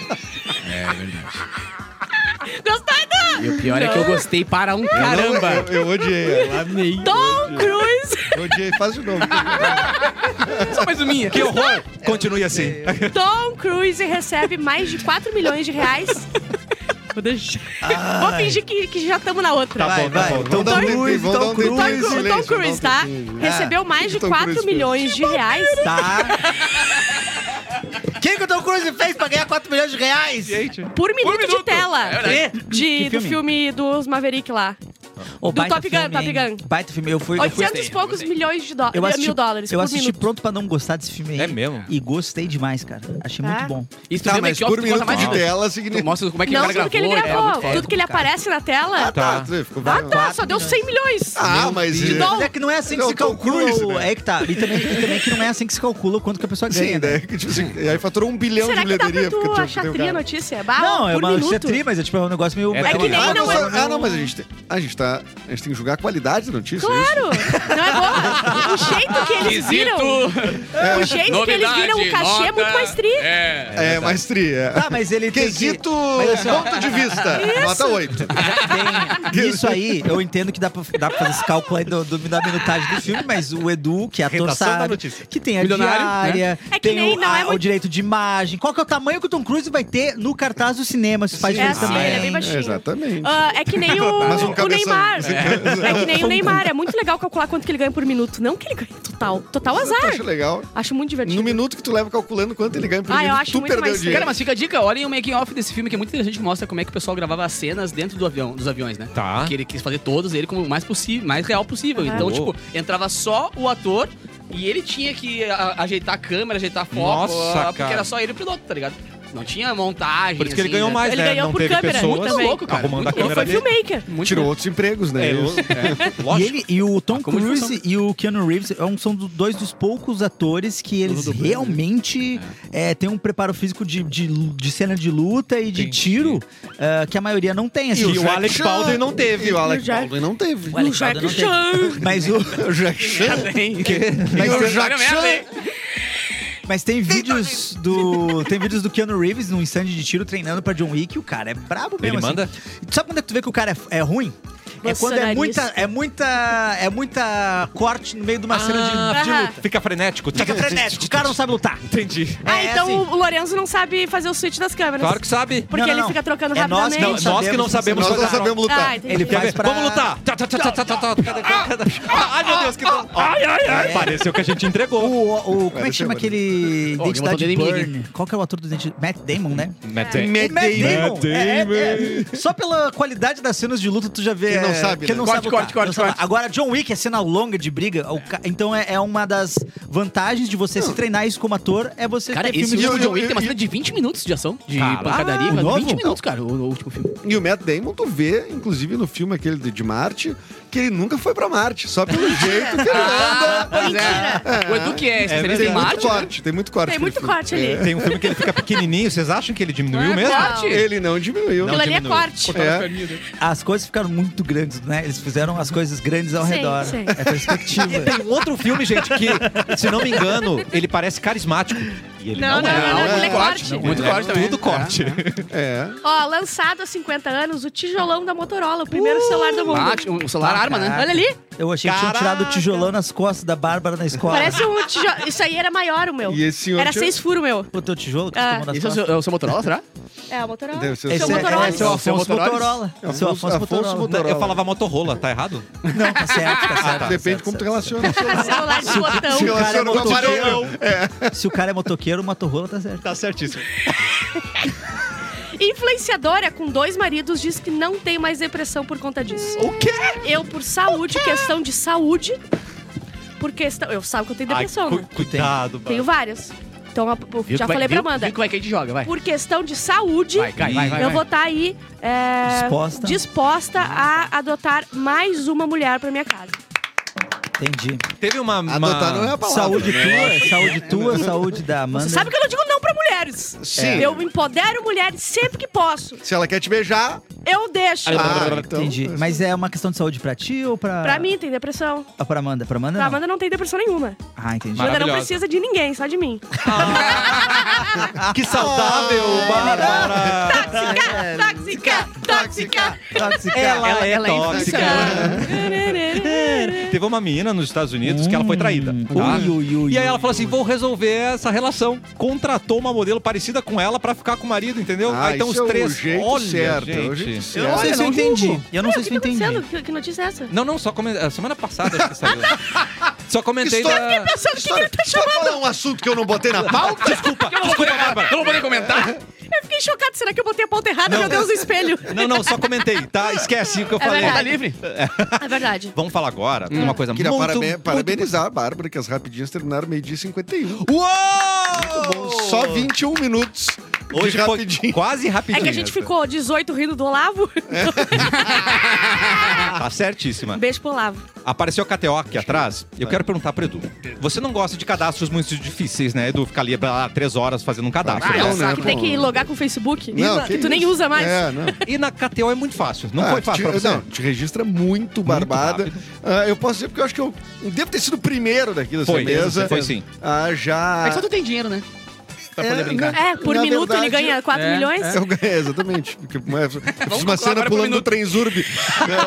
[SPEAKER 3] É verdade. É verdade.
[SPEAKER 4] Gostado!
[SPEAKER 3] E o pior é que eu gostei para um caramba.
[SPEAKER 5] Eu, eu odiei ela.
[SPEAKER 7] Amei.
[SPEAKER 4] Tom Cruise!
[SPEAKER 5] Eu odiei. Faz de novo.
[SPEAKER 3] Só mais um minha.
[SPEAKER 1] Que horror! Continue assim.
[SPEAKER 4] Tom Cruise recebe mais de 4 milhões de reais. Vou deixar. Vou fingir que, que já estamos na outra.
[SPEAKER 2] Vai, vai. Então
[SPEAKER 5] Vamos dar um
[SPEAKER 2] Tom
[SPEAKER 5] tempinho,
[SPEAKER 2] Cruise,
[SPEAKER 5] vamos dar
[SPEAKER 2] Tom
[SPEAKER 5] um tempinho.
[SPEAKER 4] Tom,
[SPEAKER 2] Cruise.
[SPEAKER 4] Cru-
[SPEAKER 5] silêncio,
[SPEAKER 4] Tom Cruise, tá?
[SPEAKER 5] vamos dar um tempinho.
[SPEAKER 4] Recebeu mais de
[SPEAKER 5] Tom
[SPEAKER 4] 4
[SPEAKER 5] Cruise
[SPEAKER 4] milhões de reais.
[SPEAKER 2] Tá. Quem que o Tom Cruise fez pra ganhar 4 milhões de reais?
[SPEAKER 4] Por minuto, de tela.
[SPEAKER 2] verdade.
[SPEAKER 4] De,
[SPEAKER 2] Que
[SPEAKER 4] do
[SPEAKER 2] filme?
[SPEAKER 4] filme dos Maverick lá.
[SPEAKER 2] Ô,
[SPEAKER 4] Do
[SPEAKER 2] baita
[SPEAKER 4] Top Gun,
[SPEAKER 2] filme,
[SPEAKER 4] Top
[SPEAKER 2] hein?
[SPEAKER 4] Gun.
[SPEAKER 2] Baita filme. Eu fui... eu fui
[SPEAKER 4] 800 e poucos milhões de dó-
[SPEAKER 2] Eu assisti,
[SPEAKER 4] mil dólares
[SPEAKER 2] eu
[SPEAKER 4] por
[SPEAKER 2] assisti
[SPEAKER 4] minuto.
[SPEAKER 2] pronto pra não gostar desse filme aí.
[SPEAKER 1] É mesmo?
[SPEAKER 2] E gostei demais, cara. Achei
[SPEAKER 4] Tá.
[SPEAKER 2] muito bom.
[SPEAKER 3] Isso
[SPEAKER 5] Tá,
[SPEAKER 3] tu vê
[SPEAKER 5] mas
[SPEAKER 3] make off, tu
[SPEAKER 5] por
[SPEAKER 3] bota
[SPEAKER 5] minuto
[SPEAKER 3] mais
[SPEAKER 5] de
[SPEAKER 3] nada.
[SPEAKER 5] tela
[SPEAKER 3] Tu
[SPEAKER 5] significa...
[SPEAKER 3] mostra como é que o
[SPEAKER 4] Não,
[SPEAKER 3] cara
[SPEAKER 4] tudo
[SPEAKER 3] gravou.
[SPEAKER 4] que ele
[SPEAKER 3] e tal,
[SPEAKER 4] gravou,
[SPEAKER 3] muito foda.
[SPEAKER 4] tudo que ele aparece na tela.
[SPEAKER 5] Tá,
[SPEAKER 1] Tá.
[SPEAKER 5] ficou
[SPEAKER 4] Ah,
[SPEAKER 5] bem.
[SPEAKER 4] tá, só deu 100 milhões.
[SPEAKER 5] Ah, mas...
[SPEAKER 4] De
[SPEAKER 5] eh,
[SPEAKER 4] dólar.
[SPEAKER 2] Mas é que não é assim que
[SPEAKER 5] Não,
[SPEAKER 2] se
[SPEAKER 5] Tom
[SPEAKER 2] calcula.
[SPEAKER 5] Cruise,
[SPEAKER 2] o-
[SPEAKER 5] né?
[SPEAKER 2] É que tá. E também, e também que não é assim que se calcula o quanto que a pessoa ganha.
[SPEAKER 5] Sim,
[SPEAKER 2] né?
[SPEAKER 5] né? Que, tipo assim, e aí faturou um bilhão
[SPEAKER 4] Será
[SPEAKER 5] de
[SPEAKER 4] que tá dá pra
[SPEAKER 5] bilheteria.
[SPEAKER 4] tu
[SPEAKER 5] porque,
[SPEAKER 4] achar
[SPEAKER 5] tem um
[SPEAKER 4] tri a
[SPEAKER 5] cara-
[SPEAKER 4] notícia? Bah,
[SPEAKER 2] Não, é
[SPEAKER 4] Ah, por
[SPEAKER 2] uma notícia
[SPEAKER 4] minuto.
[SPEAKER 2] tri, mas é tipo é um negócio meio.
[SPEAKER 7] É que
[SPEAKER 4] nem Não,
[SPEAKER 5] Ah, não,
[SPEAKER 4] não,
[SPEAKER 5] só- ah,
[SPEAKER 4] não.
[SPEAKER 5] não, mas a gente tem, a gente tá, a gente tem que julgar a qualidade da notícia. é isso?
[SPEAKER 4] Claro, não é boa. O jeito que eles viram, o jeito que eles viram o cachê é muito mais tri.
[SPEAKER 7] É.
[SPEAKER 5] É, mais tri. É.
[SPEAKER 2] Tá, mas ele tem. que-
[SPEAKER 5] Quesito
[SPEAKER 2] Mas assim, ó,
[SPEAKER 5] ponto de vista. Nota 8.
[SPEAKER 2] tem- Isso aí, eu entendo que dá pra, dá pra fazer esse cálculo aí do, do- da minutagem do filme, mas o Edu, que é ator,
[SPEAKER 7] Redação da
[SPEAKER 2] sabe
[SPEAKER 7] notícia.
[SPEAKER 2] que tem a
[SPEAKER 3] Milionário,
[SPEAKER 2] diária,
[SPEAKER 4] É que
[SPEAKER 2] tem
[SPEAKER 4] nem-
[SPEAKER 2] o,
[SPEAKER 4] não é
[SPEAKER 2] a- o
[SPEAKER 4] muito-
[SPEAKER 2] direito de imagem. Qual que é o tamanho que o Tom Cruise vai ter no cartaz do cinema? Se faz
[SPEAKER 4] É
[SPEAKER 2] diferença
[SPEAKER 4] assim,
[SPEAKER 2] também.
[SPEAKER 4] ele é bem baixinho.
[SPEAKER 5] Exatamente.
[SPEAKER 4] Ah, é que nem o,
[SPEAKER 5] Mas um
[SPEAKER 4] o
[SPEAKER 5] cabeção.
[SPEAKER 4] Neymar.
[SPEAKER 5] Sim.
[SPEAKER 4] É. que nem o Neymar. É muito legal calcular quanto que ele ganha por minuto. Não que ele ganha total. Total
[SPEAKER 5] Eu
[SPEAKER 4] azar.
[SPEAKER 5] acho legal.
[SPEAKER 4] Acho muito divertido.
[SPEAKER 5] No minuto que tu leva calculando quanto ele ganha por
[SPEAKER 4] Ah, eu
[SPEAKER 5] minuto,
[SPEAKER 4] acho
[SPEAKER 5] tu
[SPEAKER 4] muito
[SPEAKER 5] perdeu
[SPEAKER 4] mais
[SPEAKER 5] dinheiro.
[SPEAKER 3] Cara, mas fica a dica, olhem o making off desse filme que é muito interessante, que mostra como é que o pessoal gravava as cenas dentro do avião, dos aviões, né?
[SPEAKER 1] Tá.
[SPEAKER 3] Que ele quis fazer todos ele como o mais possível, mais real possível.
[SPEAKER 4] Aham.
[SPEAKER 3] Então,
[SPEAKER 1] Uou.
[SPEAKER 3] tipo, entrava só o ator e ele tinha que a- ajeitar a câmera, ajeitar foco,
[SPEAKER 1] Nossa,
[SPEAKER 3] ah, porque
[SPEAKER 1] cara.
[SPEAKER 3] era só ele e o piloto, tá ligado? Não tinha montagem.
[SPEAKER 1] Por isso que ele
[SPEAKER 3] assim,
[SPEAKER 1] ganhou
[SPEAKER 3] né?
[SPEAKER 1] mais,
[SPEAKER 4] Ele
[SPEAKER 1] né?
[SPEAKER 4] ganhou
[SPEAKER 1] Não
[SPEAKER 4] por
[SPEAKER 1] teve
[SPEAKER 4] câmera.
[SPEAKER 1] pessoas
[SPEAKER 3] Muito louco, cara.
[SPEAKER 1] arrumando a
[SPEAKER 3] Muito
[SPEAKER 4] Ele
[SPEAKER 1] câmera
[SPEAKER 4] foi
[SPEAKER 1] dele.
[SPEAKER 4] É filmmaker.
[SPEAKER 3] Muito
[SPEAKER 5] Tirou
[SPEAKER 3] louco.
[SPEAKER 5] outros empregos, né?
[SPEAKER 1] É,
[SPEAKER 5] Eu-
[SPEAKER 1] eu-
[SPEAKER 2] E,
[SPEAKER 1] lógico.
[SPEAKER 2] ele, e o Tom
[SPEAKER 3] A comunicação.
[SPEAKER 2] Cruise e o Keanu Reeves é um- são do- dois dos poucos atores que eles realmente é, têm um preparo físico de, de, de cena de luta e de
[SPEAKER 1] Entendi.
[SPEAKER 2] tiro ah, que a maioria não tem. Assim.
[SPEAKER 1] E o
[SPEAKER 5] Jack
[SPEAKER 1] Alex
[SPEAKER 5] Chan.
[SPEAKER 1] Baldwin não teve.
[SPEAKER 5] E o Alex
[SPEAKER 4] E o Jack-
[SPEAKER 5] Baldwin não teve.
[SPEAKER 2] Ué,
[SPEAKER 4] O Jack Chan.
[SPEAKER 2] Mas, o-
[SPEAKER 5] O Jack Chan. E o Jack Chan.
[SPEAKER 2] mas tem vídeos do tem vídeos do Keanu Reeves num stand de tiro treinando pra John Wick. E o cara é brabo mesmo.
[SPEAKER 1] Ele
[SPEAKER 2] assim.
[SPEAKER 1] manda?
[SPEAKER 2] Sabe quando é que tu vê que o cara é, é ruim? É quando é muita, é muita, é muita corte no meio de uma cena de,
[SPEAKER 1] Ah,
[SPEAKER 2] de
[SPEAKER 4] aham.
[SPEAKER 2] luta.
[SPEAKER 1] Fica frenético.
[SPEAKER 2] Fica frenético, o cara não sabe lutar.
[SPEAKER 1] Entendi.
[SPEAKER 4] Ah,
[SPEAKER 2] É
[SPEAKER 4] então
[SPEAKER 2] assim.
[SPEAKER 4] o Lorenzo não sabe fazer o switch das câmeras.
[SPEAKER 1] Claro que sabe.
[SPEAKER 4] Porque
[SPEAKER 2] Não, não,
[SPEAKER 4] ele
[SPEAKER 2] não.
[SPEAKER 4] fica trocando
[SPEAKER 2] É nós que
[SPEAKER 4] rapidamente.
[SPEAKER 2] não-
[SPEAKER 1] Não, nós que não sabemos
[SPEAKER 2] sabemos,
[SPEAKER 5] Nós não
[SPEAKER 1] lutar.
[SPEAKER 5] sabemos lutar.
[SPEAKER 4] Ah, entendi.
[SPEAKER 2] Ele
[SPEAKER 1] Quer
[SPEAKER 2] faz
[SPEAKER 1] ver?
[SPEAKER 2] pra...
[SPEAKER 1] Vamos lutar! Tá, tá, tá, tá, tá, tá, tá. Ai, meu Deus, que dó. Ai, ai, ai. Pareceu que a gente entregou.
[SPEAKER 2] O, o, como é que
[SPEAKER 5] Pareceu,
[SPEAKER 2] chama
[SPEAKER 5] pareceu.
[SPEAKER 2] aquele
[SPEAKER 3] Ó, eu
[SPEAKER 2] Identidade
[SPEAKER 3] vou botar
[SPEAKER 2] Burn? Qual que é o ator do Identidade? Matt Damon, né?
[SPEAKER 1] Matt
[SPEAKER 2] O Matt Damon.
[SPEAKER 1] Matt
[SPEAKER 2] É, é, é. Só pela qualidade das cenas de luta, tu já vê.
[SPEAKER 5] Quem não
[SPEAKER 2] é,
[SPEAKER 5] sabe,
[SPEAKER 2] quem
[SPEAKER 5] né?
[SPEAKER 2] não
[SPEAKER 3] Corte,
[SPEAKER 2] sabe
[SPEAKER 3] corte,
[SPEAKER 2] lutar,
[SPEAKER 3] corte,
[SPEAKER 2] não sabe
[SPEAKER 3] corte.
[SPEAKER 2] lutar. Agora, John Wick é cena longa de briga. o ca- Então é, é uma das vantagens de você se treinar isso como ator, é você
[SPEAKER 3] Cara,
[SPEAKER 2] ter
[SPEAKER 3] esse
[SPEAKER 2] filme de
[SPEAKER 3] filme do
[SPEAKER 5] eu-
[SPEAKER 3] John Wick tem uma
[SPEAKER 5] eu-
[SPEAKER 3] cena de 20 minutos de ação, de
[SPEAKER 1] Caralho,
[SPEAKER 3] pancadaria.
[SPEAKER 2] novo?
[SPEAKER 3] 20 minutos, cara, o, o último filme.
[SPEAKER 5] E o Matt Damon, tu vê, inclusive no filme aquele de, de Marte, que ele nunca foi pra Marte. Só pelo jeito que ele
[SPEAKER 4] Ah,
[SPEAKER 5] anda. é,
[SPEAKER 3] O Edu que é especialista
[SPEAKER 5] Tem
[SPEAKER 3] em
[SPEAKER 5] muito
[SPEAKER 3] Marte, né?
[SPEAKER 5] corte, tem muito corte.
[SPEAKER 4] Tem muito
[SPEAKER 5] naquele
[SPEAKER 4] corte ali.
[SPEAKER 1] Tem um filme que ele fica pequenininho. Vocês acham que ele diminuiu
[SPEAKER 3] É
[SPEAKER 1] mesmo?
[SPEAKER 3] corte.
[SPEAKER 5] filme. Ele não diminuiu.
[SPEAKER 4] então. Aquilo ali é
[SPEAKER 1] diminui.
[SPEAKER 4] corte.
[SPEAKER 5] É.
[SPEAKER 2] As coisas ficaram muito grandes, né? Eles fizeram as coisas grandes ao
[SPEAKER 4] Sim,
[SPEAKER 2] redor.
[SPEAKER 4] sim.
[SPEAKER 2] É perspectiva.
[SPEAKER 1] E tem um outro filme, gente, que, se não me engano, ele parece carismático. E ele
[SPEAKER 4] Não, não, não, não,
[SPEAKER 5] é
[SPEAKER 4] ele é corte.
[SPEAKER 3] Muito
[SPEAKER 1] É
[SPEAKER 3] corte também.
[SPEAKER 1] Tudo corte.
[SPEAKER 5] É.
[SPEAKER 4] Ó, lançado há 50 anos, o tijolão da Motorola, o primeiro celular do mundo.
[SPEAKER 3] Bate, o celular arma, né?
[SPEAKER 4] Olha ali,
[SPEAKER 2] Eu achei que tinham tirado o
[SPEAKER 1] Caraca.
[SPEAKER 2] tijolão nas costas da Bárbara na escola.
[SPEAKER 4] parece um tijolo. Isso aí era maior o meu.
[SPEAKER 5] E esse senhor
[SPEAKER 4] Era
[SPEAKER 5] tinha-
[SPEAKER 4] seis furos o meu.
[SPEAKER 2] O teu tijolo que tu
[SPEAKER 4] Ah,
[SPEAKER 2] tomou nas
[SPEAKER 3] Esse é o
[SPEAKER 2] costas.
[SPEAKER 3] seu, é o seu Motorola, será?
[SPEAKER 4] É, a Motorola.
[SPEAKER 5] Deve ser o
[SPEAKER 4] Seu
[SPEAKER 5] seu-
[SPEAKER 4] Motorola.
[SPEAKER 2] é, seu
[SPEAKER 3] Seu
[SPEAKER 2] Afonso
[SPEAKER 3] Motorola.
[SPEAKER 2] Motorola.
[SPEAKER 5] É o
[SPEAKER 2] Seu Afonso
[SPEAKER 5] Afonso
[SPEAKER 2] Motorola.
[SPEAKER 5] Motorola.
[SPEAKER 1] Eu falava Motorola, tá errado?
[SPEAKER 2] Não, tá certo, tá certo.
[SPEAKER 5] Ah, Depende de como tu relaciona.
[SPEAKER 4] é celular de botão.
[SPEAKER 5] Se relaciona com o
[SPEAKER 2] motoqueiro.
[SPEAKER 5] aparelho, não.
[SPEAKER 2] Se o cara é motoqueiro, o Motorola tá certo.
[SPEAKER 1] Tá certíssimo.
[SPEAKER 4] Influenciadora com dois maridos diz que não tem mais depressão por conta disso.
[SPEAKER 1] O quê?
[SPEAKER 4] Eu, por saúde, questão de saúde. Por questão. Eu sabe que eu tenho depressão,
[SPEAKER 1] Ai,
[SPEAKER 4] né?
[SPEAKER 1] cu- cuidado, mano.
[SPEAKER 4] Tenho várias. Então, a- eu
[SPEAKER 3] Viu
[SPEAKER 4] já
[SPEAKER 3] que vai-
[SPEAKER 4] falei pra
[SPEAKER 3] viu-
[SPEAKER 4] Amanda.
[SPEAKER 3] Viu como é que a gente joga, vai.
[SPEAKER 4] Por questão de saúde,
[SPEAKER 3] Vai, cai, vai, vai.
[SPEAKER 4] eu
[SPEAKER 3] vai.
[SPEAKER 4] vou estar aí é,
[SPEAKER 2] Disposta.
[SPEAKER 4] disposta a adotar mais uma mulher pra minha casa.
[SPEAKER 2] Entendi.
[SPEAKER 1] Teve uma. uma...
[SPEAKER 5] Adotar não é a palavra.
[SPEAKER 2] Saúde
[SPEAKER 5] né?
[SPEAKER 2] tua, saúde tua, saúde da Amanda.
[SPEAKER 4] Você sabe que eu não digo não pra mulheres. É.
[SPEAKER 5] Sim.
[SPEAKER 4] Eu empodero mulheres sempre que posso.
[SPEAKER 5] Se ela quer te beijar,
[SPEAKER 4] Eu deixo.
[SPEAKER 5] ah, então...
[SPEAKER 2] Entendi. Mas é uma questão de saúde pra ti ou pra.
[SPEAKER 4] Pra mim tem depressão.
[SPEAKER 2] Ah, pra Amanda. Pra Amanda?
[SPEAKER 4] Pra
[SPEAKER 2] não.
[SPEAKER 4] Amanda não tem depressão nenhuma.
[SPEAKER 2] Ah, entendi.
[SPEAKER 1] Mara-
[SPEAKER 4] Amanda não
[SPEAKER 1] Maravilhosa.
[SPEAKER 4] precisa de ninguém, só de mim.
[SPEAKER 1] Que saudável, Bárbara!
[SPEAKER 4] Tóxica, tóxica, tóxica.
[SPEAKER 2] Tóxica.
[SPEAKER 1] Ela é tóxica.
[SPEAKER 4] tóxica.
[SPEAKER 1] Teve uma menina nos Estados Unidos que ela foi traída. tá?
[SPEAKER 2] Ui, ui, ui,
[SPEAKER 1] e aí ela
[SPEAKER 2] ui,
[SPEAKER 1] falou assim: vou resolver essa relação. Contratou uma modelo parecida com ela pra ficar com o marido, entendeu?
[SPEAKER 5] Ah,
[SPEAKER 1] aí então os
[SPEAKER 5] isso é o
[SPEAKER 1] três.
[SPEAKER 5] jeito
[SPEAKER 1] olha,
[SPEAKER 5] certo, é o
[SPEAKER 1] gente.
[SPEAKER 5] jeito
[SPEAKER 2] Eu não
[SPEAKER 5] certo.
[SPEAKER 2] sei se eu
[SPEAKER 1] Olha, não
[SPEAKER 2] entendi.
[SPEAKER 1] julgo.
[SPEAKER 2] Eu não sei
[SPEAKER 4] O
[SPEAKER 2] se
[SPEAKER 4] que
[SPEAKER 2] eu
[SPEAKER 4] tá
[SPEAKER 2] entendi.
[SPEAKER 4] acontecendo? Que, que notícia é essa?
[SPEAKER 1] Não, não, só comentei. a Semana passada acho que saiu. Só comentei
[SPEAKER 5] Que história
[SPEAKER 1] da.
[SPEAKER 4] Pensando que, que ele tá
[SPEAKER 5] Você vai falar um assunto que eu não botei na pauta?
[SPEAKER 1] Desculpa, desculpa, Bárbara.
[SPEAKER 3] Eu não vou nem comentar.
[SPEAKER 4] Eu fiquei chocada. Será que eu botei a pauta errada? Meu Deus, o espelho.
[SPEAKER 1] Não, não, só comentei, tá? Esquece o que eu
[SPEAKER 4] É
[SPEAKER 1] falei.
[SPEAKER 3] Tá
[SPEAKER 4] verdade.
[SPEAKER 3] livre?
[SPEAKER 4] É verdade.
[SPEAKER 1] Vamos falar agora de uma coisa
[SPEAKER 5] Queria
[SPEAKER 1] Tá muito...
[SPEAKER 5] parabe-
[SPEAKER 1] muito-
[SPEAKER 5] parabenizar a Bárbara, que as rapidinhas terminaram meio-dia e 51.
[SPEAKER 1] Uou!
[SPEAKER 5] Só 21 minutos
[SPEAKER 1] Oh! Hoje
[SPEAKER 5] de
[SPEAKER 1] foi
[SPEAKER 5] rapidinho.
[SPEAKER 1] quase
[SPEAKER 4] É
[SPEAKER 1] rapidinho.
[SPEAKER 4] que a gente ficou 18 rindo do Olavo.
[SPEAKER 1] Tá certíssima.
[SPEAKER 4] Um Beijo pro Olavo.
[SPEAKER 1] Apareceu a KTO aqui atrás. Eu quero perguntar pro Edu. Você não gosta de cadastros muito difíceis, né, Edu? Ficar ali lá três horas fazendo um cadastro.
[SPEAKER 5] Ah,
[SPEAKER 1] né?
[SPEAKER 5] não, né,
[SPEAKER 4] que tem
[SPEAKER 5] pô?
[SPEAKER 4] que logar com o Facebook.
[SPEAKER 5] Não,
[SPEAKER 4] que, tu nem
[SPEAKER 5] isso?
[SPEAKER 4] usa mais.
[SPEAKER 5] É, não.
[SPEAKER 1] E na KTO é muito fácil. Não
[SPEAKER 5] Ah,
[SPEAKER 1] foi fácil
[SPEAKER 5] te,
[SPEAKER 1] pra você?
[SPEAKER 5] Não, te registra muito barbada.
[SPEAKER 1] rápido.
[SPEAKER 5] Ah, eu posso dizer porque eu acho que eu devo ter sido o primeiro daqui dessa
[SPEAKER 1] Foi,
[SPEAKER 5] mesa.
[SPEAKER 1] foi sim.
[SPEAKER 5] Ah, já.
[SPEAKER 3] É que só tu tem dinheiro, né? Pra
[SPEAKER 5] É,
[SPEAKER 3] poder brincar.
[SPEAKER 5] né?
[SPEAKER 4] É, por
[SPEAKER 5] Na
[SPEAKER 4] minuto ele
[SPEAKER 5] verdade,
[SPEAKER 4] ganha 4
[SPEAKER 3] é,
[SPEAKER 4] milhões.
[SPEAKER 5] Eu ganhei, exatamente. Porque, mas, fiz uma
[SPEAKER 3] calcular agora
[SPEAKER 5] cena
[SPEAKER 3] por
[SPEAKER 5] pulando no
[SPEAKER 3] minuto.
[SPEAKER 5] Trenzurb.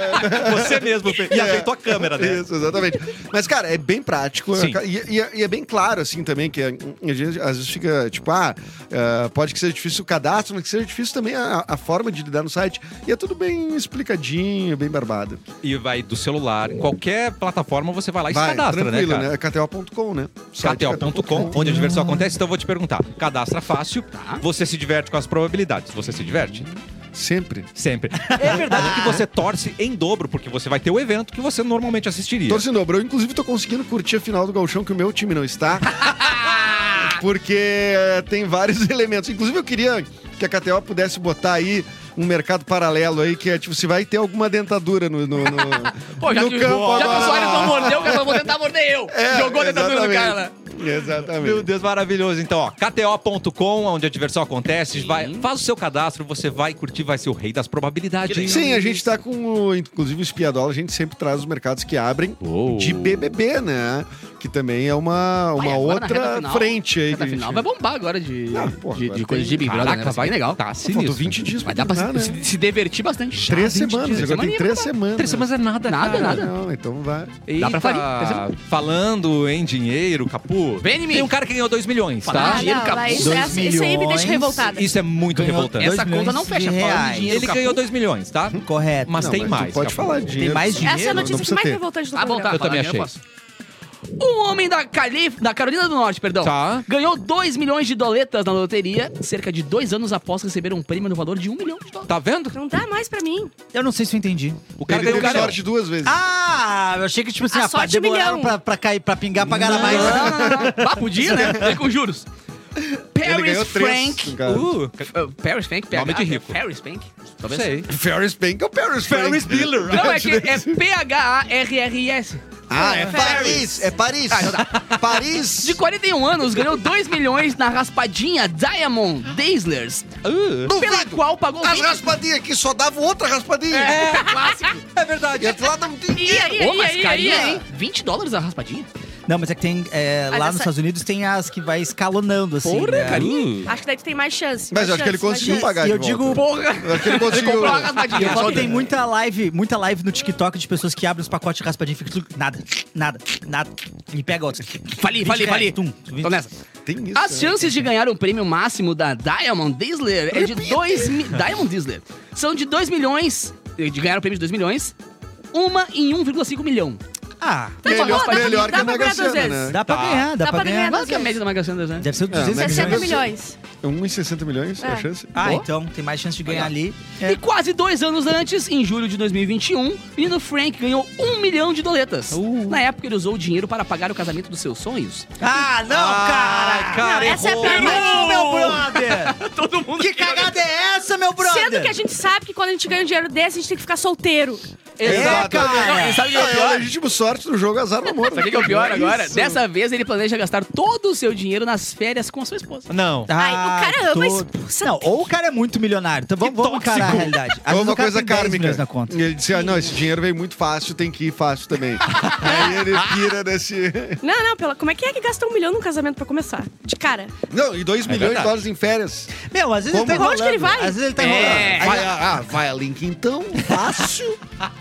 [SPEAKER 1] Você mesmo fez. E ajeitou a câmera, né?
[SPEAKER 5] Isso, exatamente. Mas, cara, é bem prático.
[SPEAKER 1] Sim.
[SPEAKER 5] E, e é- e é bem claro, assim, também, que é- às vezes, às vezes fica, tipo, ah, é, pode que seja difícil o cadastro, mas que seja difícil também a, a forma de lidar no site. E é tudo bem explicadinho, bem barbado.
[SPEAKER 1] E vai do celular. Em qualquer plataforma você vai lá e se
[SPEAKER 5] Vai,
[SPEAKER 1] cadastra, né,
[SPEAKER 5] tranquilo,
[SPEAKER 1] cara?
[SPEAKER 5] né? KTO.com, né? Site
[SPEAKER 1] KTO.com,
[SPEAKER 5] um.
[SPEAKER 1] onde a diversão acontece, então eu vou te perguntar. Cadastra fácil, você se diverte com as probabilidades. Você se diverte?
[SPEAKER 5] Sempre.
[SPEAKER 1] Sempre. Uhum. É verdade que você torce em dobro, porque você vai ter o evento que você normalmente assistiria.
[SPEAKER 5] Torce em dobro. Eu, inclusive, tô conseguindo curtir a final do Galchão, que o meu time não está. porque eh, tem vários elementos. Inclusive, eu queria que a KTO pudesse botar aí um mercado paralelo aí, que é tipo, se vai ter alguma dentadura no, no, no,
[SPEAKER 3] Pô, já
[SPEAKER 5] no
[SPEAKER 3] que,
[SPEAKER 5] campo
[SPEAKER 3] já que o Soares não
[SPEAKER 5] agora.
[SPEAKER 3] mordeu, eu vou tentar morder eu. Jogou dentro do cara. né? lá.
[SPEAKER 5] Exatamente.
[SPEAKER 1] Meu Deus, maravilhoso. Então, ó, KTO.com, onde a diversão acontece, vai, faz o seu cadastro, você vai curtir, vai ser o rei das probabilidades.
[SPEAKER 5] Sim, a gente tá com, o- inclusive, o Espiadola, a gente sempre traz os mercados que abrem
[SPEAKER 1] Uou.
[SPEAKER 5] de BBB, né? Que também é uma, uma
[SPEAKER 3] Vai, agora na reta
[SPEAKER 5] outra
[SPEAKER 3] final,
[SPEAKER 5] frente aí. que
[SPEAKER 3] Reta
[SPEAKER 5] a gente-
[SPEAKER 3] final vai bombar agora de,
[SPEAKER 5] Ah, porra,
[SPEAKER 3] de,
[SPEAKER 5] agora
[SPEAKER 3] de coisa de Big Brother, né?
[SPEAKER 1] Caraca,
[SPEAKER 3] Vai ser
[SPEAKER 1] vai
[SPEAKER 3] bem legal.
[SPEAKER 1] Tá sinistro.
[SPEAKER 5] Faltam 20 dias
[SPEAKER 3] Vai
[SPEAKER 5] pra
[SPEAKER 3] dar pra
[SPEAKER 5] terminar,
[SPEAKER 3] se,
[SPEAKER 5] né?
[SPEAKER 3] se- se divertir bastante.
[SPEAKER 5] Três
[SPEAKER 1] Ah, 20
[SPEAKER 5] semanas,
[SPEAKER 1] dias.
[SPEAKER 5] agora tem
[SPEAKER 3] Semaninha
[SPEAKER 5] três
[SPEAKER 3] pra-
[SPEAKER 5] semanas. né?
[SPEAKER 1] Três semanas é nada,
[SPEAKER 3] Nada,
[SPEAKER 1] cara.
[SPEAKER 3] nada.
[SPEAKER 5] Não, então vai.
[SPEAKER 3] Dá pra fazer, dá pra
[SPEAKER 1] Falando em dinheiro, Capu.
[SPEAKER 3] Vem em mim.
[SPEAKER 1] Tem um cara que ganhou 2 milhões,
[SPEAKER 3] Fala.
[SPEAKER 1] tá?
[SPEAKER 3] Ah, dinheiro,
[SPEAKER 4] não,
[SPEAKER 3] acabou.
[SPEAKER 4] vai, isso,
[SPEAKER 2] Dois
[SPEAKER 4] essa- isso aí me
[SPEAKER 2] milhões.
[SPEAKER 4] deixa revoltada.
[SPEAKER 1] Isso é muito
[SPEAKER 2] Ganhou
[SPEAKER 1] revoltante.
[SPEAKER 2] dois
[SPEAKER 3] Essa
[SPEAKER 2] milhões
[SPEAKER 3] conta não
[SPEAKER 2] de
[SPEAKER 3] fecha, falando de
[SPEAKER 2] reais.
[SPEAKER 3] dinheiro.
[SPEAKER 1] Ele
[SPEAKER 3] Capu.
[SPEAKER 1] ganhou 2 milhões, tá?
[SPEAKER 2] Uhum. Correto.
[SPEAKER 1] Mas
[SPEAKER 5] Não,
[SPEAKER 1] tem
[SPEAKER 5] tu
[SPEAKER 1] mais.
[SPEAKER 5] Pode
[SPEAKER 1] Capu.
[SPEAKER 5] falar de dinheiro.
[SPEAKER 2] mais dinheiro?
[SPEAKER 4] Essa é a
[SPEAKER 5] não
[SPEAKER 4] notícia que
[SPEAKER 5] precisa
[SPEAKER 4] mais
[SPEAKER 5] ter.
[SPEAKER 4] me revoltante do
[SPEAKER 3] Tá bom,
[SPEAKER 4] programa.
[SPEAKER 3] tá.
[SPEAKER 1] Eu também
[SPEAKER 3] Eu
[SPEAKER 1] achei.
[SPEAKER 3] posso. Um homem da, Cali... da Carolina do Norte, perdão,
[SPEAKER 1] Tá.
[SPEAKER 3] ganhou 2 milhões de doletas na loteria, cerca de dois anos após receber um prêmio no valor de 1 milhão de dólares.
[SPEAKER 1] Tá vendo?
[SPEAKER 4] Não dá mais pra mim.
[SPEAKER 2] Eu não sei se eu entendi.
[SPEAKER 1] O cara
[SPEAKER 5] Ele
[SPEAKER 1] ganhou
[SPEAKER 5] deu
[SPEAKER 1] um milhão.
[SPEAKER 5] sorte duas vezes.
[SPEAKER 2] Ah, eu achei que, tipo assim,
[SPEAKER 4] A
[SPEAKER 2] ah, pá,
[SPEAKER 4] sorte um.
[SPEAKER 2] demoraram
[SPEAKER 4] milhão.
[SPEAKER 2] pra, pra cair, pra pingar, pagaram
[SPEAKER 3] Não,
[SPEAKER 2] mais.
[SPEAKER 3] não, não,
[SPEAKER 1] Ah.
[SPEAKER 3] não, não. Bah, podia, né? Foi com juros.
[SPEAKER 5] Ele
[SPEAKER 3] Paris
[SPEAKER 5] ganhou três.
[SPEAKER 3] Frank.
[SPEAKER 5] cara.
[SPEAKER 1] Uh,
[SPEAKER 3] Uh, Paris Frank? PH,
[SPEAKER 1] Nome de rico.
[SPEAKER 3] Paris Frank? Talvez.
[SPEAKER 1] sei.
[SPEAKER 5] Ferris Bank é o Paris Bank.
[SPEAKER 1] Ferris Bueller.
[SPEAKER 3] Não, é que é P-H-A-R-R-I-S.
[SPEAKER 5] Ah, é Paris.
[SPEAKER 2] Paris, é Paris. Paris.
[SPEAKER 3] Ah, então tá. De 41 anos, ganhou 2 milhões na raspadinha Diamond Dazzlers,
[SPEAKER 1] Uh.
[SPEAKER 3] pela qual pagou
[SPEAKER 5] As
[SPEAKER 3] 20...
[SPEAKER 5] raspadinhas aqui só davam outra raspadinha.
[SPEAKER 3] É, clássico.
[SPEAKER 1] É verdade.
[SPEAKER 5] E até lá não tem
[SPEAKER 4] E aí,
[SPEAKER 3] Ô,
[SPEAKER 4] e
[SPEAKER 3] mas
[SPEAKER 4] aí, e aí, e
[SPEAKER 3] carinha,
[SPEAKER 4] aí?
[SPEAKER 3] hein? 20 dólares a raspadinha?
[SPEAKER 2] Não, mas é que tem. é,
[SPEAKER 4] Mas
[SPEAKER 2] lá nos
[SPEAKER 4] essa-
[SPEAKER 2] Estados Unidos tem as que vai escalonando, assim.
[SPEAKER 3] Porra,
[SPEAKER 2] né?
[SPEAKER 3] carinha.
[SPEAKER 4] Acho que daí tu tem mais chance. mais
[SPEAKER 5] Mas eu acho que ele
[SPEAKER 4] chance, mais
[SPEAKER 5] conseguiu
[SPEAKER 4] chance.
[SPEAKER 5] pagar
[SPEAKER 2] E
[SPEAKER 5] de
[SPEAKER 2] eu
[SPEAKER 5] volta.
[SPEAKER 2] digo-
[SPEAKER 3] Porra!
[SPEAKER 5] Eu acho que ele conseguiu.
[SPEAKER 3] comprou uma raspadinha.
[SPEAKER 2] Só
[SPEAKER 3] só
[SPEAKER 2] que tem
[SPEAKER 3] dele.
[SPEAKER 2] muita live, muita live no TikTok de pessoas que abrem os pacotes de raspadinha e ficam tudo. Nada, nada, nada. E pega outro.
[SPEAKER 3] Fali,
[SPEAKER 2] 20
[SPEAKER 3] fali,
[SPEAKER 2] reais,
[SPEAKER 3] fali.
[SPEAKER 2] tum,
[SPEAKER 3] Tô nessa.
[SPEAKER 5] Tem isso.
[SPEAKER 3] As
[SPEAKER 5] né?
[SPEAKER 3] chances de ganhar um prêmio máximo da Diamond Dazzler é de 2 mi... Diamond Dazzler são de 2 milhões, eh, de ganhar o prêmio de 2 milhões, uma em 1,5 milhão.
[SPEAKER 2] Ah,
[SPEAKER 5] Melhor,
[SPEAKER 4] Dá pra-
[SPEAKER 5] melhor
[SPEAKER 4] dá
[SPEAKER 5] que
[SPEAKER 4] pra
[SPEAKER 5] o Mega
[SPEAKER 4] ganhar duas
[SPEAKER 5] Sena,
[SPEAKER 4] vezes.
[SPEAKER 5] né?
[SPEAKER 2] dá pra
[SPEAKER 1] Tá.
[SPEAKER 2] ganhar, dá, pra ganhar.
[SPEAKER 3] Qual que é a média da Mega Sena, né?
[SPEAKER 2] Deve ser
[SPEAKER 5] É,
[SPEAKER 2] 200
[SPEAKER 5] mas-
[SPEAKER 2] milhões.
[SPEAKER 4] 60 milhões.
[SPEAKER 5] 1,60 milhões
[SPEAKER 4] É.
[SPEAKER 5] a chance?
[SPEAKER 2] Ah,
[SPEAKER 3] Boa.
[SPEAKER 2] então tem mais chance de ganhar ali.
[SPEAKER 3] E quase dois anos antes, em julho de 2021, o menino um, Frank ganhou um milhão de doletas.
[SPEAKER 2] Uh.
[SPEAKER 3] Na época, ele usou o dinheiro para pagar o casamento dos seus sonhos.
[SPEAKER 2] Ah, não,
[SPEAKER 1] Ai, cara,
[SPEAKER 4] Não, essa é a
[SPEAKER 1] errou.
[SPEAKER 4] pior parte.
[SPEAKER 2] Errou, meu brother!
[SPEAKER 3] Todo mundo
[SPEAKER 2] que cagada é essa, meu brother?
[SPEAKER 4] Sendo que a gente sabe que quando a gente ganha um dinheiro desse, a gente tem que ficar solteiro.
[SPEAKER 2] É,
[SPEAKER 3] Exato.
[SPEAKER 1] cara.
[SPEAKER 3] Não, e sabe o que é o
[SPEAKER 5] É a
[SPEAKER 3] pior?
[SPEAKER 5] legítima sorte do jogo azar do amor. né?
[SPEAKER 3] Sabe o que é o pior agora?
[SPEAKER 5] Isso.
[SPEAKER 3] Dessa vez ele planeja gastar todo o seu dinheiro nas férias com a sua esposa.
[SPEAKER 1] Não.
[SPEAKER 4] Ai, o cara ama a
[SPEAKER 2] todo.
[SPEAKER 4] esposa
[SPEAKER 2] Tá Não, ou o cara é muito milionário. Então vamos, vamos
[SPEAKER 1] tóxico.
[SPEAKER 2] encarar a realidade. Às
[SPEAKER 5] Ou
[SPEAKER 2] vezes o
[SPEAKER 5] uma
[SPEAKER 2] cara tem
[SPEAKER 5] coisa
[SPEAKER 2] 10 milhões
[SPEAKER 5] kármica.
[SPEAKER 2] na conta.
[SPEAKER 5] E ele disse, ah, não, esse dinheiro veio muito fácil, tem que ir fácil também. Aí ele pira nesse...
[SPEAKER 4] Não, não, pela... como é que é que gasta um milhão num casamento pra começar? De cara.
[SPEAKER 5] Não, e
[SPEAKER 2] É
[SPEAKER 5] dois milhões de
[SPEAKER 1] verdade.
[SPEAKER 5] dólares em férias.
[SPEAKER 2] Meu, às vezes ele
[SPEAKER 5] Como?
[SPEAKER 2] tá enrolando.
[SPEAKER 4] Onde que ele vai?
[SPEAKER 2] Às vezes ele tá
[SPEAKER 3] É.
[SPEAKER 2] enrolando.
[SPEAKER 3] Aí-
[SPEAKER 5] Vai, a- ah, vai a Link então, fácil.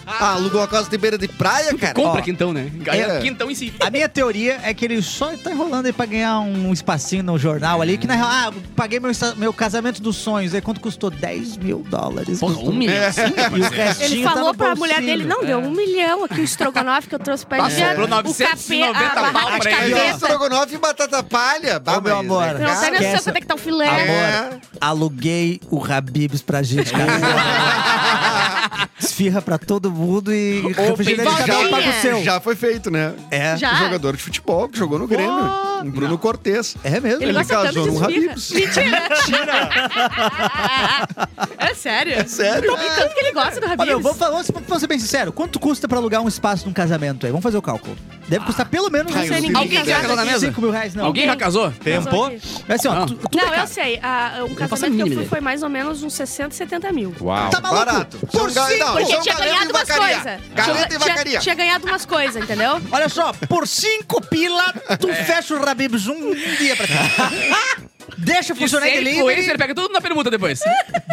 [SPEAKER 5] Ah, alugou a casa de beira de praia, cara.
[SPEAKER 3] Compra
[SPEAKER 2] ó,
[SPEAKER 3] quintão, né? Ganha
[SPEAKER 5] é.
[SPEAKER 3] quintão em si.
[SPEAKER 2] A um minha teoria é que ele só tá enrolando aí pra ganhar um espacinho no jornal ali, que na real, ah, paguei meu, esta- meu casamento dos sonhos. Aí quanto custou? 10 mil dólares.
[SPEAKER 3] Porra,
[SPEAKER 2] Custou-
[SPEAKER 3] um milhão. sim,
[SPEAKER 2] E o
[SPEAKER 3] rapaziada.
[SPEAKER 2] restinho
[SPEAKER 4] Ele
[SPEAKER 2] tá
[SPEAKER 4] falou
[SPEAKER 2] no
[SPEAKER 4] pra
[SPEAKER 2] bolsinho.
[SPEAKER 4] mulher dele, não, deu um milhão aqui o estrogonofe que eu trouxe pra
[SPEAKER 3] Passou
[SPEAKER 4] ele.
[SPEAKER 3] Tá pro 990
[SPEAKER 4] o capê, a barraca
[SPEAKER 3] pau
[SPEAKER 4] de
[SPEAKER 3] pra ele, ó.
[SPEAKER 5] Aí, ó,
[SPEAKER 4] cabeça.
[SPEAKER 5] Estrogonofe e batata palha. Bah,
[SPEAKER 2] Ô, meu
[SPEAKER 5] mas- é
[SPEAKER 2] amor,
[SPEAKER 4] Não, não
[SPEAKER 2] Esquece.
[SPEAKER 4] tem noção quanto é que tá o filé.
[SPEAKER 2] Amor, aluguei o Habibs pra gente,
[SPEAKER 3] É.
[SPEAKER 2] cara. Esfirra pra todo mundo e refrigerante
[SPEAKER 3] Valtinha.
[SPEAKER 2] cada um paga o seu.
[SPEAKER 5] Já foi feito, né?
[SPEAKER 2] É.
[SPEAKER 4] Já.
[SPEAKER 5] Um jogador de futebol que jogou no Grêmio. Um Bruno Cortez.
[SPEAKER 2] É mesmo?
[SPEAKER 4] Ele, gosta tanto
[SPEAKER 5] casou
[SPEAKER 4] de
[SPEAKER 5] num
[SPEAKER 4] esfirra.
[SPEAKER 5] Habib's.
[SPEAKER 4] Mentira. é sério? É
[SPEAKER 5] sério?
[SPEAKER 4] Tô brincando que ele gosta do
[SPEAKER 2] Ó, meu,
[SPEAKER 4] Habib's.
[SPEAKER 2] vamos, falar- vamos, vamos ser bem sincero. Quanto custa pra alugar um espaço num casamento aí? Vamos fazer o cálculo. Deve
[SPEAKER 3] Ah,
[SPEAKER 2] custar pelo menos
[SPEAKER 5] Ai,
[SPEAKER 2] uns
[SPEAKER 5] eu não sei
[SPEAKER 4] ninguém
[SPEAKER 3] já casou na mesa?
[SPEAKER 2] 5 mil reais, não.
[SPEAKER 3] Alguém Ah. já casou?
[SPEAKER 1] Tempo?
[SPEAKER 3] Tá.
[SPEAKER 2] Mas assim, ó, tu, tudo é
[SPEAKER 4] Não,
[SPEAKER 2] caro.
[SPEAKER 4] eu sei. Ah, o
[SPEAKER 3] faço a
[SPEAKER 4] casamento que eu
[SPEAKER 3] mínima
[SPEAKER 4] fui
[SPEAKER 3] ideia.
[SPEAKER 4] foi mais ou menos uns 60, 70 mil.
[SPEAKER 1] Uau.
[SPEAKER 2] Tá maluco?
[SPEAKER 5] Barato.
[SPEAKER 2] Por
[SPEAKER 5] São ga-
[SPEAKER 2] cinco-
[SPEAKER 5] não,
[SPEAKER 4] Porque
[SPEAKER 5] são
[SPEAKER 4] tinha
[SPEAKER 5] galeta
[SPEAKER 4] ganhado
[SPEAKER 5] Então, e
[SPEAKER 4] umas
[SPEAKER 5] vacaria.
[SPEAKER 4] coisas.
[SPEAKER 5] Galeta e
[SPEAKER 4] Tinha-
[SPEAKER 5] vacaria.
[SPEAKER 4] Tinha ganhado umas coisas, entendeu? é
[SPEAKER 2] Olha só, por 5 pila, tu
[SPEAKER 3] É.
[SPEAKER 2] fecha o Rabibs um dia pra cá. Deixa
[SPEAKER 3] E se
[SPEAKER 2] funcionar em
[SPEAKER 3] é influencer,
[SPEAKER 2] delivery.
[SPEAKER 3] ele pega tudo na permuta depois.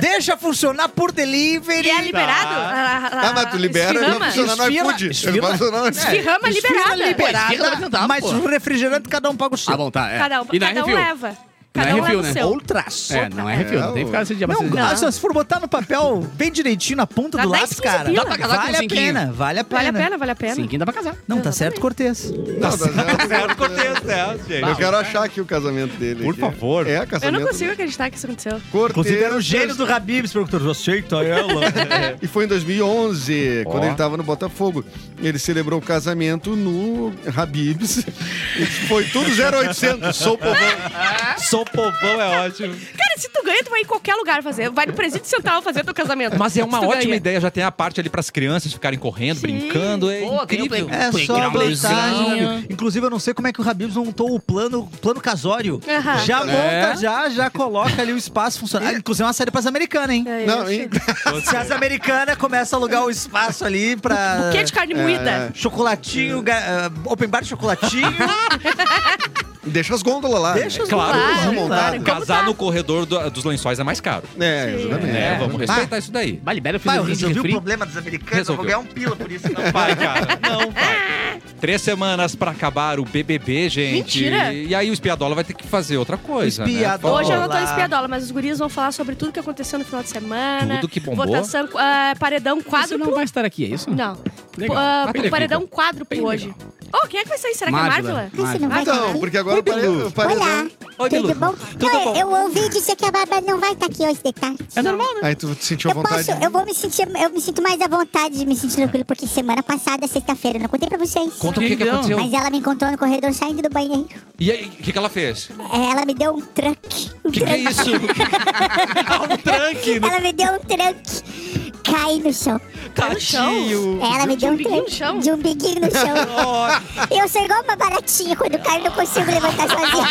[SPEAKER 2] Deixa funcionar por delivery.
[SPEAKER 4] E é liberado?
[SPEAKER 5] Ah, mas tu libera, ele vai
[SPEAKER 4] Esfirrama?
[SPEAKER 5] funcionar no
[SPEAKER 2] Esfirra-
[SPEAKER 5] iFood. Ele
[SPEAKER 2] esfirra-
[SPEAKER 5] vai funcionar no iFood.
[SPEAKER 4] Esfirrama É, liberada.
[SPEAKER 3] Pô, esquerda vai tentar,
[SPEAKER 2] mas
[SPEAKER 3] pô.
[SPEAKER 2] o refrigerante cada um paga o seu.
[SPEAKER 3] Ah, bom, tá. É.
[SPEAKER 4] Cada um,
[SPEAKER 3] e não é
[SPEAKER 4] cada um
[SPEAKER 3] refil.
[SPEAKER 4] leva.
[SPEAKER 3] Não é
[SPEAKER 4] Cada um
[SPEAKER 3] refil, né?
[SPEAKER 4] leva o seu.
[SPEAKER 2] Ou traço.
[SPEAKER 3] É, não é refil. Não tem que ficar esse dia
[SPEAKER 2] Não,
[SPEAKER 3] bastante.
[SPEAKER 4] Não.
[SPEAKER 2] assim, se for botar no papel bem direitinho na ponta
[SPEAKER 4] Dá
[SPEAKER 2] do
[SPEAKER 4] 10,
[SPEAKER 2] lápis,
[SPEAKER 4] 15
[SPEAKER 2] cara,
[SPEAKER 4] pila.
[SPEAKER 3] Dá pra casar com um
[SPEAKER 2] vale a
[SPEAKER 3] cinquinho.
[SPEAKER 2] pena, vale a pena.
[SPEAKER 4] Vale a pena, vale a pena.
[SPEAKER 3] Sim, quem dá pra casar.
[SPEAKER 2] Não, tá certo, Cortez.
[SPEAKER 5] Não, tá certo.
[SPEAKER 1] Certo contexto, é, gente.
[SPEAKER 5] Eu quero achar aqui o casamento dele.
[SPEAKER 1] Por
[SPEAKER 5] aqui.
[SPEAKER 1] favor.
[SPEAKER 5] É,
[SPEAKER 4] Eu
[SPEAKER 5] casamento.
[SPEAKER 4] não consigo acreditar que isso aconteceu.
[SPEAKER 5] Cortez.
[SPEAKER 2] um do Rabibs, produtor. Aceita é? ela.
[SPEAKER 5] E foi em 2011,
[SPEAKER 1] Ó.
[SPEAKER 5] quando ele tava no Botafogo. Ele celebrou o casamento no Habibs. E foi tudo 0800, sou povão.
[SPEAKER 3] Tá.
[SPEAKER 1] Sou povão é ótimo.
[SPEAKER 4] Cara, se tu ganha, tu vai em qualquer lugar fazer. Vai no presídio central fazer teu casamento.
[SPEAKER 1] Mas é uma
[SPEAKER 4] Se tu
[SPEAKER 1] ótima
[SPEAKER 4] ganha.
[SPEAKER 1] ideia, já tem a parte ali pras crianças ficarem correndo,
[SPEAKER 4] Sim.
[SPEAKER 1] brincando. É
[SPEAKER 3] Pô, tem o
[SPEAKER 1] incrível.
[SPEAKER 3] play-
[SPEAKER 2] É
[SPEAKER 3] Tem que
[SPEAKER 2] só
[SPEAKER 3] virar um
[SPEAKER 2] botar,
[SPEAKER 3] playzinho.
[SPEAKER 2] né, meu? Inclusive, eu não sei como é que o Rabibs montou o plano, plano casório.
[SPEAKER 4] Aham.
[SPEAKER 2] Já
[SPEAKER 3] É.
[SPEAKER 2] monta, já, já coloca ali o espaço funcionando. Ah, inclusive, é uma série pras americanas, hein?
[SPEAKER 4] É,
[SPEAKER 5] Não,
[SPEAKER 4] isso.
[SPEAKER 5] e-
[SPEAKER 2] Se as americanas começam a alugar o espaço ali pra...
[SPEAKER 4] Buquê é de
[SPEAKER 5] É,
[SPEAKER 4] carne moída.
[SPEAKER 2] Chocolatinho, ga- ah, open bar de chocolatinho.
[SPEAKER 5] deixa as gôndolas lá.
[SPEAKER 2] Deixa os
[SPEAKER 1] Claro,
[SPEAKER 2] lugares
[SPEAKER 4] claro,
[SPEAKER 2] montados.
[SPEAKER 4] claro.
[SPEAKER 1] Casar
[SPEAKER 4] tá?
[SPEAKER 1] no corredor do- dos lençóis é mais caro.
[SPEAKER 5] É, exatamente.
[SPEAKER 1] É, vamos respeitar isso daí.
[SPEAKER 3] Vai, libera o
[SPEAKER 2] Pai, eu
[SPEAKER 3] filho de
[SPEAKER 2] resolvi o
[SPEAKER 3] refri.
[SPEAKER 2] problema dos americanos, eu
[SPEAKER 1] Resolveu.
[SPEAKER 2] vou ganhar um pila por isso. Não.
[SPEAKER 1] Vai, cara. Não, vai. Três semanas pra acabar o BBB, gente.
[SPEAKER 4] Mentira.
[SPEAKER 1] E aí o Espiadola vai ter que fazer outra coisa,
[SPEAKER 2] Espiadola.
[SPEAKER 1] né?
[SPEAKER 4] Hoje eu
[SPEAKER 1] Fala.
[SPEAKER 4] não tô em espiadola, mas os guris vão falar sobre tudo que aconteceu no final de semana.
[SPEAKER 1] Tudo que bombou.
[SPEAKER 4] Votação, ah, paredão
[SPEAKER 3] Você não
[SPEAKER 4] quádruplo.
[SPEAKER 3] vai estar aqui, é isso?
[SPEAKER 4] Não.
[SPEAKER 3] Legal.
[SPEAKER 4] Ah,
[SPEAKER 1] Ah, ele é
[SPEAKER 4] paredão
[SPEAKER 1] vivo.
[SPEAKER 4] quádruplo
[SPEAKER 3] Bem
[SPEAKER 4] hoje. Oh, quem é que vai sair? Será que é
[SPEAKER 3] Mávila.
[SPEAKER 4] Marvila?
[SPEAKER 3] Mávila.
[SPEAKER 1] Ah,
[SPEAKER 5] Então, porque agora
[SPEAKER 1] Oi,
[SPEAKER 5] o pare-
[SPEAKER 1] Bilu.
[SPEAKER 5] o paredão...
[SPEAKER 7] Olá.
[SPEAKER 1] é um- Oi,
[SPEAKER 7] Tudo
[SPEAKER 1] Bilu.
[SPEAKER 7] bom?
[SPEAKER 1] Tudo
[SPEAKER 7] Ué,
[SPEAKER 1] bom.
[SPEAKER 7] Eu ouvi dizer que a Bárbara não vai estar aqui hoje de tarde.
[SPEAKER 4] É normal, né?
[SPEAKER 5] Aí tu sentiu a
[SPEAKER 7] Eu
[SPEAKER 5] vontade.
[SPEAKER 7] posso, eu vou me sentir, eu me sinto mais à vontade de me sentir tranquilo, porque semana passada, sexta-feira, eu não contei pra vocês.
[SPEAKER 1] Conta o que, que
[SPEAKER 3] Então.
[SPEAKER 1] aconteceu.
[SPEAKER 7] Mas é- ela me encontrou no corredor saindo do banheiro.
[SPEAKER 1] E aí, o que, que ela fez?
[SPEAKER 7] É, Ela me deu um tranque. Um
[SPEAKER 1] O que, que é
[SPEAKER 7] tranque.
[SPEAKER 1] isso? um tranque no
[SPEAKER 7] Ela me deu um tranque. Caí no chão.
[SPEAKER 1] tadinho.
[SPEAKER 7] Ela me
[SPEAKER 4] De
[SPEAKER 7] deu
[SPEAKER 4] um
[SPEAKER 7] um
[SPEAKER 4] biquinho no
[SPEAKER 7] tranque.
[SPEAKER 4] chão?
[SPEAKER 7] De um biquinho no chão. eu sou igual uma baratinha. Quando caio, não consigo levantar sozinha.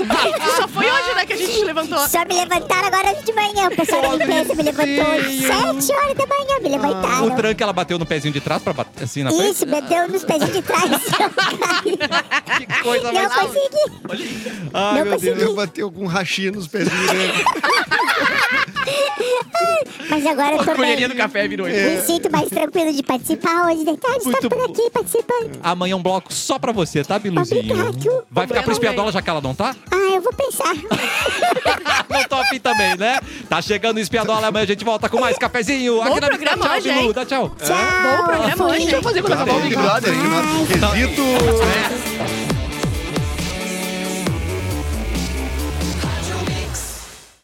[SPEAKER 3] então.
[SPEAKER 4] Só foi hoje, né, que a gente te levantou.
[SPEAKER 7] Só me levantaram agora de manhã. O pessoal da limpeza me levantou às 7 horas da manhã. Me levantaram.
[SPEAKER 1] O tranque ela bateu no pezinho de trás pra bater assim na frente.
[SPEAKER 7] Isso, bateu nos pezinhos de trás.
[SPEAKER 1] Que coisa
[SPEAKER 7] não consegui.
[SPEAKER 1] Ai,
[SPEAKER 7] não
[SPEAKER 1] meu Deus.
[SPEAKER 7] consegui.
[SPEAKER 5] Eu bati algum um rachinho nos pezinhos dele.
[SPEAKER 7] Mas agora eu tô
[SPEAKER 3] Colherinha do
[SPEAKER 7] bem.
[SPEAKER 3] café virou ele.
[SPEAKER 7] Me sinto mais tranquilo de participar hoje. De tarde,
[SPEAKER 1] Muito
[SPEAKER 7] estou por
[SPEAKER 1] bom.
[SPEAKER 7] aqui participando.
[SPEAKER 1] Amanhã um bloco só pra você, tá, Biluzinho?
[SPEAKER 7] Obrigado.
[SPEAKER 1] Vai ficar
[SPEAKER 4] Eu
[SPEAKER 1] pro
[SPEAKER 4] também.
[SPEAKER 1] espiadola já que ela não tá?
[SPEAKER 7] Ah, eu vou pensar.
[SPEAKER 1] Não tô afim também, né? Tá chegando o espiadola, amanhã a gente volta com mais cafezinho. aqui na Mix.
[SPEAKER 4] programa
[SPEAKER 1] Tchau,
[SPEAKER 4] hoje,
[SPEAKER 1] Bilu.
[SPEAKER 4] hein?
[SPEAKER 1] Dá tchau.
[SPEAKER 7] Tchau.
[SPEAKER 4] Bom programa
[SPEAKER 7] Fui.
[SPEAKER 4] hoje, hein?
[SPEAKER 3] Tá Deixa eu fazer quando acabar o
[SPEAKER 5] Big
[SPEAKER 3] Big Brother.
[SPEAKER 5] Brother, hein? Nossa, quesito.